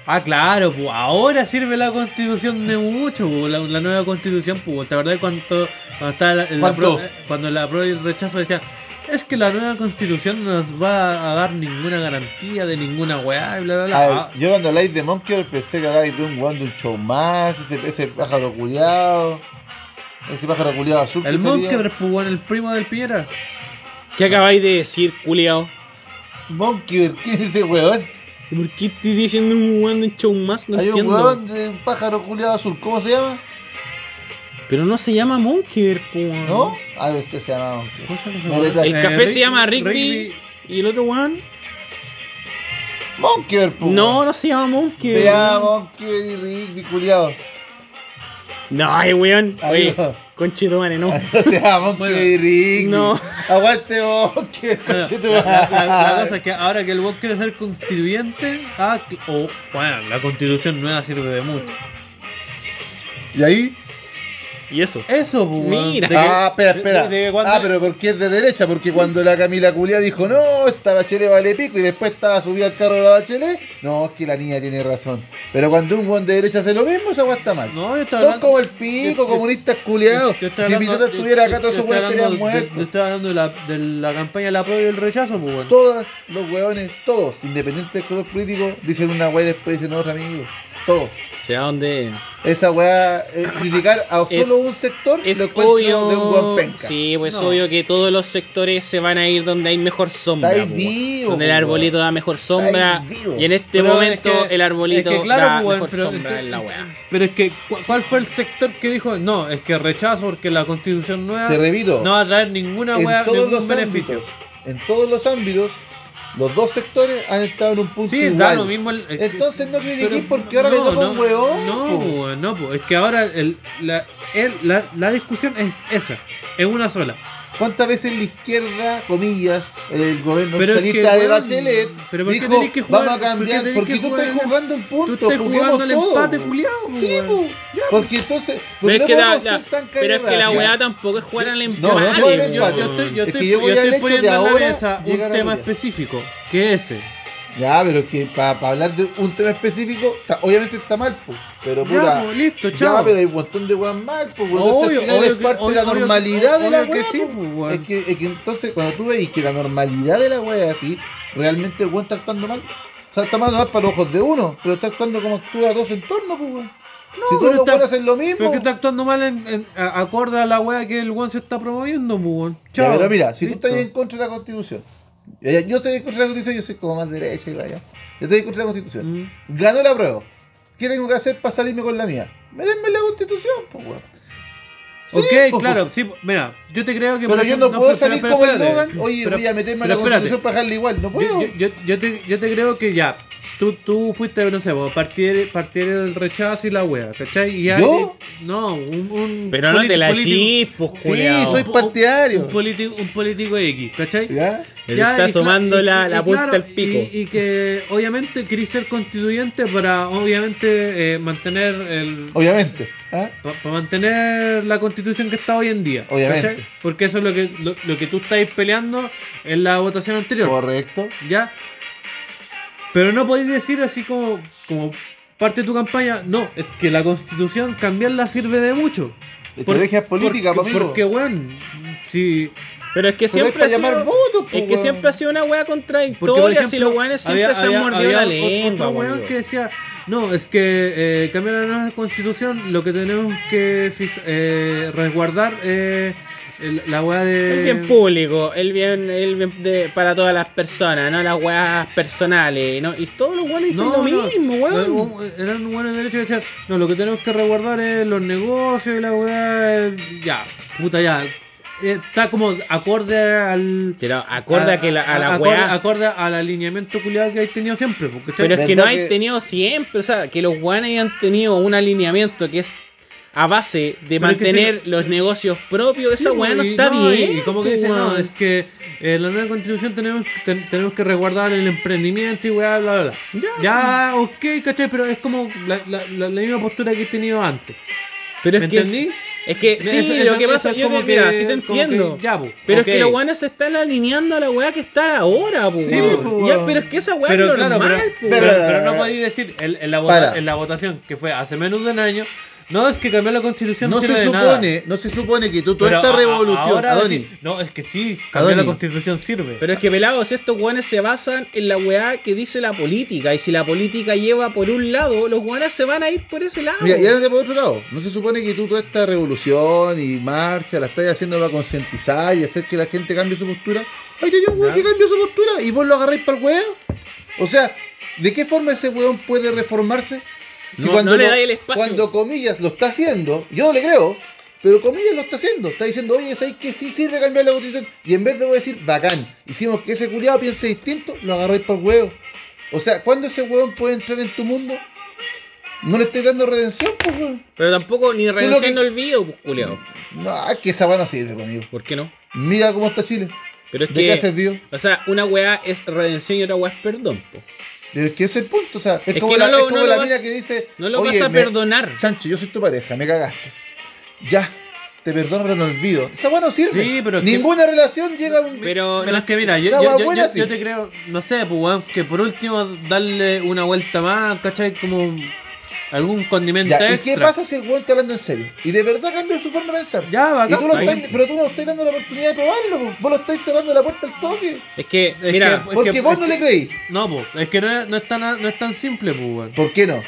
Speaker 1: Ah, claro, pues ahora sirve la constitución de mucho, po, la, la nueva constitución, pues. ¿Te acordás cuando, cuando estaba la, la
Speaker 2: ¿Cuánto?
Speaker 1: pro- eh, cuando la pro y el rechazo decían, es que la nueva constitución no nos va a dar ninguna garantía de ninguna weá y bla bla bla.
Speaker 2: Ah,
Speaker 1: Ah,
Speaker 2: yo cuando habláis de Monkey pensé que habláis de un weón de un show más, ese, ese pájaro culiado, ese pájaro culiado azul. que
Speaker 1: el
Speaker 2: salía.
Speaker 1: Monkever, pues bueno, el primo del Piñera.
Speaker 3: ¿Qué acabáis de decir, culiao?
Speaker 2: Monkey, ¿qué es ese weón?
Speaker 3: ¿Y ¿Por qué estoy diciendo un weón de un show más? No
Speaker 2: Hay un
Speaker 3: entiendo.
Speaker 2: weón de un pájaro culiado azul, ¿cómo se llama?
Speaker 3: Pero no se llama Monkey, po, weón.
Speaker 2: ¿No? Ah, ese se llama Monkey.
Speaker 1: ¿Cómo se llama ese
Speaker 2: No,
Speaker 1: weón?
Speaker 2: no,
Speaker 3: El
Speaker 2: Eh,
Speaker 3: café se
Speaker 1: Rigby-
Speaker 3: llama Rigby.
Speaker 1: Rigby-
Speaker 3: ¿Y el otro weón?
Speaker 2: Monkey, po,
Speaker 3: No,
Speaker 2: weón.
Speaker 3: no se llama Monkey.
Speaker 2: Oh. Se llama Monkey y Ricky culiado.
Speaker 3: No, ay, weón. Oye,
Speaker 2: Amigo.
Speaker 3: conchetumare, no.
Speaker 2: Se llama Monkey
Speaker 1: Bueno,
Speaker 2: y Ricky.
Speaker 3: no.
Speaker 2: Aguante Monkey,
Speaker 1: Bueno,
Speaker 2: coche tu
Speaker 1: la, la- la- la
Speaker 2: madre.
Speaker 1: cosa es que ahora que el weón quiere ser constituyente, ah, que- o bueno, la constitución nueva sirve de mucho.
Speaker 2: ¿Y ahí?
Speaker 3: Y eso.
Speaker 1: Eso, pues, weón,
Speaker 3: Mira.
Speaker 1: de que-
Speaker 2: Ah, espera,
Speaker 1: de-
Speaker 2: espera.
Speaker 1: de que cuando-
Speaker 2: Ah, pero porque es de derecha, porque cuando la Camila Culia dijo, no, esta bachelet vale pico y después estaba subida al carro de la bachelet, no, es que la niña tiene razón. Pero cuando un guan de derecha hace lo mismo, esa guan está mal.
Speaker 1: No, yo estaba
Speaker 2: Son
Speaker 1: hablando-
Speaker 2: como el
Speaker 1: yo- yo-
Speaker 2: pico, comunistas culiados.
Speaker 1: yo estaba
Speaker 2: Si
Speaker 1: hablando-
Speaker 2: Pitota
Speaker 1: yo-
Speaker 2: estuviera
Speaker 1: yo-
Speaker 2: acá, todos
Speaker 1: yo
Speaker 2: esos weones
Speaker 1: estaba
Speaker 2: estarían
Speaker 1: hablando de- Yo
Speaker 2: muertos.
Speaker 1: estaba hablando de la, de la campaña del apoyo y el rechazo, pues, weón.
Speaker 2: Todos los weones, todos, independientes del color político, dicen una weá y después dicen otra, amigo. Todos.
Speaker 3: Sea donde.
Speaker 2: Esa weá, eh, criticar a solo
Speaker 3: Es-
Speaker 2: un sector,
Speaker 3: Es
Speaker 2: lo encuentro
Speaker 3: obvio.
Speaker 2: de un guan penca.
Speaker 3: sí, pues
Speaker 1: No.
Speaker 3: obvio que todos los sectores se van a ir donde hay mejor sombra.
Speaker 2: Estáis
Speaker 3: po,
Speaker 2: vivos,
Speaker 3: donde el
Speaker 2: po,
Speaker 3: arbolito da mejor sombra.
Speaker 2: Estáis vivos.
Speaker 3: Y en este
Speaker 1: Pero es
Speaker 3: momento
Speaker 1: que-
Speaker 3: el arbolito
Speaker 1: es que claro,
Speaker 3: da
Speaker 1: po, weón,
Speaker 3: mejor
Speaker 1: pero
Speaker 3: sombra
Speaker 1: entonces-
Speaker 3: en la weá.
Speaker 1: Pero es que, ¿cu- ¿cuál fue el sector que dijo? No, es que rechazo porque la constitución nueva
Speaker 2: Te repito.
Speaker 1: no va a traer ninguna weá,
Speaker 2: en todos
Speaker 1: ningún
Speaker 2: los
Speaker 1: beneficio.
Speaker 2: ámbitos, en todos los ámbitos, los dos sectores han estado en un punto
Speaker 1: Sí,
Speaker 2: igual.
Speaker 1: da lo mismo. el-
Speaker 2: Entonces no critiquís
Speaker 1: pero-
Speaker 2: porque ahora me toca un huevón,
Speaker 1: No,
Speaker 2: po.
Speaker 1: weón, no, po. es que ahora el- la, el- la, la discusión es esa, es una sola.
Speaker 2: ¿Cuántas veces la izquierda, comillas, el gobierno
Speaker 1: Pero es que,
Speaker 2: socialista de
Speaker 1: weón,
Speaker 2: Bachelet
Speaker 1: pero ¿por qué
Speaker 2: dijo,
Speaker 1: tenés que jugar-
Speaker 2: vamos a cambiar?
Speaker 1: por qué tenés
Speaker 2: porque
Speaker 1: que
Speaker 2: tú
Speaker 1: jugar
Speaker 2: estás
Speaker 1: en-
Speaker 2: jugando un
Speaker 1: Tú
Speaker 2: punto,
Speaker 1: estás
Speaker 2: juguemos
Speaker 1: jugando el
Speaker 2: todo,
Speaker 1: empate,
Speaker 2: po.
Speaker 1: culiao. po,
Speaker 2: Sí,
Speaker 1: weón.
Speaker 2: po. Porque entonces,
Speaker 3: Pero
Speaker 2: porque
Speaker 3: es,
Speaker 2: no
Speaker 3: que la,
Speaker 2: podemos
Speaker 3: la-
Speaker 2: ser tan
Speaker 3: pero es que la
Speaker 2: cagarrajas.
Speaker 3: weá tampoco es jugar al empate.
Speaker 2: No, no es jugar al
Speaker 3: po.
Speaker 1: Yo,
Speaker 2: empate.
Speaker 1: yo estoy, yo
Speaker 2: Es que
Speaker 1: estoy-
Speaker 2: yo voy
Speaker 1: yo
Speaker 2: al
Speaker 1: estoy
Speaker 2: hecho de
Speaker 1: poniendo en la
Speaker 2: ahora
Speaker 1: mesa
Speaker 2: llegar
Speaker 1: un
Speaker 2: a
Speaker 1: tema
Speaker 2: Rusia.
Speaker 1: específico, que es ese.
Speaker 2: Ya, pero es que para hablar de un tema específico, está- obviamente está mal, po. pero
Speaker 1: Ya,
Speaker 2: puta,
Speaker 1: po, listo,
Speaker 2: Ya,
Speaker 1: chao.
Speaker 2: pero hay un montón de weas mal, pues weón.
Speaker 1: Obvio,
Speaker 2: Entonces, al final
Speaker 1: obvio
Speaker 2: es
Speaker 1: que-
Speaker 2: parte de la
Speaker 1: obvio-
Speaker 2: normalidad de la
Speaker 1: obvio que
Speaker 2: wea.
Speaker 1: sí,
Speaker 2: po.
Speaker 1: pues, weón.
Speaker 2: es, que, es que entonces, cuando tú veis que la normalidad de la wea es así, realmente el weón está actuando mal. O sea, está mal, mal para los ojos de uno, pero está actuando como actúa todo su entorno, pues weón. si
Speaker 1: pero
Speaker 2: todos los
Speaker 1: está-
Speaker 2: weones hacen lo mismo.
Speaker 1: Pero que está actuando mal en, en- a- acorde a la weá que el weón se está promoviendo, pues, weón.
Speaker 2: Ya,
Speaker 1: Chao.
Speaker 2: pero mira, si tú
Speaker 1: Listo.
Speaker 2: estás en contra de la constitución, ya, ya, yo estoy en contra de la constitución, yo soy como más derecha y vaya. Yo estoy en contra de la constitución.
Speaker 1: Mm.
Speaker 2: Ganó la prueba. ¿Qué tengo que hacer para salirme con la mía? Meterme en la constitución, pues weón. Sí, pues,
Speaker 1: Ok,
Speaker 2: po.
Speaker 1: claro, sí, po- mira, yo te creo que...
Speaker 2: Pero
Speaker 1: por
Speaker 2: yo
Speaker 1: ejemplo-
Speaker 2: no, puedo
Speaker 1: pero-
Speaker 2: salir
Speaker 1: pero
Speaker 2: como el
Speaker 1: espérate.
Speaker 2: Logan. Oye,
Speaker 1: Pero-
Speaker 2: voy a meterme en la
Speaker 1: pero espérate.
Speaker 2: constitución para dejarle igual. No puedo.
Speaker 1: Yo, yo- yo- yo te, yo te creo que ya, tú, tú fuiste, no sé, vos, partir, partir el rechazo y la wea, ¿cachai? Y ya-
Speaker 2: ¿Yo?
Speaker 1: No, un... un
Speaker 3: Pero no
Speaker 1: politi-
Speaker 3: te la
Speaker 1: político-
Speaker 3: chispos,
Speaker 2: sí,
Speaker 1: eh,
Speaker 3: culiao.
Speaker 2: soy
Speaker 1: Un-
Speaker 2: partidario.
Speaker 1: Un político, un político X, ¿cachai?
Speaker 2: ¿Ya?
Speaker 3: Le
Speaker 1: Ya,
Speaker 3: está
Speaker 1: y cla-
Speaker 3: asomando
Speaker 1: y-
Speaker 3: la,
Speaker 1: y-
Speaker 3: la
Speaker 1: y
Speaker 3: punta
Speaker 1: claro,
Speaker 3: al pico.
Speaker 1: Y, y que obviamente querís ser constituyente para obviamente eh, mantener el
Speaker 2: Obviamente. ¿ah?
Speaker 1: pa- para mantener la constitución que está hoy en día.
Speaker 2: Obviamente.
Speaker 1: ¿cachai? Porque eso es lo que lo, lo que tú estáis peleando en la votación anterior.
Speaker 2: Correcto.
Speaker 1: ¿Ya? Pero no podéis decir así como, como parte de tu campaña, no, es que la constitución cambiarla sirve de mucho.
Speaker 2: Estrategia política,
Speaker 1: porque,
Speaker 2: pa' amigo.
Speaker 1: porque, weón, si
Speaker 3: Pero es que
Speaker 2: Pero es
Speaker 3: siempre
Speaker 2: para
Speaker 3: ha sido-
Speaker 2: llamar votos, po,
Speaker 3: Es que
Speaker 2: weón.
Speaker 3: siempre ha sido una wea
Speaker 1: Porque, por
Speaker 3: contradictoria si los weones siempre
Speaker 1: había-
Speaker 3: se han
Speaker 1: había-
Speaker 3: mordido
Speaker 1: había
Speaker 3: la
Speaker 1: otro-
Speaker 3: lengua,
Speaker 1: otro weón
Speaker 3: weón.
Speaker 1: que decía, no, es que eh, cambiar la nueva constitución, lo que tenemos que fij- eh, resguardar eh, el- la weá de...
Speaker 3: El bien público, el bien, el bien de- para todas las personas, no las weas personales, ¿no? Y todos los weones dicen
Speaker 1: No,
Speaker 3: lo
Speaker 1: no,
Speaker 3: mismo, weón.
Speaker 1: eh, Eran buenos derechos que decían, no, lo que tenemos que resguardar es los negocios y la weá... eh, Ya, puta, ya. Eh, Está como acorde al...
Speaker 3: Pero acorda que la, a la
Speaker 1: acorde,
Speaker 3: wea-
Speaker 1: acorde al alineamiento culiado que hay tenido siempre. Porque,
Speaker 3: Pero es que no
Speaker 2: ¿Verdad
Speaker 3: hay
Speaker 2: que-
Speaker 3: tenido siempre, o sea, que los weones hayan tenido un alineamiento que es a base de
Speaker 1: Pero es que si
Speaker 3: mantener los negocios propios,
Speaker 1: Sí,
Speaker 3: esa weá no
Speaker 1: y
Speaker 3: está
Speaker 1: no,
Speaker 3: bien. pues.
Speaker 1: Y como que dice, no,
Speaker 3: weón.
Speaker 1: es que eh, la nueva constitución tenemos, ten- tenemos que resguardar el emprendimiento y weá, bla, bla, bla. Ya,
Speaker 3: pues.
Speaker 1: ok, caché, pero es como la, la- la- la misma postura que he tenido antes.
Speaker 3: Pero es
Speaker 1: ¿Me
Speaker 3: que es-
Speaker 1: entendí?
Speaker 3: Es que sí,
Speaker 1: Eso- eso-
Speaker 3: lo que
Speaker 1: eso
Speaker 3: pasa,
Speaker 1: es
Speaker 3: yo te,
Speaker 1: como
Speaker 3: mira,
Speaker 1: que-
Speaker 3: sí te
Speaker 1: como que
Speaker 3: entiendo.
Speaker 1: ya, bu,
Speaker 3: pero es
Speaker 1: ok.
Speaker 3: que los guanes se están alineando a la weá que está ahora, pues.
Speaker 2: Sí, bu, weón.
Speaker 3: pero es que esa weá
Speaker 1: Pero
Speaker 3: es
Speaker 1: claro,
Speaker 3: normal, pues.
Speaker 1: pero,
Speaker 3: po,
Speaker 1: pero-
Speaker 2: weón.
Speaker 1: pero no podéis decir en, en la vota-
Speaker 2: eh, Para.
Speaker 1: en la votación que fue hace menos de un año, no es que cambiar la constitución
Speaker 2: No
Speaker 1: sirve
Speaker 2: se
Speaker 1: de nada.
Speaker 2: supone, no se supone que tú toda
Speaker 1: Pero
Speaker 2: esta
Speaker 1: a- a-
Speaker 2: revolución,
Speaker 1: ahora
Speaker 2: Adoni,
Speaker 1: decir, no, es que sí, cambiar la
Speaker 2: Adoni.
Speaker 1: constitución sirve.
Speaker 3: Pero es que pelados, estos guanes se basan en la weá que dice la política. Y si la política lleva por un lado, los guanes se van a ir por ese lado.
Speaker 2: Mira, y ahora por otro lado, no se supone que tú toda esta revolución y marcha la estás haciendo para concientizar y hacer que la gente cambie su postura. Ahí tenés un weón que cambió su postura y vos lo agarráis para el weón. O sea, ¿de qué forma ese weón puede reformarse?
Speaker 3: No, no le
Speaker 2: lo-
Speaker 3: dais el espacio.
Speaker 2: Cuando comillas lo está haciendo, yo no le creo, pero comillas lo está haciendo. Está diciendo, oye, ¿sabes que sí sirve cambiar la constitución? Y en vez de vos decir, bacán, hicimos que ese culiado piense distinto, lo agarráis para el huevo. O sea, ¿cuándo ese weón puede entrar en tu mundo? No le estoy dando redención, pues weón.
Speaker 3: Pero tampoco ni
Speaker 2: que-
Speaker 3: renunciando el video, pues, culiao.
Speaker 2: No, es que esa weá no sirve conmigo.
Speaker 3: ¿Por qué no?
Speaker 2: Mira cómo está Chile.
Speaker 3: Pero es
Speaker 2: ¿De qué ha
Speaker 3: que.
Speaker 2: servido?
Speaker 3: O sea, una weá es redención y otra weá es perdón, po.
Speaker 2: De que ese es el punto. O sea, es,
Speaker 3: Es
Speaker 2: como
Speaker 3: que
Speaker 2: la,
Speaker 3: no lo-
Speaker 2: es como
Speaker 3: no lo
Speaker 2: la
Speaker 3: vas-
Speaker 2: mina que dice.
Speaker 3: No lo
Speaker 2: "Oye,
Speaker 3: vas a
Speaker 2: me-
Speaker 3: perdonar.
Speaker 2: Chancho, yo soy tu pareja, me cagaste. Ya, te perdono pero no olvido. Esa weá no sirve.
Speaker 1: Sí, pero es que-
Speaker 2: Ninguna relación llega a un.
Speaker 9: Pero
Speaker 1: Pero es que mira, yo,
Speaker 2: La
Speaker 1: yo-
Speaker 2: wea
Speaker 1: yo-
Speaker 2: buena
Speaker 1: yo-
Speaker 2: sí.
Speaker 1: yo te creo, no sé, pues weón, que por último darle una vuelta más, ¿cachai? Como algún condimento
Speaker 2: Ya, ¿Y
Speaker 1: extra.
Speaker 2: qué pasa si el weón está hablando en serio? Y de verdad cambió su forma de pensar.
Speaker 1: Ya,
Speaker 2: Y
Speaker 1: bacán.
Speaker 2: tú lo
Speaker 1: ahí-
Speaker 2: estás- pero tú no estás dando la oportunidad de probarlo, po. vos lo estás cerrando la puerta al toque.
Speaker 9: es que,
Speaker 1: es
Speaker 9: mira,
Speaker 1: que-
Speaker 2: Porque
Speaker 1: es que-
Speaker 2: vos
Speaker 1: es
Speaker 2: no
Speaker 1: que-
Speaker 2: le creí.
Speaker 1: No, pues, es que no es, no es tan, no es tan simple, pues weón.
Speaker 2: ¿Por qué no?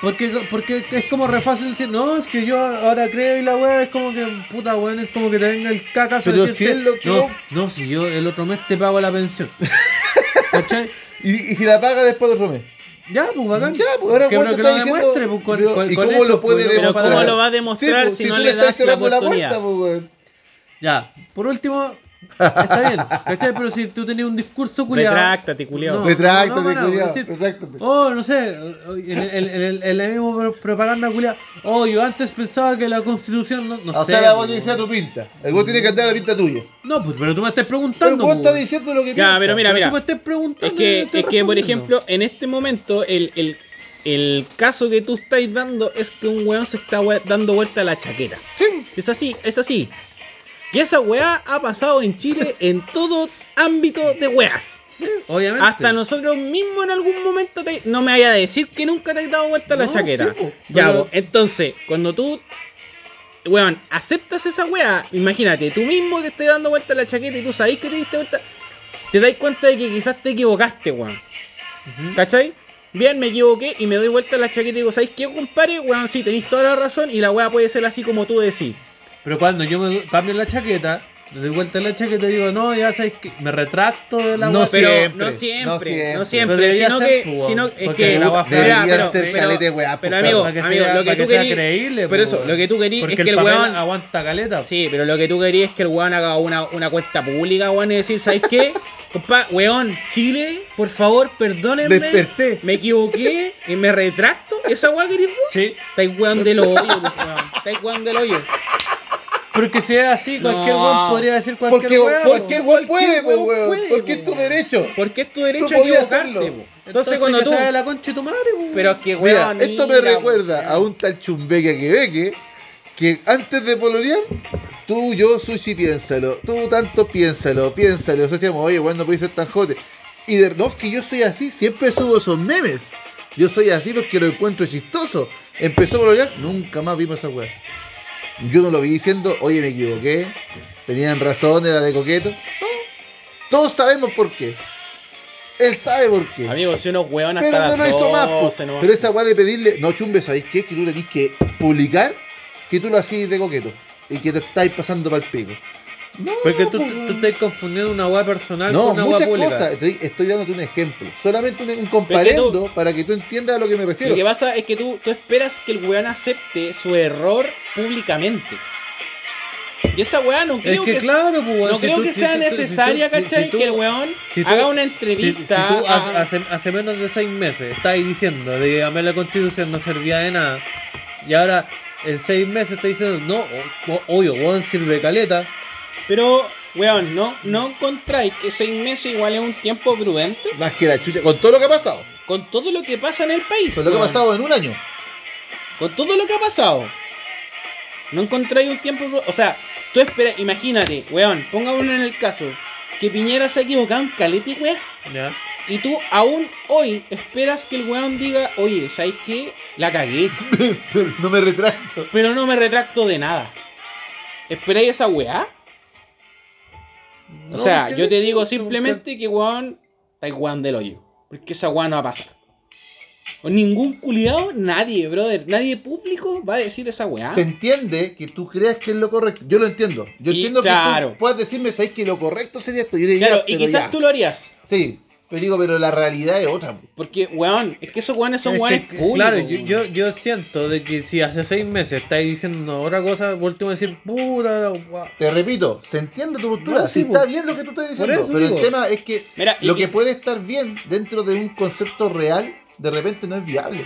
Speaker 1: Porque, porque es como re fácil decir, no, es que yo ahora creo y la weá es como que, puta weón, es como que te venga el caca.
Speaker 2: Pero
Speaker 1: decirte,
Speaker 2: si es lo que
Speaker 1: no,
Speaker 2: vos-
Speaker 1: no, si yo el otro mes te pago la pensión. ¿Cachai?
Speaker 2: ¿Y, y si la paga después del Romeo?
Speaker 1: Ya, pues bacán.
Speaker 2: Ya, pues ahora
Speaker 1: Que
Speaker 2: el
Speaker 1: no-
Speaker 2: weón
Speaker 1: que
Speaker 2: te
Speaker 1: lo
Speaker 2: está diciendo.
Speaker 1: demuestre, pues, con-
Speaker 2: pero-
Speaker 1: con-
Speaker 2: ¿Y
Speaker 1: con
Speaker 2: cómo
Speaker 1: hechos,
Speaker 2: lo puede
Speaker 1: pues, pero
Speaker 3: Pero
Speaker 2: demostrar?
Speaker 3: ¿cómo lo va a demostrar
Speaker 2: pues,
Speaker 3: si, no
Speaker 2: tú
Speaker 3: le
Speaker 2: estás
Speaker 3: das la
Speaker 2: cerrando la
Speaker 3: oportunidad?
Speaker 2: puerta, pues, weón.
Speaker 1: Ya, por último, está bien, ¿cachai? Pero si tú tenías un discurso culiado.
Speaker 3: Retráctate, culiado.
Speaker 1: No,
Speaker 2: Retráctate,
Speaker 1: no, no, no,
Speaker 2: culiao,
Speaker 1: decir,
Speaker 2: retráctate.
Speaker 1: Oh, no sé, en, el- en el- en la misma pro- propaganda culiada. Oh, yo antes pensaba que la constitución no, no
Speaker 2: O
Speaker 1: sé.
Speaker 2: sea, la
Speaker 1: po,
Speaker 2: voy a decir a tu pinta. El weón tiene que andar a la pinta tuya.
Speaker 1: No, pues, pero tú me estás
Speaker 2: Pero
Speaker 1: preguntando.
Speaker 2: el weón
Speaker 1: po,
Speaker 2: está diciendo lo que piensa.
Speaker 3: pero mira,
Speaker 1: pero tú me estás
Speaker 3: Es
Speaker 2: pues,
Speaker 1: preguntando. y yo
Speaker 3: que,
Speaker 1: estoy
Speaker 3: es que, por
Speaker 1: respondiendo.
Speaker 3: ejemplo, en este momento, el, el, el caso que tú estáis dando es que un weón se está we- dando vuelta a la chaqueta.
Speaker 2: Sí.
Speaker 3: Es así, es así. Y esa weá ha pasado en Chile en todo ámbito de weas.
Speaker 1: Obviamente.
Speaker 3: Hasta nosotros mismos en algún momento te- no me vaya a decir que nunca te has dado vuelta la
Speaker 1: No,
Speaker 3: chaqueta.
Speaker 1: sí, po,
Speaker 3: ya,
Speaker 1: pero-
Speaker 3: po, entonces, cuando tú, weón, aceptas esa weá, imagínate, tú mismo te estás dando vuelta la chaqueta y tú sabés que te diste vuelta, te das cuenta de que quizás te equivocaste, weón.
Speaker 1: Ujú.
Speaker 3: ¿Cachai? Bien, me equivoqué y me doy vuelta la chaqueta y digo, ¿sabéis qué, compadre? Weón, sí, tenéis toda la razón y la weá puede ser así como tú decís.
Speaker 1: Pero cuando yo me do- cambio la chaqueta, le doy vuelta la chaqueta y digo, no, ya sabes que me retracto de la
Speaker 2: No
Speaker 1: weá,
Speaker 2: sé,
Speaker 3: Pero
Speaker 2: Siempre,
Speaker 3: no siempre,
Speaker 2: no
Speaker 3: no
Speaker 2: siempre.
Speaker 3: siempre,
Speaker 1: Pero debería
Speaker 3: sino,
Speaker 1: ser,
Speaker 3: que,
Speaker 1: pues,
Speaker 3: sino
Speaker 1: weón,
Speaker 3: es
Speaker 1: porque
Speaker 3: que
Speaker 1: la weá fea-
Speaker 3: mira,
Speaker 2: Debería ser caleta, weá,
Speaker 3: pero
Speaker 2: pues,
Speaker 3: amigo,
Speaker 1: para que
Speaker 3: amigo,
Speaker 1: sea-
Speaker 3: lo que
Speaker 1: para
Speaker 3: tú
Speaker 1: sea
Speaker 3: querías,
Speaker 1: creíble,
Speaker 3: pero
Speaker 1: po,
Speaker 3: eso,
Speaker 1: weón.
Speaker 3: lo que tú querías
Speaker 1: Porque
Speaker 3: es que el
Speaker 1: papel
Speaker 3: weón,
Speaker 1: aguanta caleta.
Speaker 3: sí, pero lo que tú querías es que el weón haga una, una cuenta pública, weón, y decir, ¿sabes qué? Compa, weón, Chile, por favor, perdónenme,
Speaker 2: Desperté.
Speaker 3: me equivoqué y me retracto, esa weá querís vos,
Speaker 1: Sí,
Speaker 3: estáis weón del hoyo, pues, weón, estáis weón del hoyo.
Speaker 1: porque si es así, cualquier
Speaker 3: No.
Speaker 1: weón podría decir cualquier
Speaker 2: Porque
Speaker 1: weón.
Speaker 2: cualquier weón puede,
Speaker 3: Cualquier
Speaker 2: pues,
Speaker 3: weón
Speaker 2: weón.
Speaker 3: puede,
Speaker 2: Porque es
Speaker 3: po,
Speaker 2: tu
Speaker 3: weón.
Speaker 2: derecho.
Speaker 3: Porque es tu derecho a
Speaker 2: podías
Speaker 3: equivocarte,
Speaker 2: hacerlo.
Speaker 3: po. entonces, cuando
Speaker 1: que
Speaker 3: tú,
Speaker 1: se haga la concha de tu madre, po.
Speaker 3: pero es que
Speaker 2: Mira,
Speaker 3: weón,
Speaker 2: esto me
Speaker 3: mira,
Speaker 2: recuerda
Speaker 3: weón.
Speaker 2: a un tal chumbeque quebeque que antes de pololear, tú, yo, sushi, piénsalo. Tú, tanto, piénsalo, piénsalo. Nosotros decíamos, oye, bueno, no podéis ser tan jote. Y de no, es que yo soy así, siempre subo esos memes. Yo soy así porque lo encuentro chistoso. Empezó a pololear, nunca más vimos esa weá. Yo no lo vi diciendo, oye, me equivoqué. Tenían razón, era de coqueto. No. Todos sabemos por qué. Él sabe por qué.
Speaker 3: Amigo, si unos weón hasta
Speaker 2: Pero no
Speaker 3: las
Speaker 2: lo hizo más, po.
Speaker 3: 12 nomás.
Speaker 2: Pero esa weá de pedirle, no chumbe, ¿sabéis qué? Que tú tenés que publicar que tú lo hacís de coqueto y que te estáis pasando para el pico. No,
Speaker 1: Porque tú,
Speaker 2: po,
Speaker 1: tú
Speaker 2: weón.
Speaker 1: estás confundiendo una weá personal
Speaker 2: No,
Speaker 1: con una weá
Speaker 2: muchas
Speaker 1: pública.
Speaker 2: cosas. Estoy, estoy dándote un ejemplo. Solamente un, un comparendo para que tú entiendas a lo que me refiero.
Speaker 3: Lo que pasa es que tú, tú esperas que el weón acepte su error públicamente. Y esa weá no
Speaker 1: Es
Speaker 3: creo
Speaker 1: que,
Speaker 3: que,
Speaker 1: claro, po, weón,
Speaker 3: no
Speaker 1: si
Speaker 3: creo
Speaker 1: tú-
Speaker 3: que
Speaker 1: si tú-
Speaker 3: sea
Speaker 1: si tú-
Speaker 3: necesaria,
Speaker 1: si tú-
Speaker 3: ¿cachai?
Speaker 1: si tú-
Speaker 3: que el weón
Speaker 1: si tú-
Speaker 3: haga una
Speaker 1: Si, si
Speaker 3: entrevista. ah,
Speaker 1: tú ha-
Speaker 3: a-
Speaker 1: hace, hace menos de seis meses estáis diciendo de que a mí la constitución no servía de nada y ahora en seis meses estáis diciendo no, o- o- obvio, weón sirve de caleta,
Speaker 3: Pero, weón, no, no encontráis que seis meses igual es un tiempo prudente
Speaker 2: Más que la chucha. Con todo lo que ha pasado.
Speaker 3: con todo lo que pasa en el país.
Speaker 2: Con lo que ha
Speaker 3: weón.
Speaker 2: pasado en un año.
Speaker 3: Con todo lo que ha pasado. No encontráis un tiempo. pro- O sea, tú espera, imagínate, weón, pongámonos en el caso que Piñera se ha equivocado en caleta y weá.
Speaker 1: ¿ya?
Speaker 3: Y tú aún hoy esperas que el weón diga, oye, ¿sabes qué? La cagué,
Speaker 2: no me retracto.
Speaker 3: pero no me retracto de nada. ¿Esperáis esa weá? O
Speaker 1: No,
Speaker 3: sea,
Speaker 1: porque-
Speaker 3: yo te digo simplemente que weón, estáis weón del hoyo. Porque esa weá no va a pasar. O ningún culiado, nadie, brother, nadie público va a decir esa weá.
Speaker 2: Se entiende que tú creas que es lo correcto. Yo lo entiendo. Yo
Speaker 3: Y
Speaker 2: entiendo que
Speaker 3: claro.
Speaker 2: tú puedas decirme, ¿sabéis que lo correcto sería esto? Yo diría,
Speaker 3: Claro, y
Speaker 2: pero
Speaker 3: quizás
Speaker 2: ya.
Speaker 3: tú lo harías.
Speaker 2: Sí, pero digo, pero la realidad es otra. po.
Speaker 3: Porque, weón, es que esos weones son
Speaker 1: Es
Speaker 3: weones
Speaker 1: que,
Speaker 3: públicos.
Speaker 1: Claro, yo,
Speaker 3: weón.
Speaker 1: yo, yo siento de que si hace seis meses estáis diciendo otra cosa, por último decir, puta, la weá.
Speaker 2: Te repito, se entiende tu postura,
Speaker 1: No, sí,
Speaker 2: sí está
Speaker 1: po.
Speaker 2: bien lo que tú estás
Speaker 1: Por
Speaker 2: diciendo,
Speaker 1: eso
Speaker 2: pero el
Speaker 1: digo.
Speaker 2: tema es que
Speaker 3: Mira, y
Speaker 2: lo
Speaker 3: que-
Speaker 2: que puede estar bien dentro de un concepto real, de repente no es viable.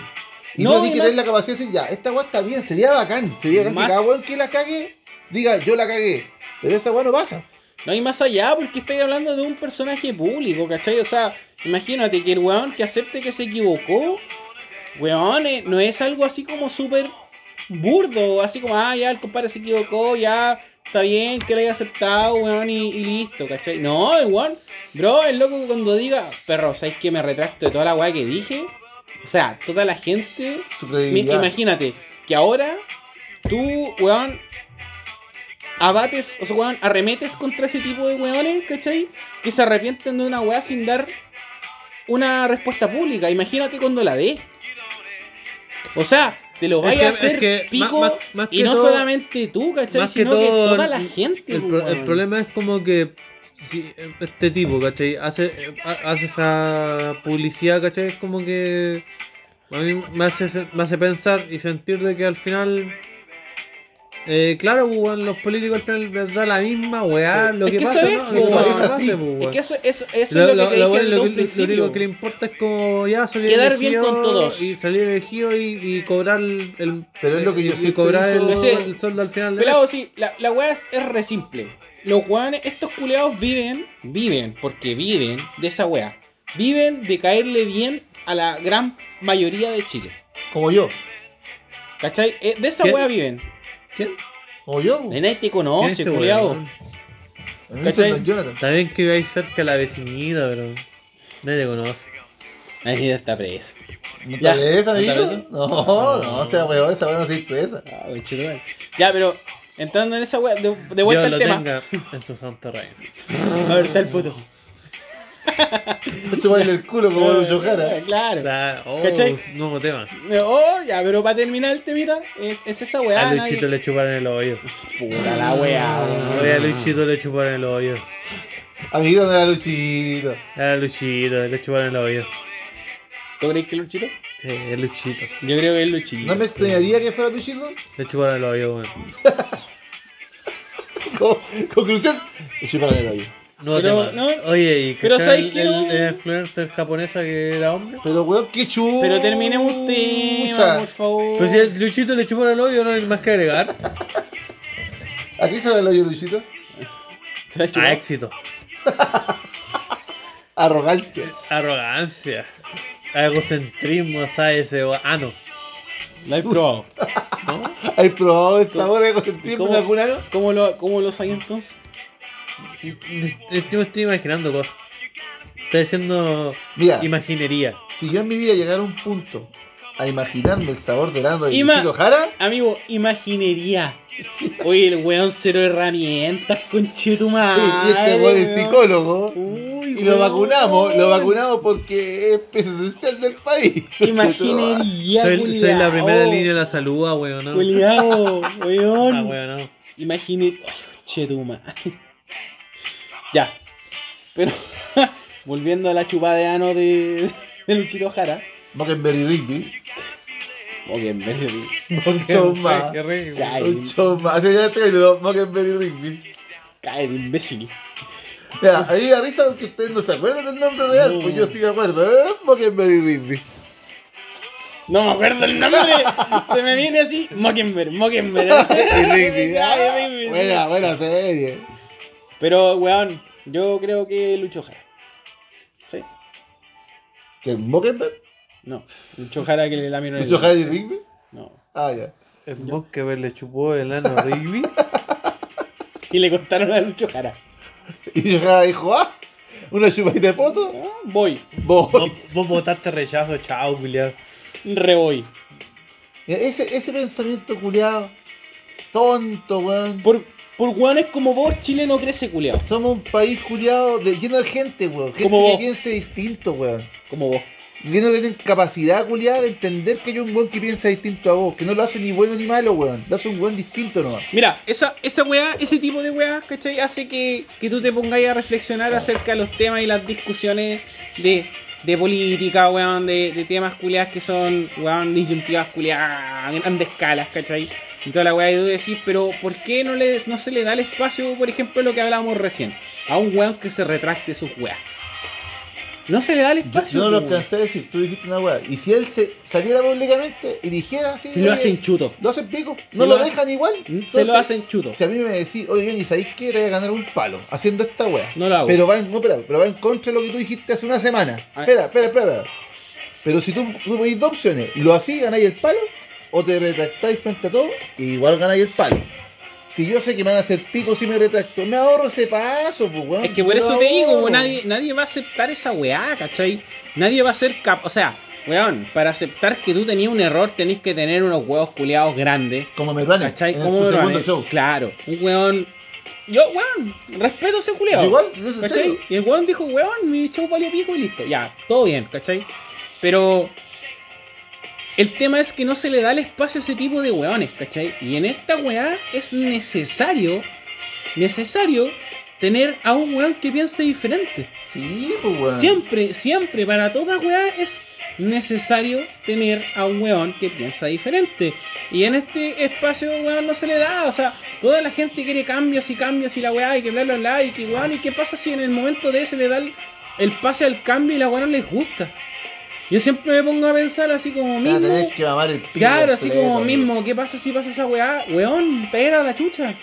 Speaker 2: Y
Speaker 3: No,
Speaker 2: no, tú tienes que
Speaker 3: y más-
Speaker 2: tener la capacidad de decir, ya, esta weá está bien, sería bacán, sería bacán
Speaker 3: Más-
Speaker 2: que cada weón que la cague, diga, yo la cagué, pero esa weá no pasa.
Speaker 3: No hay más allá porque estoy hablando de un personaje público, ¿cachai? O sea, imagínate que el weón que acepte que se equivocó, weón, eh, no es algo así como súper burdo, así como, ah, ya el compadre se equivocó, ya está bien que lo haya aceptado, weón, y, y listo, ¿cachai? No, el weón, bro, el loco que cuando diga, perro, ¿sabes que me retracto de toda la weá que dije? O sea, toda la gente,
Speaker 2: Su
Speaker 3: mi-
Speaker 2: credibilidad.
Speaker 3: imagínate que ahora tú, weón, abates, o sea, weón, arremetes contra ese tipo de weones, ¿cachai? Que se arrepienten de una weá sin dar una respuesta pública. Imagínate cuando la dé. O sea, te lo
Speaker 1: Es
Speaker 3: vaya
Speaker 1: que-
Speaker 3: a
Speaker 1: es
Speaker 3: hacer
Speaker 1: que
Speaker 3: pico
Speaker 1: más- más- más
Speaker 3: y
Speaker 1: que
Speaker 3: no
Speaker 1: todo-
Speaker 3: solamente tú, ¿cachai?
Speaker 1: más que
Speaker 3: Sino que,
Speaker 1: todo,
Speaker 3: toda la
Speaker 1: el-
Speaker 3: gente.
Speaker 1: El,
Speaker 3: po,
Speaker 1: pro- el
Speaker 3: pues, weón.
Speaker 1: problema es como que si, eh, este tipo, ¿cachai? Hace, eh, ha- hace esa publicidad, ¿cachai? Es como que a mí me hace, se- me hace pensar y sentir de que al final... eh, claro, pues, weón, los políticos al final les da la misma weá lo
Speaker 3: Es
Speaker 1: que,
Speaker 3: que eso
Speaker 1: pasa,
Speaker 3: es,
Speaker 1: ¿no?
Speaker 3: pues,
Speaker 1: Lo que
Speaker 3: weón.
Speaker 1: pasa,
Speaker 2: Es así.
Speaker 1: pues, weón.
Speaker 3: Es que eso, eso, eso
Speaker 1: Lo-
Speaker 3: es
Speaker 1: lo-
Speaker 3: lo que te
Speaker 1: lo
Speaker 3: dije
Speaker 1: bueno, lo
Speaker 3: desde un
Speaker 1: que- lo
Speaker 3: principio.
Speaker 1: único que le importa es como ya salir
Speaker 3: Quedar bien
Speaker 1: elegido
Speaker 3: con todos.
Speaker 1: y salir elegido y, y cobrar el, el-
Speaker 2: Pero es lo que yo
Speaker 1: y
Speaker 2: siempre
Speaker 1: cobrar
Speaker 2: he dicho.
Speaker 1: el,
Speaker 3: Ese-
Speaker 1: el sueldo al final del
Speaker 3: Pelado, sí, la, la weá es, es re simple. Los weones, estos culeados viven, viven, porque viven de esa weá. Viven de caerle bien a la gran mayoría de Chile.
Speaker 2: Como yo.
Speaker 3: ¿Cachai? Eh, De esa
Speaker 1: ¿Qué?
Speaker 3: weá viven.
Speaker 1: ¿Quién?
Speaker 2: Como yo. po.
Speaker 3: De nadie te
Speaker 1: Uh. ¿Quién
Speaker 3: conoce,
Speaker 1: es ese
Speaker 3: culeado.
Speaker 1: weón?
Speaker 2: A mí me dicen
Speaker 3: ¿cachai?
Speaker 2: Don Jonathan.
Speaker 1: Está bien que viváis cerca de la vecinita, pero nadie te conoce.
Speaker 3: Nadie está presa.
Speaker 2: ¿No te
Speaker 3: Ya.
Speaker 2: ves,
Speaker 3: ¿No te Ah.
Speaker 2: amigo?
Speaker 3: ves?
Speaker 2: No, no, o sea, weón, esa weón no se impresa.
Speaker 3: Ah, wey, chido, wey. Ya, pero entrando en esa weá, de, de
Speaker 1: Dios
Speaker 3: vuelta al
Speaker 1: lo
Speaker 3: tema.
Speaker 1: tenga en su santo reino.
Speaker 3: Ahorita el puto.
Speaker 2: Chuparle el culo como Lucho Jara.
Speaker 3: Ah, Claro.
Speaker 1: Está- oh,
Speaker 3: ¿Cachai?
Speaker 1: nuevo tema.
Speaker 3: Oh, ya, pero para terminar el temita, es, es esa weá.
Speaker 1: A
Speaker 3: nadie-
Speaker 1: Luchito le chuparon el hoyo.
Speaker 3: Puta la weá, weón.
Speaker 2: Ah.
Speaker 1: Oye, a Luchito le chuparon el hoyo.
Speaker 2: Amiguito no era Luchito.
Speaker 1: A Luchito le chuparon el hoyo.
Speaker 3: ¿Tú crees que es Luchito?
Speaker 1: Sí, es Luchito.
Speaker 3: Yo creo que es Luchito.
Speaker 2: ¿No me extrañaría que fuera Luchito?
Speaker 1: Le chuparon el hoyo, weón.
Speaker 2: Co- Conclusión. Chuparle el hoyo.
Speaker 1: Nuevo
Speaker 3: Pero,
Speaker 1: tema.
Speaker 3: no,
Speaker 1: Oye, ¿y
Speaker 3: pero
Speaker 1: cachai
Speaker 3: ¿sabes
Speaker 1: el,
Speaker 3: qué
Speaker 1: el-
Speaker 3: no?
Speaker 1: la influencer japonesa que era hombre?
Speaker 2: Pero weón, qué chulo.
Speaker 3: Pero terminemos un tema, por favor.
Speaker 1: Pero si el Luchito le chuparon el hoyo, no hay más que agregar.
Speaker 2: ¿A qué sabe el hoyo Luchito?
Speaker 3: Te ha chupado.
Speaker 1: A éxito.
Speaker 2: Arrogancia.
Speaker 1: Arrogancia. Egocentrismo, ¿sabes? Ese- Ah, no.
Speaker 3: Lo he probado.
Speaker 2: ¿Has probado el sabor de
Speaker 3: ¿Y
Speaker 2: ecosentismo
Speaker 3: cómo-
Speaker 2: en algún ano?
Speaker 3: ¿Cómo lo, cómo lo sabía entonces?
Speaker 1: Yo me estoy imaginando cosas. Estoy haciendo
Speaker 2: Mira,
Speaker 1: imaginería.
Speaker 2: si yo en mi vida llegara a un punto a imaginarme el sabor del ano de
Speaker 3: Ima-
Speaker 2: Luchito Jara,
Speaker 3: Amigo, imaginería. Oye, el weón cero herramientas,
Speaker 2: sí, y este weón es psicólogo.
Speaker 3: Uy,
Speaker 2: Y lo
Speaker 3: weón.
Speaker 2: vacunamos, lo vacunamos porque es pieza esencial del país.
Speaker 3: Imaginería,
Speaker 1: Soy, soy la
Speaker 3: culiao.
Speaker 1: primera
Speaker 2: oh.
Speaker 1: línea de la salud, ah, weón. No.
Speaker 3: Culiao, weón.
Speaker 1: Ah, weón, no.
Speaker 3: Imagine. Ay, Chetuma. ya. Pero volviendo a la chupada de ano de, de Luchito Jara.
Speaker 2: Mockenberry Rigby.
Speaker 3: Muy bien, Merry.
Speaker 2: Un show más.
Speaker 1: Qué rico.
Speaker 3: Cállate,
Speaker 2: Un show más. Así ya está título, Mockenberry Rigby.
Speaker 3: cállate, imbécil.
Speaker 2: Mira, a mí me da risa porque ustedes no se acuerdan del nombre real, pues yo sí me acuerdo, ¿eh? Mockenberry Rigby.
Speaker 3: No me acuerdo el nombre. Se me viene así. Mockenberg, Mockenberg.
Speaker 2: Y Rigby.
Speaker 3: Ay, Rigby, sí.
Speaker 2: Buena, buena serie.
Speaker 3: Pero, weón, yo creo que Lucho Jara. Sí.
Speaker 2: ¿Qué? ¿Mockenberg?
Speaker 3: No, Lucho Jara que le lamieron el-
Speaker 2: ¿Mucho Harry Rigby?
Speaker 3: No.
Speaker 2: Ah, ya.
Speaker 1: El bosque ver le chupó el ano a Rigby.
Speaker 3: Y le contaron a Lucho Jara.
Speaker 2: Y Jara dijo, ah, una chupadita de poto.
Speaker 3: Ah, Voy,
Speaker 2: Voy.
Speaker 1: vos, vos votaste rechazo, chao, culiao.
Speaker 3: re voy.
Speaker 2: Mira, ese, ese pensamiento culiado, tonto, weón.
Speaker 3: Por, por weones como vos, Chile no crece, culiao.
Speaker 2: Somos un país culiado de, lleno de gente, weón. Gente
Speaker 3: Como vos.
Speaker 2: que piense distinto, weón.
Speaker 3: Como vos.
Speaker 2: Lleno de tener capacidad culiada de entender que hay un weón que piensa distinto a vos. Que no lo hace ni bueno ni malo, weón. Lo hace un weón distinto nomás.
Speaker 10: Mira, esa, esa weá, ese tipo de weá, ¿cachai? Hace que, que tú te pongáis a reflexionar acerca de los temas y las discusiones de, de política, weón, de, de temas culiadas que son, weón, disyuntivas culiadas, grandes escalas, ¿cachai? Y toda la weá, y tú decís, pero ¿por qué no, le, no se le da el espacio, por ejemplo, lo que hablábamos recién, a un weón que se retracte sus weas? No se le da el
Speaker 2: Yo,
Speaker 10: espacio.
Speaker 2: yo no lo
Speaker 10: weón.
Speaker 2: alcancé a decir, tú dijiste una weá. Y si él se saliera públicamente y dijera así.
Speaker 10: Si lo
Speaker 2: oye,
Speaker 10: hacen chuto.
Speaker 2: Lo hacen pico.
Speaker 10: Si
Speaker 2: no
Speaker 10: lo
Speaker 2: lo,
Speaker 10: hacen-
Speaker 2: dejan igual.
Speaker 10: Se
Speaker 2: Entonces,
Speaker 10: lo hacen chuto.
Speaker 2: Si a mí me decís, oye, Johnny, ¿sabéis qué? Te voy a ganar un palo haciendo esta weá.
Speaker 10: No lo hago.
Speaker 2: Pero va, en, no, espera, pero va en contra de lo que tú dijiste hace una semana. Espera, espera, espera. espera. Pero si tú, tú ponís dos opciones, lo así ganáis el palo o te retractáis frente a todo y igual ganáis el palo. Si yo sé que me van a hacer pico si me retracto, me ahorro ese paso, pues, weón.
Speaker 3: Es que por
Speaker 2: Me
Speaker 3: eso
Speaker 2: lo
Speaker 3: te digo,
Speaker 10: pues,
Speaker 2: ahorro.
Speaker 3: weón, nadie, nadie va a aceptar esa weá, ¿cachai? Nadie va a ser capaz. O sea, weón, para aceptar que tú tenías un error tenés que tener unos huevos culeados grandes.
Speaker 2: Como me running,
Speaker 3: ¿Cachai?
Speaker 2: en
Speaker 3: ¿Cómo
Speaker 2: su
Speaker 3: lo
Speaker 2: segundo
Speaker 3: haré?
Speaker 2: show.
Speaker 3: Claro, un weón. Yo, weón, respeto a ese culeado.
Speaker 2: Yo igual, no sé, en
Speaker 3: ¿Cachai?
Speaker 2: serio.
Speaker 3: Y el weón dijo, weón, mi show valió pico y listo. Ya, todo bien, ¿cachai? Pero el tema es que no se le da el espacio a ese tipo de weones, ¿cachai? Y en esta weá es necesario, necesario tener a un weón que piense diferente.
Speaker 2: Sí, pues, weón.
Speaker 3: Siempre, siempre, para toda weá es necesario tener a un weón que piensa diferente. Y en este espacio, weón, no se le da. O sea, toda la gente quiere cambios y cambios y la weá y que bla bla bla y que weón. ¿Y qué pasa si en el momento de se le da el, el pase al cambio y la weá no les gusta? Yo siempre me pongo a pensar así como
Speaker 2: Me van a
Speaker 3: mismo.
Speaker 2: tener que mamar el pico
Speaker 3: Claro, así
Speaker 2: completo,
Speaker 3: como
Speaker 2: weón.
Speaker 3: mismo, ¿qué pasa si pasa esa weá? Weón, te va a ir a la chucha.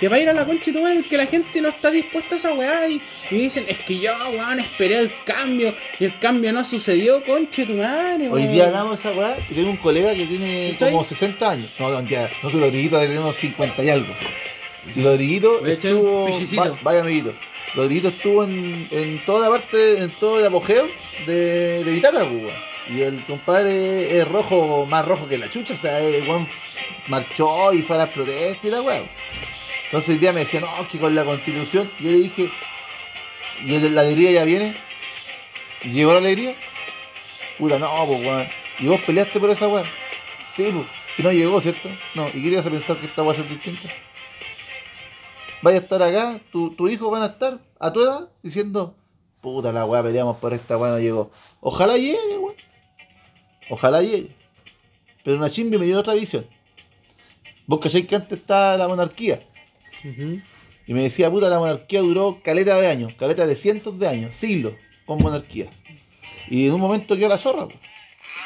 Speaker 3: Te va a ir a la concha y tu madre porque la gente no está dispuesta a esa weá y, y dicen, es que yo, weón, esperé el cambio y el cambio no sucedió, conche tu madre, weón.
Speaker 2: Hoy día hablamos de esa weá y tengo un colega que tiene
Speaker 3: ¿Cachai?
Speaker 2: como 60 años. No, no, mentira, nosotros Rodriguito que tenemos 50 y algo. Y Rodriguito
Speaker 3: Voy a echar un
Speaker 2: estuvo.
Speaker 3: pichicito.
Speaker 2: va- vaya amiguito. Rodriguito estuvo en, en toda la parte, en todo el apogeo de, de Vitata, pues, weón. Y el compadre es rojo, más rojo que la chucha, o sea, el weón marchó y fue a las protestas y la weá. Entonces el día me decía, no, que con la constitución, yo le dije, y el- la alegría ya viene, y llegó la alegría, puta no, pues weón, y vos peleaste por esa weá, sí, pues, y no llegó, ¿cierto? No, y querías pensar que esta weá es distinta. Vaya a estar acá, tu, tu hijo van a estar a tu edad diciendo, puta la weá, peleamos por esta weá, no llegó. Ojalá llegue, weón. Ojalá llegue. Pero una chimbi me dio otra visión. Vos cachéis que antes estaba la monarquía. Y me decía, puta, la monarquía duró caleta de años, caleta de cientos de años, siglos, con monarquía. Y en un momento quedó la zorra, po.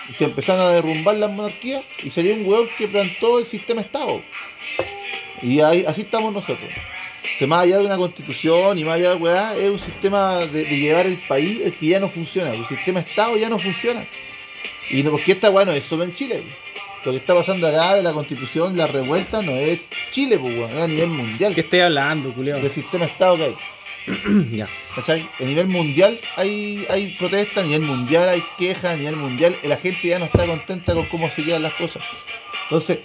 Speaker 2: Y se empezaron a derrumbar las monarquías y salió un hueón que plantó el sistema Estado. Y ahí, así estamos nosotros. Se más allá de una constitución y más allá de weá, es un sistema de, de llevar el país el que ya no funciona. El sistema Estado ya no funciona. Y no, porque esta weá no es solo en Chile. po. Lo que está pasando acá de la constitución, la revuelta, no es Chile, pues, weón, es a nivel mundial
Speaker 3: ¿Qué estoy hablando, culiao?
Speaker 2: del sistema Estado que hay.
Speaker 3: ya.
Speaker 2: ¿Cachai? A nivel mundial hay, hay protestas, a nivel mundial hay quejas, a nivel mundial la gente ya no está contenta con cómo se llevan las cosas. Entonces,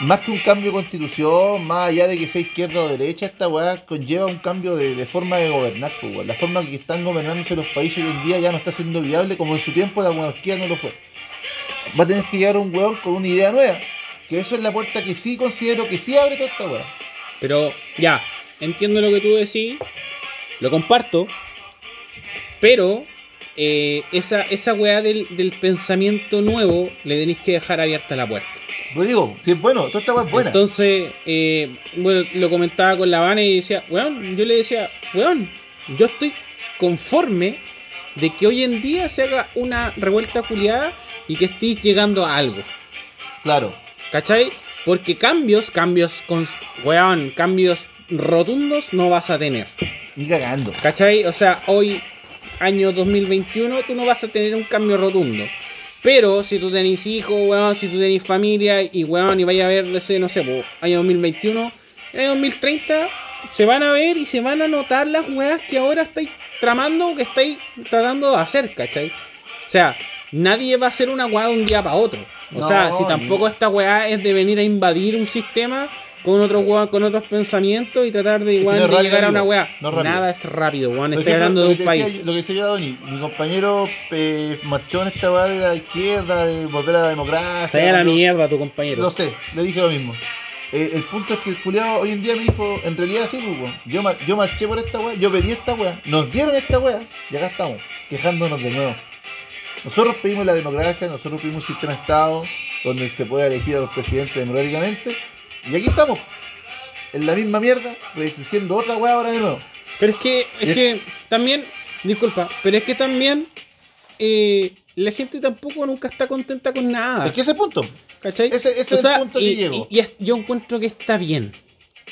Speaker 2: más que un cambio de constitución, más allá de que sea izquierda o derecha, esta weá conlleva un cambio de, de forma de gobernar, pues, weón. La forma que están gobernándose los países hoy en día ya no está siendo viable como en su tiempo la monarquía no lo fue. Va a tener que llegar un weón con una idea nueva. Que eso es la puerta que sí considero que sí abre toda esta weá.
Speaker 3: Pero ya, entiendo lo que tú decís, lo comparto, pero eh, esa, esa weá del, del pensamiento nuevo le tenéis que dejar abierta la puerta.
Speaker 2: Lo digo, si es bueno, toda esta weá es buena.
Speaker 3: Entonces, eh, bueno, lo comentaba con la Habana y decía, weón, yo le decía, weón, yo estoy conforme de que hoy en día se haga una revuelta culiada y que estéis llegando a algo.
Speaker 2: Claro.
Speaker 3: ¿Cachai? Porque cambios, cambios, con, weón, cambios rotundos no vas a tener.
Speaker 2: Ni cagando.
Speaker 3: ¿Cachai? O sea, hoy, año 2021, tú no vas a tener un cambio rotundo. Pero si tú tenés hijos, weón, si tú tenés familia y weón, y vaya a ver, no sé, no sé, po, año 2021, en el año 2030 se van a ver y se van a notar las weas que ahora estáis tramando o que estáis tratando de hacer, ¿cachai? O sea, nadie va a hacer una weá de un día para otro. O
Speaker 2: No,
Speaker 3: sea, si
Speaker 2: ni-
Speaker 3: tampoco esta weá es de venir a invadir un sistema con otro weá- con otros pensamientos y tratar de
Speaker 2: que
Speaker 3: igual
Speaker 2: no es
Speaker 3: de
Speaker 2: rápido,
Speaker 3: llegar a una
Speaker 2: amigo.
Speaker 3: weá.
Speaker 2: No es rápido.
Speaker 3: Nada es rápido, weón.
Speaker 2: Por ejemplo,
Speaker 3: Estoy hablando
Speaker 2: lo
Speaker 3: de un
Speaker 2: que decía-
Speaker 3: país.
Speaker 2: Lo que decía yo, Donny, mi compañero eh, marchó en esta weá de la izquierda, de volver a la democracia.
Speaker 3: Se la
Speaker 2: lo-
Speaker 3: mierda tu compañero.
Speaker 2: Lo sé, le dije lo mismo. Eh, el punto es que el culiado hoy en día me dijo, en realidad sí, pues, weón. yo, mar- yo marché por esta weá, yo pedí esta weá, nos dieron esta weá, y acá estamos, quejándonos de nuevo. Nosotros pedimos la democracia, nosotros pedimos un sistema de Estado donde se pueda elegir a los presidentes democráticamente, y aquí estamos, en la misma mierda, diciendo otra weá ahora de nuevo.
Speaker 3: Pero es que, es
Speaker 2: Y-
Speaker 3: que también, disculpa, pero es que también eh, la gente tampoco nunca está contenta con nada.
Speaker 2: Es que ese punto,
Speaker 3: ¿Cachai?
Speaker 2: ese- ese es el punto que
Speaker 3: y-
Speaker 2: llego.
Speaker 3: y- y es- yo encuentro que está bien.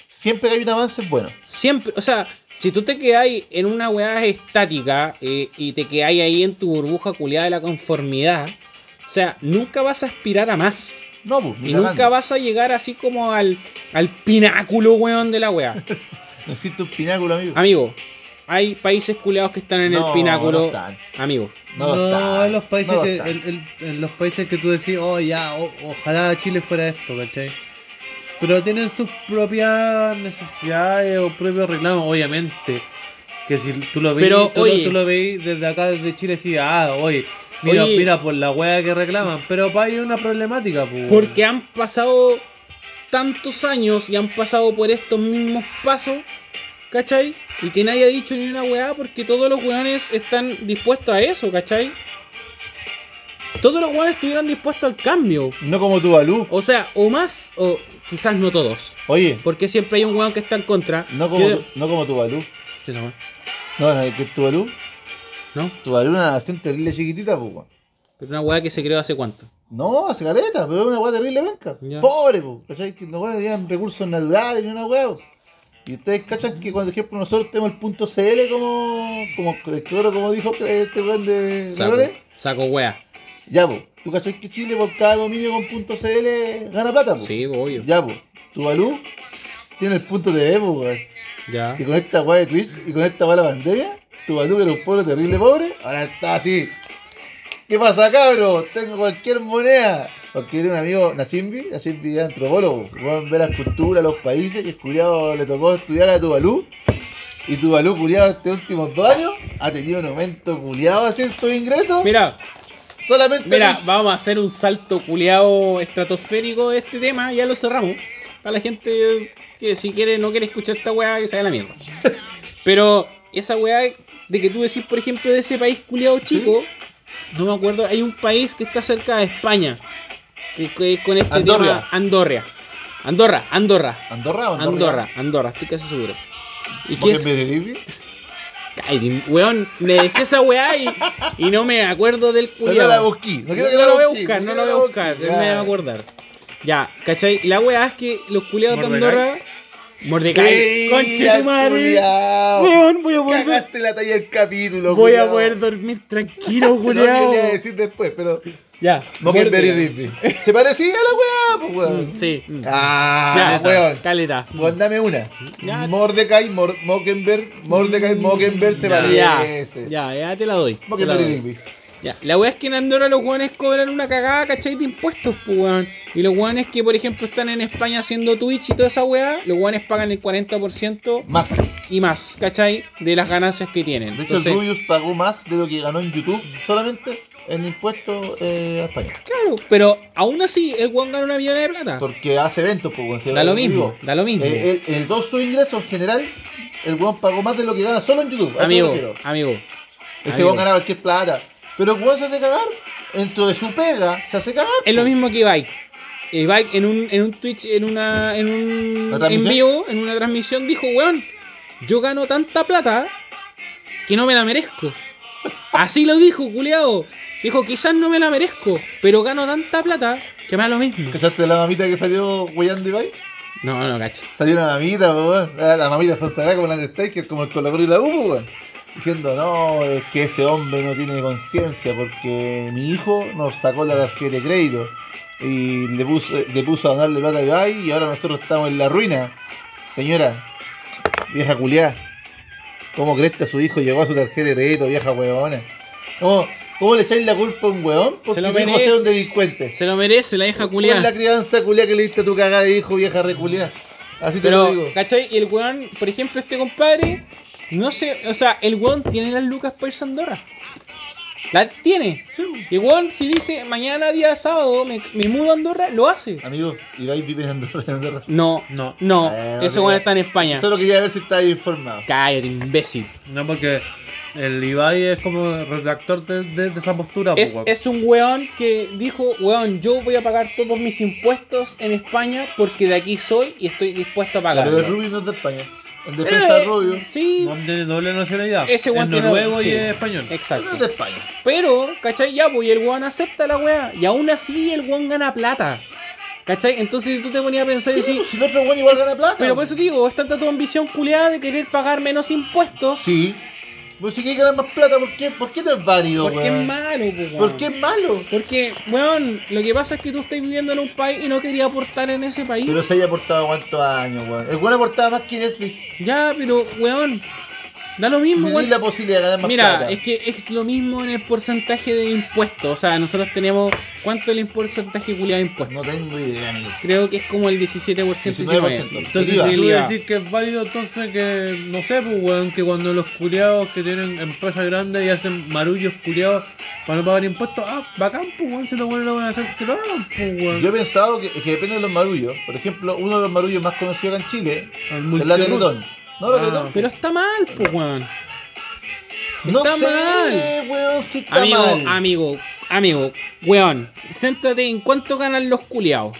Speaker 2: siempre que hay un avance es bueno.
Speaker 3: Siempre, o sea, si tú te quedáis en una weá estática eh, y te quedáis ahí en tu burbuja culiada de la conformidad, o sea, nunca vas a aspirar a más.
Speaker 2: No, pues, ni
Speaker 3: Y nunca
Speaker 2: cagando.
Speaker 3: vas a llegar así como al, al pináculo, weón, de la weá.
Speaker 2: No existe un pináculo, amigo.
Speaker 3: Amigo, hay países culeados que están en
Speaker 2: No,
Speaker 3: el pináculo.
Speaker 2: no están.
Speaker 3: Amigo,
Speaker 2: No, lo
Speaker 1: No,
Speaker 2: están,
Speaker 1: en los países
Speaker 2: no lo
Speaker 1: que,
Speaker 2: están.
Speaker 1: el- el- en los países que tú decís, oh ya, o- ojalá Chile fuera esto, ¿cachai? Pero tienen sus propias necesidades o propios reclamos, obviamente. Que si tú lo veis,
Speaker 3: Pero,
Speaker 1: tú, lo-
Speaker 3: oye.
Speaker 1: tú lo veis desde acá, desde Chile, sí, ah, oye, mira,
Speaker 3: Oye.
Speaker 1: mira por la wea que reclaman. Pero pa, hay una problemática, pues.
Speaker 3: porque han pasado tantos años y han pasado por estos mismos pasos, ¿cachai? Y que nadie ha dicho ni una weá porque todos los weones están dispuestos a eso, ¿cachai? Todos los weones estuvieron dispuestos al cambio.
Speaker 2: No como tu Balú.
Speaker 3: O sea, o más, o quizás no todos.
Speaker 2: Oye,
Speaker 3: Porque siempre hay un weón que está en contra.
Speaker 2: no como,
Speaker 3: Yo-
Speaker 2: tu, no como tu Balú.
Speaker 3: ¿Qué se llama?
Speaker 2: No, es que tu Balú.
Speaker 3: ¿No?
Speaker 2: Tu Balú es una nación terrible chiquitita, pues, weón.
Speaker 3: Pero una weá que se creó hace cuánto.
Speaker 2: No, se caleta, pero es una weá terrible, venga.
Speaker 3: Ya.
Speaker 2: Pobre, pues. ¿Cachai? Que no tenían recursos naturales ni una weá, po. Y ustedes cachan que cuando, por ejemplo, nosotros tenemos el punto CL como. como claro, como dijo este weón de.
Speaker 3: Saco,
Speaker 2: Flores.
Speaker 3: saco weá.
Speaker 2: Ya, pues. ¿Tú cachai que Chile por cada dominio con punto CL gana plata, pues?
Speaker 3: Sí, obvio.
Speaker 2: Ya, pues. Tu Balú tiene el punto TV, pues, weón.
Speaker 3: Ya.
Speaker 2: Y con esta weá de Twitch y con esta weá de la pandemia, tu Balú que era un pueblo terrible pobre, ahora está así. ¿Qué pasa, cabro? Tengo cualquier moneda. Porque tiene un amigo, Nachimbi, Nachimbi es antropólogo, weón, ve las culturas, los países, y el culiao le tocó estudiar a Tuvalu. Y Tuvalu, culiado, estos últimos dos años, ha tenido un aumento culiado así en sus ingresos.
Speaker 3: Mira,
Speaker 2: solamente
Speaker 3: mira,
Speaker 2: Twitch.
Speaker 3: vamos a hacer un salto culeado estratosférico de este tema. Ya lo cerramos. Para la gente que si quiere, no quiere escuchar esta weá, que se haga la mierda. Pero esa weá de que tú decís, por ejemplo, de ese país culeado chico. No me acuerdo, hay un país que está cerca de España. Que, que- con este
Speaker 2: Andorra.
Speaker 3: tema. Andorra. Andorra, Andorra.
Speaker 2: ¿Andorra o Andorra?
Speaker 3: Andorra, Andorra, estoy casi seguro. ¿Y qué
Speaker 2: Porque
Speaker 3: es?
Speaker 2: en Benelibre,
Speaker 3: Cállate, weón, me decía esa weá y, y no me acuerdo del
Speaker 2: No ya
Speaker 3: culiado.
Speaker 2: la busqué. No,
Speaker 3: No,
Speaker 2: quiero que
Speaker 3: no
Speaker 2: la
Speaker 3: lo voy a
Speaker 2: busqué,
Speaker 3: buscar, no
Speaker 2: quiero
Speaker 3: lo
Speaker 2: que
Speaker 3: voy a
Speaker 2: la
Speaker 3: buscar,
Speaker 2: busqué.
Speaker 3: él me va a
Speaker 2: Ya.
Speaker 3: acordar. Ya, ¿cachai? La weá es que los culiados de
Speaker 1: Mordecai.
Speaker 3: Andorra. Mordecai,
Speaker 2: Sí,
Speaker 3: conche tu madre.
Speaker 2: culiao.
Speaker 3: Weón, voy a poder,
Speaker 2: Cagaste la talla del capítulo,
Speaker 3: voy a
Speaker 2: culiao.
Speaker 3: poder dormir tranquilo,
Speaker 2: No
Speaker 3: culiado.
Speaker 2: quería decir después, pero.
Speaker 3: Ya.
Speaker 2: Mockenberry
Speaker 3: Mordecai.
Speaker 2: Rigby. Se parecía a la weá, pues
Speaker 3: Mm,
Speaker 2: weón.
Speaker 3: Sí. mm.
Speaker 2: Ah,
Speaker 3: Ya,
Speaker 2: weón.
Speaker 3: caleta.
Speaker 2: Weón, dame una.
Speaker 3: Ya. Mm,
Speaker 2: Mordecai, Mor- Mockenberg, Mordecai, Mockenberg se
Speaker 3: Ya,
Speaker 2: parece.
Speaker 3: ya, ya te la doy. te la
Speaker 2: Mockenberry
Speaker 3: doy.
Speaker 2: Rigby.
Speaker 3: Ya, la weá es que en Andorra los weones cobran una cagada, ¿cachai? De impuestos, pues, weón. Y los weones que, por ejemplo, están en España haciendo Twitch y toda esa weá, los weones pagan el 40%
Speaker 2: Más.
Speaker 3: y más, ¿cachai? De las ganancias que tienen.
Speaker 2: De hecho, el
Speaker 3: Entonces,
Speaker 2: Rubius pagó más de lo que ganó en YouTube solamente en impuestos eh, a España.
Speaker 3: claro, pero aún así el weón gana una millonada de plata.
Speaker 2: Porque hace eventos, pues weón. se
Speaker 3: Ah. Da lo
Speaker 2: en
Speaker 3: mismo,
Speaker 2: vivo.
Speaker 3: da lo mismo.
Speaker 2: Eh, el, el- todo su ingreso en general, el weón pagó más de lo que gana solo en YouTube. a eso me
Speaker 3: amigo,
Speaker 2: refiero.
Speaker 3: amigo.
Speaker 2: Ese
Speaker 3: amigo.
Speaker 2: weón ganaba cualquier plata. Pero el weón se hace cagar. Dentro de su pega, se hace cagar.
Speaker 3: Es lo mismo que Ibai. Ibai en un, en un Twitch, en una. en
Speaker 2: ¿La
Speaker 3: un. en
Speaker 2: transmisión?
Speaker 3: vivo, en una transmisión, dijo, weón, yo gano tanta plata que no me la merezco. Así lo dijo, culiao. Dijo, quizás no me la merezco, pero gano tanta plata que me da lo mismo.
Speaker 2: ¿Cachaste la mamita que salió weyando Ibai?
Speaker 3: No, no, cacho.
Speaker 2: Salió una mamita, po, weón. Ah, La, la mamita sonzará como la Undertaker, como el color y la U, po, weón. Diciendo, no, es que ese hombre no tiene conciencia porque mi hijo nos sacó la tarjeta de crédito y le puso, le puso a darle plata a Ibai y ahora nosotros estamos en la ruina. Señora, vieja culiá, ¿cómo crees que su hijo llegó a su tarjeta de crédito, vieja weona? ¿Cómo, cómo le echáis la culpa a un weón? Porque
Speaker 3: lo
Speaker 2: mi hijo
Speaker 3: merece.
Speaker 2: sea un delincuente.
Speaker 3: Se lo merece la hija
Speaker 2: ¿Cuál es la
Speaker 3: culiada.
Speaker 2: crianza culia que le diste a tu cagada de hijo, vieja reculia? Así te lo
Speaker 3: Pero,
Speaker 2: digo.
Speaker 3: ¿cachai? Y el weón, por ejemplo, este compadre, no sé, o sea, el weón tiene las lucas para irse a Andorra. La tiene. Y el weón, si dice mañana día sábado me, me mudo a Andorra, lo hace.
Speaker 2: Amigo, Ibai vive en Andorra. en Andorra.
Speaker 3: No,
Speaker 1: No.
Speaker 3: no,
Speaker 2: Eh,
Speaker 3: ese
Speaker 2: no
Speaker 3: weón
Speaker 2: te-
Speaker 3: está en España.
Speaker 2: Solo quería ver si estaba informado.
Speaker 3: Cállate, imbécil.
Speaker 1: No, porque el Ibai es como el redactor de, de- de esa postura, po,
Speaker 3: Es,
Speaker 1: weón.
Speaker 3: es un weón que dijo, weón, yo voy a pagar todos mis impuestos en España porque de aquí soy y estoy dispuesto a
Speaker 2: Pero el
Speaker 3: pagarlo.
Speaker 2: Rubio no es de España. En defensa de
Speaker 3: Eh,
Speaker 2: Rubio,
Speaker 3: Sí,
Speaker 1: Weón tiene doble nacionalidad.
Speaker 3: ese
Speaker 1: es
Speaker 3: weón tiene-
Speaker 1: noruego y
Speaker 3: sí.
Speaker 1: es español.
Speaker 2: no es
Speaker 3: exacto.
Speaker 2: de España.
Speaker 3: Pero, ¿cachai? Ya, pues, y el weón acepta la weá. Y aún así el weón gana plata. ¿Cachai? Entonces si tú te ponías a pensar y
Speaker 2: Sí,
Speaker 3: decir,
Speaker 2: pues, si el otro weón igual gana plata.
Speaker 3: pero por eso te digo, es tanta tu ambición culeada de querer pagar menos impuestos
Speaker 2: Sí, Pues si quieres ganar más plata, ¿por qué, por qué no es válido,
Speaker 3: ¿Por qué es
Speaker 2: pues, weón?
Speaker 3: malo, po, weón?
Speaker 2: ¿Por qué es malo?
Speaker 3: Porque, weón, lo que pasa es que tú estás viviendo en un país y no querías aportar en ese país.
Speaker 2: Pero se haya aportado cuántos años, weón. El weón aportaba más que Netflix.
Speaker 3: Ya, pero, weón, da lo mismo,
Speaker 2: Le di
Speaker 3: pues, weón.
Speaker 2: la posibilidad de ganar más
Speaker 3: Mira,
Speaker 2: plata.
Speaker 3: es que es lo mismo en el porcentaje de impuestos. O sea, nosotros tenemos. ¿Cuánto es el porcentaje culiado de impuestos?
Speaker 2: No tengo idea, amigo.
Speaker 3: Creo que es como el 17%.
Speaker 2: 19%.
Speaker 3: 19%.
Speaker 1: Entonces,
Speaker 2: Iba.
Speaker 1: si tú
Speaker 3: Iba.
Speaker 1: decís que es válido, entonces que, no sé, pues, weón, que cuando los culiados que tienen empresas grandes y hacen marullos culiados para no pagar impuestos, ah, bacán, pues, weón, si los buenos lo van a hacer, que lo hagan, pues, weón.
Speaker 2: Yo he pensado que, que depende de los marullos. Por ejemplo, uno de los marullos más conocidos acá en Chile
Speaker 1: Al
Speaker 2: es la
Speaker 1: multirrut.
Speaker 2: Teletón. No, la
Speaker 1: Ah.
Speaker 2: Teletón.
Speaker 3: Pero está mal, pues, weón.
Speaker 2: No
Speaker 3: está
Speaker 2: sé,
Speaker 3: mal.
Speaker 2: weón, si está
Speaker 3: Amigo,
Speaker 2: mal.
Speaker 3: amigo, amigo, weón. Céntrate en cuánto ganan los culiados.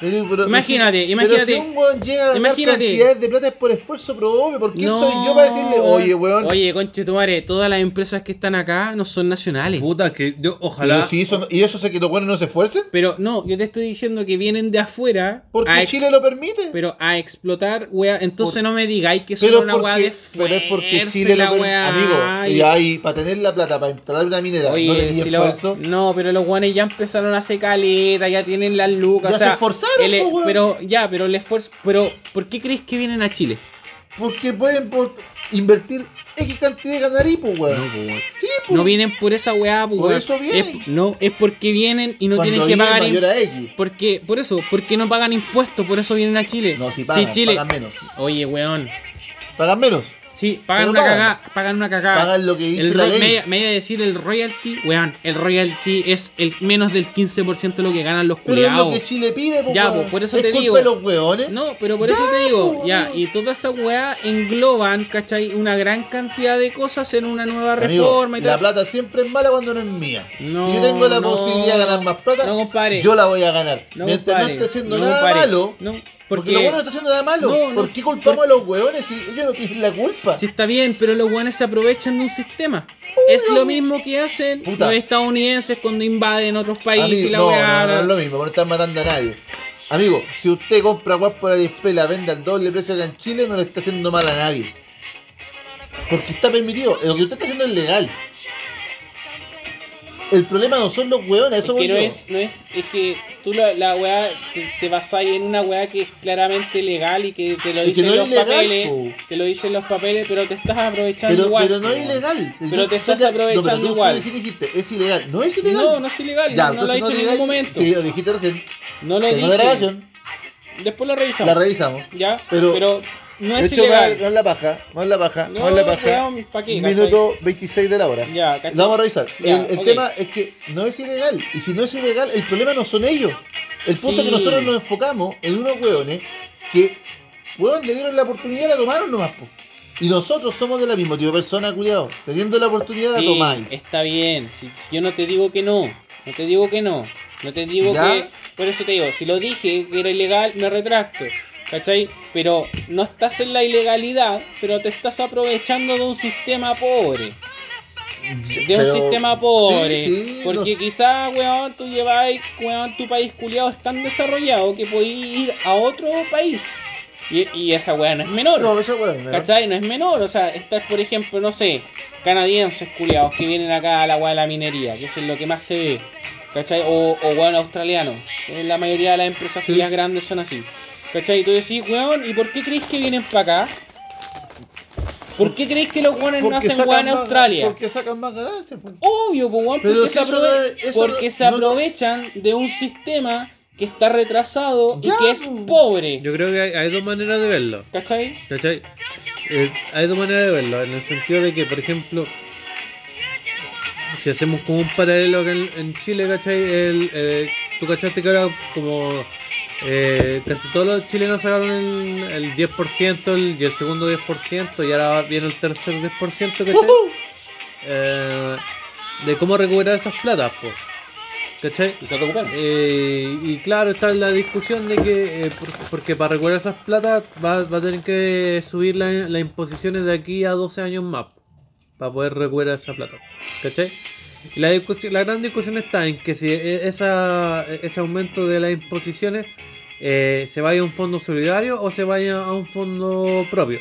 Speaker 2: Pero- pero-
Speaker 3: Imagínate,
Speaker 2: pero
Speaker 3: imagínate.
Speaker 2: si un weón llega a ganar
Speaker 3: Imagínate.
Speaker 2: cantidades de plata es por esfuerzo probable. ¿Por qué
Speaker 3: No.
Speaker 2: soy yo para decirle, oye, weón?
Speaker 3: Oye, conchetumare, todas las empresas que están acá no son nacionales.
Speaker 1: Puta, que yo,
Speaker 2: Pero
Speaker 1: ojalá.
Speaker 2: si eso no- ¿Y eso se que los buenos no se esfuercen?
Speaker 3: Pero no, yo te estoy diciendo que vienen de afuera.
Speaker 2: Porque
Speaker 3: a Ah, ex-
Speaker 2: Chile lo permite.
Speaker 3: Pero a explotar, wea. Entonces
Speaker 2: Por-
Speaker 3: no me digáis que son
Speaker 2: Pero,
Speaker 3: una wea de
Speaker 2: porque, pero es porque Chile lo
Speaker 3: la
Speaker 2: permite.
Speaker 3: wea.
Speaker 2: Amigo, y ahí, para tener la plata, para instalar una minera,
Speaker 3: Oye,
Speaker 2: no tenía
Speaker 3: si lo-
Speaker 2: esfuerzo.
Speaker 3: no, pero los guanes ya empezaron a hacer caleta, ya tienen las lucas.
Speaker 2: Ya
Speaker 3: o sea,
Speaker 2: se esforzaron,
Speaker 3: el- e-
Speaker 2: po, weón.
Speaker 3: pero ya, pero el esfuerzo. Pero, ¿por qué crees que vienen a Chile?
Speaker 2: Porque pueden por- invertir X cantidad de canarí, pues, weón.
Speaker 3: No, po, weón.
Speaker 2: Sí, pues.
Speaker 3: No vienen por esa weá, po,
Speaker 2: Por
Speaker 3: weón.
Speaker 2: eso vienen.
Speaker 3: Es- no, es porque vienen y no
Speaker 2: Cuando
Speaker 3: tienen que
Speaker 2: I
Speaker 3: pagar.
Speaker 2: es
Speaker 3: imp-
Speaker 2: mayor a X.
Speaker 3: Porque, por eso, porque no pagan impuestos, por eso vienen a Chile.
Speaker 2: No, si pagan,
Speaker 3: Sí, Chile.
Speaker 2: pagan menos.
Speaker 3: Oye, weón.
Speaker 2: Pagan menos.
Speaker 3: Sí, pagan
Speaker 2: Pero
Speaker 3: una
Speaker 2: pagan.
Speaker 3: cagada, pagan una cagada.
Speaker 2: Pagan lo que dice
Speaker 3: Ah, El
Speaker 2: la
Speaker 3: ro-
Speaker 2: ley.
Speaker 3: me, iba- me iba a decir el royalty, weón, el royalty es el menos del 15% lo que ganan los
Speaker 2: Pero es lo
Speaker 3: culiados.
Speaker 2: que Chile pide, pues,
Speaker 3: Ya,
Speaker 2: weón.
Speaker 3: pues, por eso
Speaker 2: ¿Es
Speaker 3: te
Speaker 2: culpa
Speaker 3: digo.
Speaker 2: de los weones?
Speaker 3: No, pero por eso te digo, ya, y todas esas weas engloban, ¿cachai? Una gran cantidad de cosas en una nueva
Speaker 2: Amigo,
Speaker 3: reforma y
Speaker 2: la
Speaker 3: tal.
Speaker 2: plata siempre es mala cuando no es mía.
Speaker 3: No,
Speaker 2: si yo tengo la
Speaker 3: no,
Speaker 2: posibilidad de ganar más plata,
Speaker 3: no, compadre.
Speaker 2: yo la voy a ganar.
Speaker 3: No,
Speaker 2: Mientras
Speaker 3: compadre,
Speaker 2: no esté haciendo
Speaker 3: no,
Speaker 2: nada
Speaker 3: compadre.
Speaker 2: malo,
Speaker 3: No,
Speaker 2: Porque
Speaker 3: porque,
Speaker 2: los buenos no están haciendo nada malo.
Speaker 3: No, no.
Speaker 2: ¿Por qué culpamos a los hueones si ellos no tienen la culpa?
Speaker 3: Sí está bien, pero los guanes se aprovechan de un sistema. Es lo mismo que hacen
Speaker 2: Puta.
Speaker 3: los estadounidenses cuando invaden otros
Speaker 2: Amigo,
Speaker 3: países y la
Speaker 2: no,
Speaker 3: weá,
Speaker 2: no, no,
Speaker 3: bla,
Speaker 2: es lo mismo, no están matando a nadie. Amigo, si usted compra guap por Aliexpress y la vende al doble precio que en Chile, no le está haciendo mal a nadie. Porque está permitido. Lo que usted está haciendo es legal. El problema no son los hueones, eso
Speaker 11: que no
Speaker 2: voy yo.
Speaker 11: es, no es, es que tú la, la weá te, te basáis en una weá que es claramente legal y que te lo
Speaker 2: Es que
Speaker 11: dicen
Speaker 2: no es
Speaker 11: los
Speaker 2: legal,
Speaker 11: papeles,
Speaker 2: po.
Speaker 11: te lo dicen los papeles, pero te estás aprovechando
Speaker 2: Pero,
Speaker 11: igual.
Speaker 2: pero no
Speaker 11: po.
Speaker 2: es ilegal.
Speaker 11: Pero
Speaker 2: Yo-
Speaker 11: te estás
Speaker 2: yo- no,
Speaker 11: aprovechando
Speaker 2: pero tú-
Speaker 11: igual.
Speaker 2: Tú dijiste, es ilegal. No es ilegal.
Speaker 11: No, no es ilegal,
Speaker 2: Ya,
Speaker 11: no, no lo he
Speaker 2: entonces
Speaker 11: dicho
Speaker 2: no
Speaker 11: en
Speaker 2: es
Speaker 11: ningún
Speaker 2: ilegal.
Speaker 11: momento.
Speaker 2: Sí, lo dijiste recién.
Speaker 11: No lo
Speaker 2: Tengo
Speaker 11: dije.
Speaker 2: la grabación,
Speaker 11: Después lo revisamos.
Speaker 2: la revisamos.
Speaker 11: ya,
Speaker 2: pero-
Speaker 11: pero, no
Speaker 2: De
Speaker 11: es
Speaker 2: hecho,
Speaker 11: ilegal.
Speaker 2: vamos la paja, vamos la paja,
Speaker 11: No,
Speaker 2: vamos la paja.
Speaker 11: weón, ¿pa' qué,
Speaker 2: Minuto 26 de la hora.
Speaker 11: ¿cachai? Ya,
Speaker 2: Lo vamos a revisar.
Speaker 11: Ya,
Speaker 2: el el
Speaker 11: ok.
Speaker 2: tema es que no es ilegal. Y si no es ilegal, el problema no son ellos. El punto es que
Speaker 11: Sí.
Speaker 2: nosotros nos enfocamos en unos hueones que, hueón, le dieron la oportunidad, la tomaron nomás. po. Y nosotros somos de la misma tipo de persona, cuidado. Teniendo la oportunidad, la
Speaker 11: Sí, eh,
Speaker 2: tomáis.
Speaker 11: está bien. Si, si yo no te digo que no, no te digo que no, no te digo
Speaker 2: ¿Ya?
Speaker 11: que. Por eso te digo, si lo dije que era ilegal, me retracto. ¿Cachai? Pero no estás en la ilegalidad, pero te estás aprovechando de un sistema pobre. De
Speaker 2: Pero-
Speaker 11: un sistema pobre.
Speaker 2: Sí, sí,
Speaker 11: porque
Speaker 2: no-
Speaker 11: quizás, weón, tú lleváis, weón, tu país culiado es tan desarrollado que podís ir a otro país. Y, y esa weón no es menor.
Speaker 2: No, esa hueón.
Speaker 11: ¿Cachai? No es menor, o sea, estás, por ejemplo, no sé, canadienses culiados que vienen acá a la agua de la minería, que eso es lo que más se ve, ¿cachai? O, o weón australiano, eh, la mayoría de las empresas culiadas grandes son así, ¿cachai? Y tú decís, weón, ¿y por qué crees que vienen para acá? ¿Por qué crees que los weones no hacen weón en Australia?
Speaker 2: Porque sacan más ganancias. pues.
Speaker 11: Obvio, pues, weón,
Speaker 2: Pero
Speaker 11: porque,
Speaker 2: si
Speaker 11: se,
Speaker 2: eso
Speaker 11: aprove-
Speaker 2: no es- eso
Speaker 11: porque
Speaker 2: no-
Speaker 11: se
Speaker 2: no lo-
Speaker 11: aprovechan de un sistema que está retrasado
Speaker 2: Ya,
Speaker 11: y que es
Speaker 2: pues.
Speaker 11: pobre,
Speaker 1: Yo creo que hay, hay dos maneras de verlo.
Speaker 11: ¿cachai?
Speaker 1: ¿Cachai? Eh, hay dos maneras de verlo, en el sentido de que, por ejemplo, si hacemos como un paralelo acá en, en Chile, ¿cachai? El, eh, Tú cachaste que ahora como eh, casi todos los chilenos sacaron el, el 10% el- y el segundo 10% y ahora viene el tercer 10%, ¿cachai? Eh, de cómo recuperar esas platas, pues. ¿Cachai?
Speaker 11: Y se recuperan.
Speaker 1: Eh, y claro, está la discusión de que, eh, por- porque para recuperar esas platas va, va a tener que subir la- las imposiciones de aquí a 12 años más para poder recuperar esa plata. ¿Cachai? Y La, discusión- la gran discusión está en que si e- esa, ese aumento de las imposiciones eh, se vaya a un fondo solidario o se vaya a un fondo propio.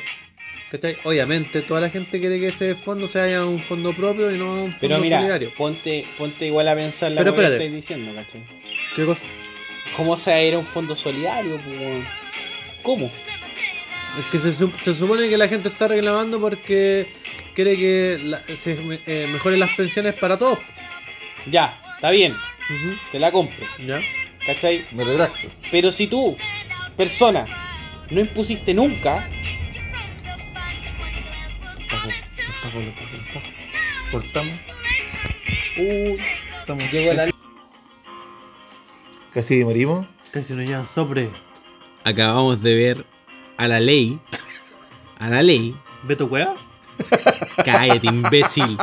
Speaker 1: ¿Cachai? Obviamente, toda la gente quiere que ese fondo se vaya a un fondo propio y no a un fondo
Speaker 7: Pero mira,
Speaker 1: solidario.
Speaker 7: ponte, ponte igual a pensar la
Speaker 1: Pero
Speaker 7: weá que
Speaker 1: espérate.
Speaker 7: estáis diciendo, ¿cachai?
Speaker 1: ¿Qué cosa?
Speaker 7: ¿Cómo se va a ir a un fondo solidario? po, weón? ¿Cómo?
Speaker 1: Es que se, su- se supone que la gente está reclamando porque quiere que la- se me- eh, mejoren las pensiones para todos.
Speaker 7: Ya, está bien,
Speaker 1: Ujú,
Speaker 7: te la compro,
Speaker 1: ¿Ya?
Speaker 7: ¿cachai?
Speaker 2: Me retracto.
Speaker 7: Pero si tú, persona, no impusiste nunca,
Speaker 2: Pago, los pago, los pago, los pago. Cortamos.
Speaker 6: Uy, estamos, llego a la
Speaker 2: Casi morimos.
Speaker 1: Casi no llevan sobre.
Speaker 3: Acabamos de ver a la ley. A la ley.
Speaker 1: ¿Beto Cueva?
Speaker 3: Cállate, imbécil.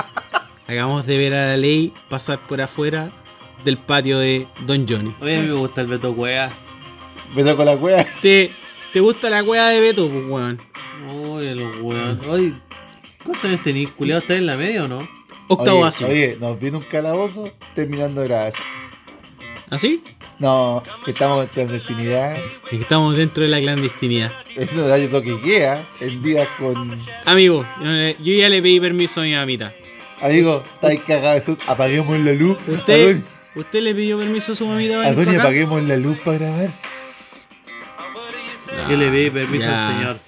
Speaker 3: Acabamos de ver a la ley pasar por afuera del patio de Don Johnny.
Speaker 1: Oye, a mí me gusta el Beto Cueva.
Speaker 2: Me toco la cueva.
Speaker 3: ¿Te, te gusta la cueva de Beto, pues, weón?
Speaker 1: Uy, los weón. Oye, ¿cuántos años tenés, culiado? ¿Estás en la media o no?
Speaker 3: Octavo
Speaker 2: oye,
Speaker 3: así.
Speaker 2: Oye, nos viene un calabozo terminando de grabar.
Speaker 3: ¿Así?
Speaker 2: No, estamos en clandestinidad.
Speaker 3: ¿Ah, Es que Estamos dentro de la clandestinidad.
Speaker 2: Es un daño lo que queda. En días con.
Speaker 3: Amigo, eh, yo ya le pedí permiso a mi mamita.
Speaker 2: Amigo, estáis cagados de susto. Apaguemos la luz.
Speaker 3: ¿Usted,
Speaker 2: Adoni-
Speaker 3: ¿Usted le pidió permiso a su mamita para venir
Speaker 2: Adoni,
Speaker 3: para acá?
Speaker 2: apaguemos la luz para grabar.
Speaker 3: Ah,
Speaker 1: Yo le pedí permiso
Speaker 3: ya.
Speaker 1: al señor,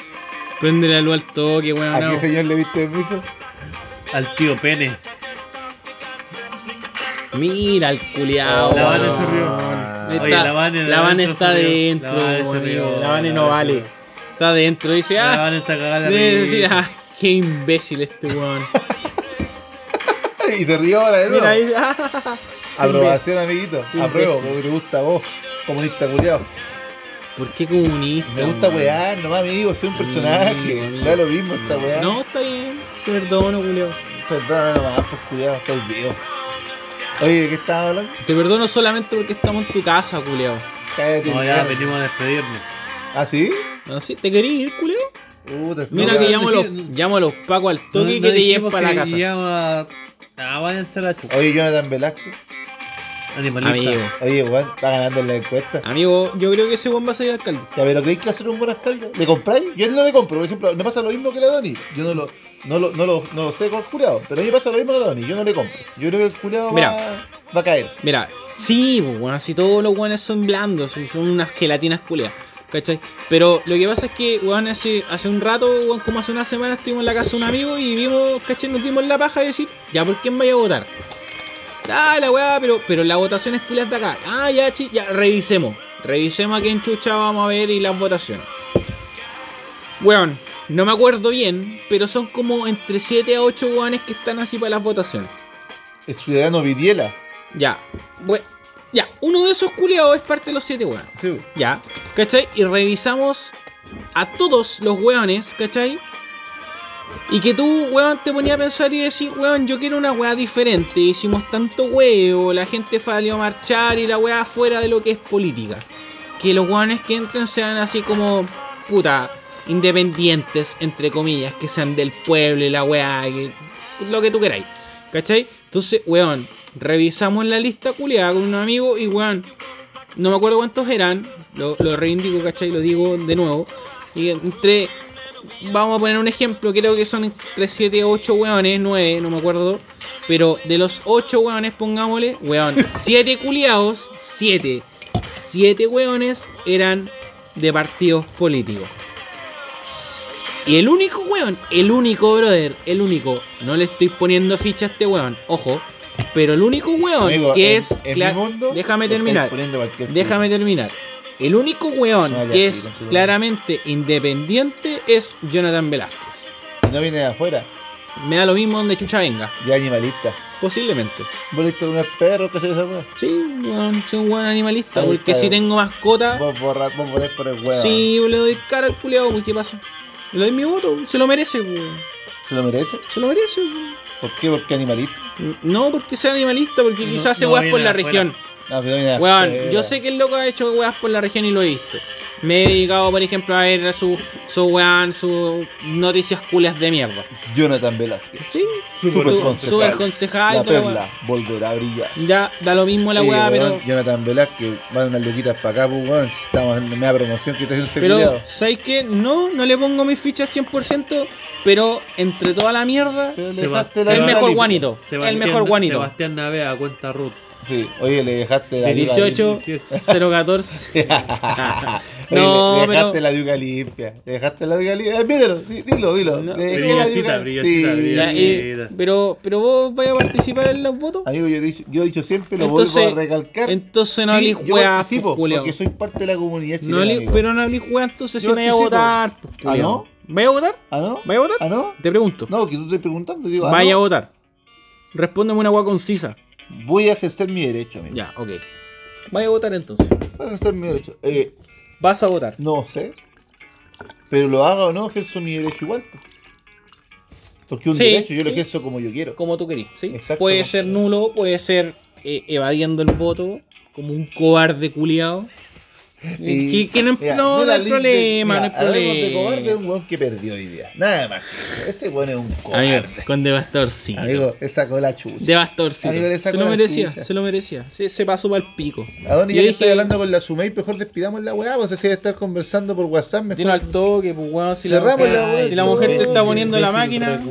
Speaker 3: Prende la luz al toque, weón.
Speaker 2: ¿A
Speaker 3: no.
Speaker 2: qué señor le viste permiso?
Speaker 1: al tío Pene.
Speaker 3: Mira el culiao.
Speaker 1: Oh, La Vane
Speaker 3: weón.
Speaker 1: se rió.
Speaker 3: Oh. Ahí
Speaker 1: Oye,
Speaker 3: está.
Speaker 1: la Vane,
Speaker 3: La Vane está
Speaker 1: se rió.
Speaker 3: dentro,
Speaker 1: La Vane se rió,
Speaker 3: amigo. La Vane no
Speaker 1: se
Speaker 3: vale.
Speaker 1: rió.
Speaker 3: Está dentro, dice,
Speaker 1: La
Speaker 3: ah,
Speaker 1: Vane está cagada la
Speaker 3: debe
Speaker 1: risa.
Speaker 3: decir, ah, qué imbécil este weón.
Speaker 2: Y se rió ahora de nuevo.
Speaker 3: Mira ahí, ah.
Speaker 2: Aprobación, amiguito.
Speaker 3: Qué
Speaker 2: Apruebo,
Speaker 3: imbécil.
Speaker 2: porque te gusta a vos, comunista culiado.
Speaker 3: ¿Por qué comunista?
Speaker 2: Me gusta
Speaker 3: weón?
Speaker 2: wear, nomás amigo, soy un
Speaker 3: Amigo,
Speaker 2: personaje.
Speaker 3: amigo.
Speaker 2: Da lo mismo esta weá.
Speaker 3: No, está bien. Te perdono, culiao.
Speaker 2: Perdóname nomás, pues culiado, está el video. Oye, ¿de qué estabas hablando?
Speaker 3: Te perdono solamente porque estamos en tu casa, culiao.
Speaker 2: Cállate.
Speaker 1: No, ya
Speaker 2: mierda.
Speaker 1: venimos a despedirnos.
Speaker 2: ¿Ah, sí?
Speaker 3: Así, ¿te querés ir, culiao?
Speaker 2: Uh, te
Speaker 3: Mira
Speaker 2: estoy-
Speaker 3: que
Speaker 1: no,
Speaker 3: llamo a los,
Speaker 1: no,
Speaker 3: llamo a los pacos al toque
Speaker 1: No- no
Speaker 3: que te lleven
Speaker 1: dijimos
Speaker 3: para
Speaker 1: que
Speaker 3: la casa.
Speaker 1: Llama... Ah, váyanse a la chupa.
Speaker 2: Oye, Jonathan Velázquez.
Speaker 1: Animalista.
Speaker 3: Amigo,
Speaker 2: Oye, weón, va ganando en la encuesta.
Speaker 3: amigo, yo creo que ese weón va a salir alcalde.
Speaker 2: Ya, pero ¿creéis que hacer un buen alcalde? ¿Le compráis? Yo no le compro, por ejemplo, me pasa lo mismo que la Doni. Yo no lo, no lo, no lo, no lo sé con jurado, pero a mí me pasa lo mismo que la Doni. Yo no le compro. Yo creo que el jurado va,
Speaker 3: Mira.
Speaker 2: va a caer.
Speaker 3: Mira, sí, pues, bueno, si todos los weones son blandos, son son unas gelatinas culeas, ¿cachai? Pero lo que pasa es que, weón, hace, hace un rato, weón, como hace una semana, estuvimos en la casa de un amigo y vimos, ¿cachai? Nos dimos la paja de decir, ya, ¿por quién vaya a votar? Ah, la weá, pero, pero la votación es culias de acá. Ah, ya, chi, ya, revisemos. Revisemos a quién chucha vamos a ver y las votaciones. Weón, no me acuerdo bien, pero son como entre 7 a 8 weones que están así para las votaciones.
Speaker 2: El ciudadano Vidiela.
Speaker 3: Ya. bue- ya, uno de esos culiados es parte de los siete weones.
Speaker 2: Sí.
Speaker 3: Ya. ¿Cachai? Y revisamos a todos los weones, ¿cachai? Y que tú, weón, te ponías a pensar y decís, weón, yo quiero una weá diferente. Hicimos tanto huevo, la gente salió a marchar y la weá fuera de lo que es política. Que los weones que entren sean así como, puta, independientes, entre comillas, que sean del pueblo y la weá, que, lo que tú queráis. ¿Cachai? Entonces, weón, revisamos la lista culiada con un amigo y, weón, no me acuerdo cuántos eran, lo, lo reivindico, ¿cachai? Lo digo de nuevo. Y entre, vamos a poner un ejemplo, creo que son entre 7, 8 hueones, 9, no me acuerdo. Pero de los 8 hueones, pongámosle, hueón, 7 culiados, 7. 7 hueones eran de partidos políticos. Y el único hueón, el único brother, el único, no le estoy poniendo ficha a este hueón, ojo. Pero el único hueón
Speaker 2: Amigo,
Speaker 3: que
Speaker 2: en-
Speaker 3: es.
Speaker 2: en
Speaker 3: cla-
Speaker 2: mi mundo,
Speaker 3: déjame
Speaker 2: estáis
Speaker 3: terminar.
Speaker 2: poniendo cualquier
Speaker 3: Déjame terminar. El único weón
Speaker 2: Ah, ya, sí,
Speaker 3: que es
Speaker 2: continúa.
Speaker 3: claramente independiente es Jonathan Velázquez.
Speaker 2: culo. No viene de afuera.
Speaker 3: Me da lo mismo donde chucha venga.
Speaker 2: Ya animalista.
Speaker 3: Posiblemente.
Speaker 2: Vos listo con unos perros que se esa weá.
Speaker 3: Sí, weón, soy un weón animalista.
Speaker 2: Ahí
Speaker 3: porque
Speaker 2: está.
Speaker 3: si tengo mascota,
Speaker 2: Vos borra, vos votás por el weón.
Speaker 3: sí, yo le doy cara al culeado. pues, ¿Qué pasa? Le doy mi voto. Se lo merece, weón.
Speaker 2: ¿Se lo merece?
Speaker 3: Se lo merece, weón.
Speaker 2: ¿Por qué? Porque animalista.
Speaker 3: No porque sea animalista, porque
Speaker 1: No-
Speaker 3: quizás se
Speaker 1: no
Speaker 3: weas
Speaker 1: viene
Speaker 3: por la
Speaker 1: de afuera.
Speaker 3: región.
Speaker 2: No, pero no viene de
Speaker 3: Weón,
Speaker 2: afuera.
Speaker 3: yo sé que el loco ha hecho weas por la región y lo he visto. me he dedicado, por ejemplo, a ver su, su weón, sus noticias culias de mierda.
Speaker 2: Jonathan Velázquez.
Speaker 3: Sí,
Speaker 2: Super
Speaker 3: su-
Speaker 2: concejal.
Speaker 3: super concejal.
Speaker 2: La
Speaker 3: toda la weá.
Speaker 2: perla volverá a brillar.
Speaker 3: Ya, da lo mismo la
Speaker 2: Oye,
Speaker 3: weá,
Speaker 2: weón,
Speaker 3: pero.
Speaker 2: Jonathan Velázquez, van unas luquitas para acá, pues, weón. Si Estamos en la media promoción que está haciendo este
Speaker 3: Pero,
Speaker 2: culiao.
Speaker 3: ¿sabes qué? No, no le pongo mis fichas 100%, pero entre toda la mierda,
Speaker 2: Pero le
Speaker 1: Seba-
Speaker 2: dejaste la
Speaker 3: el
Speaker 1: Sebastián-
Speaker 3: mejor
Speaker 2: analítica.
Speaker 3: guanito. El mejor guanito.
Speaker 1: Sebastián Navea, cuenta Ruth.
Speaker 2: Sí, oye, le dejaste la
Speaker 3: De
Speaker 2: yuca
Speaker 3: 18,
Speaker 1: 18.
Speaker 3: 014.
Speaker 2: Oye,
Speaker 3: No,
Speaker 2: le, le dejaste
Speaker 3: pero-
Speaker 2: la yuca limpia. Le dejaste la yuca limpia. Eh, Míralo, di- dilo, dilo.
Speaker 3: No.
Speaker 2: Le dejé
Speaker 1: Brillosita,
Speaker 2: la yuca-
Speaker 1: brillosita,
Speaker 2: Sí.
Speaker 3: Ya, eh, pero, pero vos vais a participar en los votos.
Speaker 2: Amigo, yo he dicho, yo he dicho siempre, lo
Speaker 3: Entonces-
Speaker 2: vuelvo a recalcar.
Speaker 3: Entonces no
Speaker 2: Sí,
Speaker 3: hablís
Speaker 2: yo
Speaker 3: weá,
Speaker 2: participo,
Speaker 3: pues, culiao.
Speaker 2: porque soy parte de la comunidad
Speaker 3: No
Speaker 2: chilena.
Speaker 3: hablís-
Speaker 2: amigo.
Speaker 3: pero no hablís weá, entonces
Speaker 2: Yo
Speaker 3: si no vais a
Speaker 2: participo.
Speaker 3: votar. pues,
Speaker 2: ¿Ah,
Speaker 3: culiao.
Speaker 2: no?
Speaker 3: ¿Vais a votar?
Speaker 2: ¿Ah, no?
Speaker 3: ¿Vais a votar?
Speaker 2: ¿Ah, no?
Speaker 3: Te pregunto.
Speaker 2: No, que tú te preguntando, digo, ah,
Speaker 3: Vaya a
Speaker 2: no.
Speaker 3: votar. Respóndeme una weá concisa.
Speaker 2: voy a ejercer mi derecho, amigo.
Speaker 3: Ya, ok. Vaya a votar entonces.
Speaker 2: Voy a ejercer mi derecho. Eh,
Speaker 3: Vas a votar.
Speaker 2: No sé. Pero lo haga o no, ejerzo mi derecho igual. po. Porque un
Speaker 3: Sí,
Speaker 2: derecho yo lo
Speaker 3: sí.
Speaker 2: ejerzo como yo quiero.
Speaker 3: Como tú querís, ¿sí?
Speaker 2: Exacto.
Speaker 3: Puede ser nulo, puede ser eh, evadiendo el voto, como un cobarde culiado.
Speaker 2: Y-
Speaker 3: que, que no,
Speaker 2: Mira,
Speaker 3: em- no, no
Speaker 2: la
Speaker 3: hay
Speaker 2: lindes-
Speaker 3: problema,
Speaker 2: mira,
Speaker 3: no hay problema.
Speaker 2: Hablemos de cobarde, es un weón que perdió hoy día. Nada más que eso. Ese weón es un
Speaker 3: Amigo,
Speaker 2: cobarde.
Speaker 3: con devastorcito.
Speaker 2: Amigo, le sacó la chucha.
Speaker 3: Devastorcito.
Speaker 2: Amigo, le
Speaker 3: Se
Speaker 2: sacó
Speaker 3: lo
Speaker 2: la
Speaker 3: merecía,
Speaker 2: chucha.
Speaker 3: se lo merecía. Se, se pasó para el pico.
Speaker 2: ¿A dónde ya
Speaker 3: Yo
Speaker 2: que
Speaker 3: dije-
Speaker 2: estoy hablando con la Sumei? Mejor despidamos la weá. Vos si hay que estar conversando por WhatsApp. Mejor.
Speaker 3: Dime al toque, pues weón. Si la,
Speaker 2: Cerramos
Speaker 3: mujer,
Speaker 2: la weá,
Speaker 3: si la
Speaker 2: no,
Speaker 3: mujer te está
Speaker 2: imbécil,
Speaker 3: poniendo la máquina,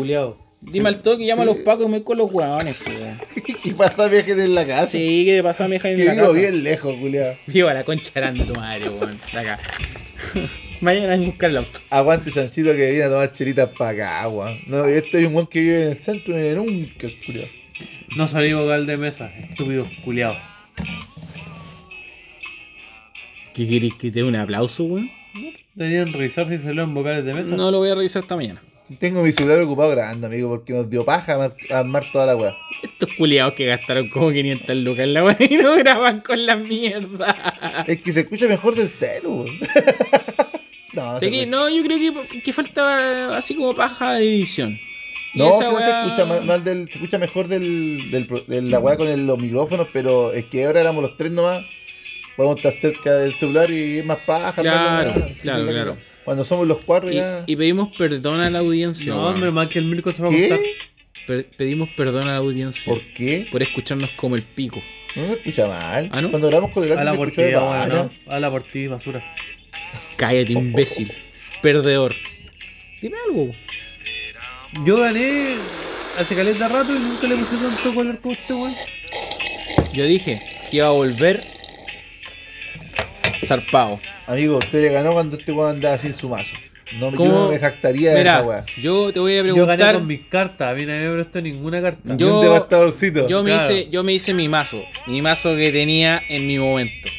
Speaker 3: dime al toque, llama a los pacos y me con los weones, pues, weón.
Speaker 2: y pasar viajes en la casa.
Speaker 3: Sí, que pasó a mi hija
Speaker 2: que
Speaker 3: en la
Speaker 2: vivo
Speaker 3: casa.
Speaker 2: bien lejos, culiao.
Speaker 3: Viva la concha grande de tu madre, weón. De acá. Mañana hay que buscar el auto.
Speaker 2: Aguante, chanchito, que viene a tomar chelitas para acá, weón. No, yo estoy un weón que vive en el centro y nunca, culiao.
Speaker 1: No salí vocal de mesa, estúpidos culiados.
Speaker 3: ¿Qué querés que te dé un aplauso, weón?
Speaker 1: Tenían revisar y salió en vocales de mesa.
Speaker 3: No lo voy a revisar esta mañana.
Speaker 2: Tengo mi celular ocupado grabando, amigo, porque nos dio paja amar, armar toda la weá.
Speaker 3: Estos culiados que gastaron como 500 lucas en la weá y no graban con la mierda.
Speaker 2: Es que se escucha mejor del celu, weón. no,
Speaker 3: Sé
Speaker 2: se
Speaker 3: que-
Speaker 2: escucha-
Speaker 3: no, yo creo que, que falta así como paja de edición. Y
Speaker 2: no,
Speaker 3: esa
Speaker 2: si no se
Speaker 3: weá-
Speaker 2: escucha mal, mal del, se escucha mejor del, del, pro- de la weá con el- los micrófonos, pero es que ahora éramos los tres nomás. Vamos a estar cerca del celular y es más paja. armar la
Speaker 3: Claro,
Speaker 2: weá. Sí,
Speaker 3: claro,
Speaker 2: sí, la
Speaker 3: claro.
Speaker 2: cagó. Cuando somos los cuatro ya.
Speaker 3: Y, y pedimos perdón a la audiencia.
Speaker 1: No,
Speaker 3: weón.
Speaker 1: hombre, más que el Mirko se va a
Speaker 2: ¿Qué?
Speaker 1: contar.
Speaker 3: Per- pedimos perdón a la audiencia
Speaker 2: ¿Por qué?
Speaker 3: por escucharnos como el pico.
Speaker 2: No se escucha mal.
Speaker 3: Ah, ¿no?
Speaker 2: Cuando hablamos con el
Speaker 1: Habla
Speaker 2: se
Speaker 1: por
Speaker 2: escuchó
Speaker 1: ti,
Speaker 2: de
Speaker 1: weón,
Speaker 2: pana.
Speaker 1: no. Habla por ti, basura.
Speaker 2: Oh,
Speaker 3: Cállate, imbécil. Perdedor. Dime algo.
Speaker 1: Yo gané hace caleta rato y nunca le puse tanto color como este weón.
Speaker 3: Yo dije que iba a volver zarpado.
Speaker 2: Amigo, usted le ganó cuando este weón andaba sin su mazo. No, yo
Speaker 3: ¿Cómo?
Speaker 2: no me jactaría de esa
Speaker 3: Mira,
Speaker 2: weá.
Speaker 3: yo te voy
Speaker 1: Yo
Speaker 3: a
Speaker 1: gané
Speaker 3: preguntar.
Speaker 1: con mis cartas, a mí no me prestó ninguna carta.
Speaker 3: Yo-
Speaker 2: Yo, un devastadorcito.
Speaker 3: Yo me,
Speaker 1: Claro.
Speaker 3: hice, yo me hice mi mazo. Mi mazo que tenía en mi momento.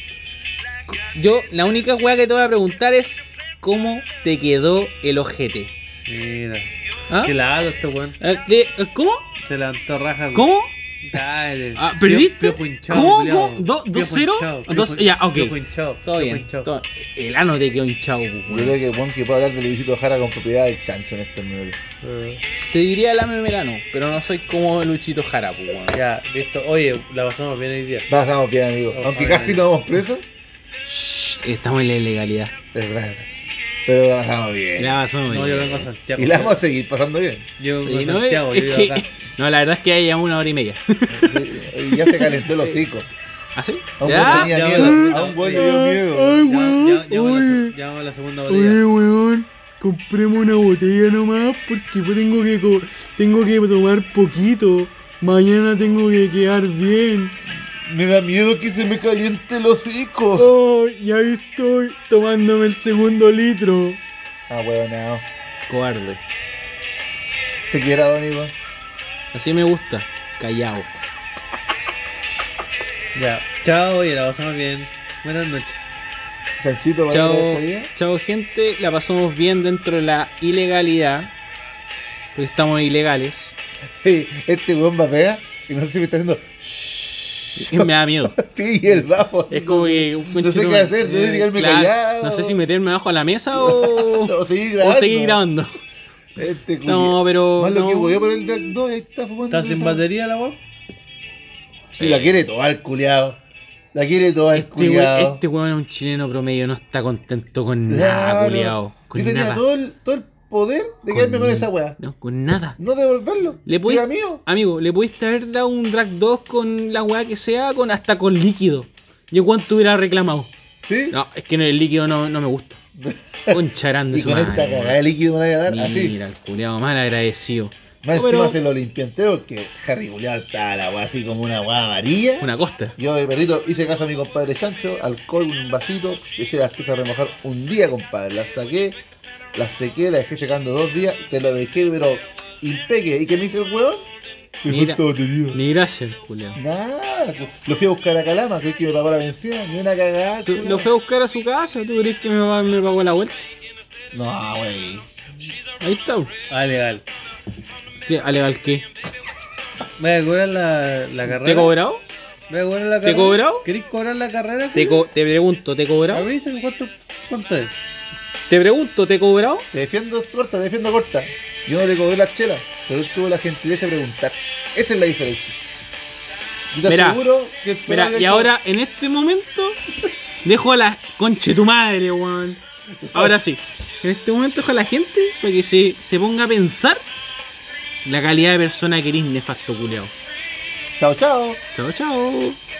Speaker 3: Yo, la única weá que te voy a preguntar es cómo te quedó el ojete.
Speaker 1: Mira,
Speaker 3: ¿Ah?
Speaker 1: que la hago este weón.
Speaker 3: Eh, de- eh, ¿Cómo?
Speaker 1: Se levantó raja. güey.
Speaker 3: ¿Cómo?
Speaker 1: Dale.
Speaker 3: Ah, ¿perdiste?
Speaker 1: Piojo hinchado,
Speaker 3: ¿Cómo?
Speaker 1: culiao.
Speaker 3: ¿Cómo? ¿Do-
Speaker 1: Piojo
Speaker 3: dos cero?
Speaker 1: hinchado,
Speaker 3: Dos-
Speaker 1: piojo-
Speaker 3: ya, ok.
Speaker 1: piojo hinchado,
Speaker 3: Todo
Speaker 1: piojo
Speaker 3: bien.
Speaker 1: hinchado.
Speaker 3: todo- el ano te quedó hinchado, pues,
Speaker 2: Yo
Speaker 3: weón.
Speaker 2: creo que Juan que puede hablar de Luisito Jara con propiedad del chancho en este estos minutos.
Speaker 1: Eh,
Speaker 3: Te diría la memelano, pero no soy como Luchito Jara, pues, weón.
Speaker 1: Ya, listo. Oye, la pasamos bien hoy día.
Speaker 2: Todos estamos bien, amigo.
Speaker 1: Oh,
Speaker 2: Aunque
Speaker 1: está
Speaker 2: casi
Speaker 1: bien.
Speaker 2: nos vamos presos,
Speaker 3: Shh, Estamos en la ilegalidad.
Speaker 2: es verdad. Pero la pasamos bien.
Speaker 3: La pasamos
Speaker 1: No, yo
Speaker 3: bien.
Speaker 1: vengo a Santiago.
Speaker 2: Y la vamos a seguir pasando bien.
Speaker 1: Yo vengo
Speaker 3: Sí,
Speaker 1: a
Speaker 3: no, es-
Speaker 1: Santiago,
Speaker 3: es
Speaker 1: yo
Speaker 3: que-
Speaker 1: vivo acá.
Speaker 3: no, la verdad es que ya llevamos una hora y media.
Speaker 2: Y- Y ya se calentó el hocico.
Speaker 3: ¿Ah, sí?
Speaker 2: A un
Speaker 3: ¿Ya?
Speaker 2: weón tenía
Speaker 1: Ya,
Speaker 2: miedo.
Speaker 1: ya,
Speaker 2: A un weón
Speaker 1: ya.
Speaker 2: le dio miedo.
Speaker 1: Ya- ya- ya vamos a la- ya vamos a la segunda botella.
Speaker 7: Oye, weón, compremos una botella nomás porque pues tengo que, co- tengo que tomar poquito. Mañana tengo que quedar bien.
Speaker 2: Me da miedo que se me caliente el hocico.
Speaker 7: Oh, y ahí estoy tomándome el segundo litro.
Speaker 2: Ah, huevonao.
Speaker 3: Cobarde.
Speaker 2: Te quiero, don Ivo.
Speaker 3: Así me gusta. Callao.
Speaker 1: Ya, chao, y la pasamos bien. Buenas noches.
Speaker 2: Chanchito, ¿vale?
Speaker 3: Chao,
Speaker 2: ¿Está
Speaker 3: chao gente, la pasamos bien dentro de la ilegalidad, porque estamos ilegales.
Speaker 2: bien? Este weón va a pegar y no sé si me está haciendo.
Speaker 3: Y me da miedo.
Speaker 2: Sí, y el bajo.
Speaker 3: Es como que un
Speaker 2: No sé qué
Speaker 3: conchetumare-
Speaker 2: hacer, no sé si quedarme callado.
Speaker 3: No sé si meterme abajo a la mesa o,
Speaker 2: O seguir
Speaker 3: o
Speaker 2: grabando.
Speaker 3: seguir grabando.
Speaker 2: Este
Speaker 3: No, pero
Speaker 2: Más lo que
Speaker 3: no.
Speaker 2: hueó por el Drag 2, ahí está fumando.
Speaker 1: ¿Estás sin
Speaker 2: esa-
Speaker 1: batería la voz?
Speaker 2: Si la quiere toda el culiado. La quiere toda el
Speaker 3: Este weón,
Speaker 2: culiao.
Speaker 3: este weón es un chileno promedio, no está contento con nada,
Speaker 2: Claro.
Speaker 3: culiao.
Speaker 2: Yo
Speaker 3: Con
Speaker 2: tenía
Speaker 3: nada.
Speaker 2: todo el, todo el poder de quedarme con esa weá.
Speaker 3: No, con nada.
Speaker 2: No devolverlo. Si
Speaker 3: Le
Speaker 2: era
Speaker 3: pudiste,
Speaker 2: mío.
Speaker 3: amigo, le pudiste haber dado un drag 2 con la weá que sea, con hasta con líquido. Y en cuanto hubiera reclamado.
Speaker 2: Sí.
Speaker 3: No, es que no, el líquido no, no me gusta. Concharán de
Speaker 2: y
Speaker 3: su
Speaker 2: con esta
Speaker 3: madre.
Speaker 2: cagada de líquido me la voy a dar así.
Speaker 3: Mira, el culiao mal agradecido.
Speaker 2: Más
Speaker 3: No,
Speaker 2: encima
Speaker 3: pero-
Speaker 2: se lo limpió entero porque Harry Culeado estaba la weá así como una weá amarilla.
Speaker 3: Una costa.
Speaker 2: Yo, el perrito, hice caso a mi compadre Chancho, alcohol, un vasito, dejé las piezas a remojar un día, compadre. Las saqué, las sequé, las dejé secando dos días, te lo dejé, pero impeque. ¿Y qué me hizo el huevón? Me
Speaker 3: Mira.
Speaker 2: fue todo tenido.
Speaker 3: Ni gracias, culiao.
Speaker 2: Nada, pues, lo fui a buscar a Calama, creí que me pagó la vencida, ni una cagada.
Speaker 3: Tú-
Speaker 2: culiao.
Speaker 3: Lo fue a buscar a su casa, ¿tú crees que me, va- me pagó la vuelta?
Speaker 2: No, wey.
Speaker 3: Ahí está. weón.
Speaker 1: Ah, legal.
Speaker 3: ¿Qué? ¿Alegal qué?
Speaker 1: Voy a cobrar la, la carrera.
Speaker 3: ¿Te he cobrado?
Speaker 1: Voy a cobrar la
Speaker 3: ¿Te he
Speaker 1: carrera.
Speaker 3: cobrado?
Speaker 1: ¿Queréis cobrar la carrera?
Speaker 3: Te, co- te pregunto, ¿te he
Speaker 1: A
Speaker 3: cobrado?
Speaker 1: ver, dicen cuánto, cuánto es.
Speaker 3: Te pregunto, ¿te he cobrado?
Speaker 2: Te defiendo corta, te defiendo corta. Yo no le cobré las chelas, pero él tuvo la gentileza de preguntar. Esa es la diferencia. Yo te
Speaker 3: Mira,
Speaker 2: aseguro que el
Speaker 3: Mira,
Speaker 2: penal
Speaker 3: y
Speaker 2: hecho-
Speaker 3: ahora en este momento dejo a la conche tu madre, weón. Ahora sí. En este momento dejo a la gente para que se, se ponga a pensar la calidad de persona que eres nefasto culeado.
Speaker 2: Chao, chao.
Speaker 3: Chao, chao.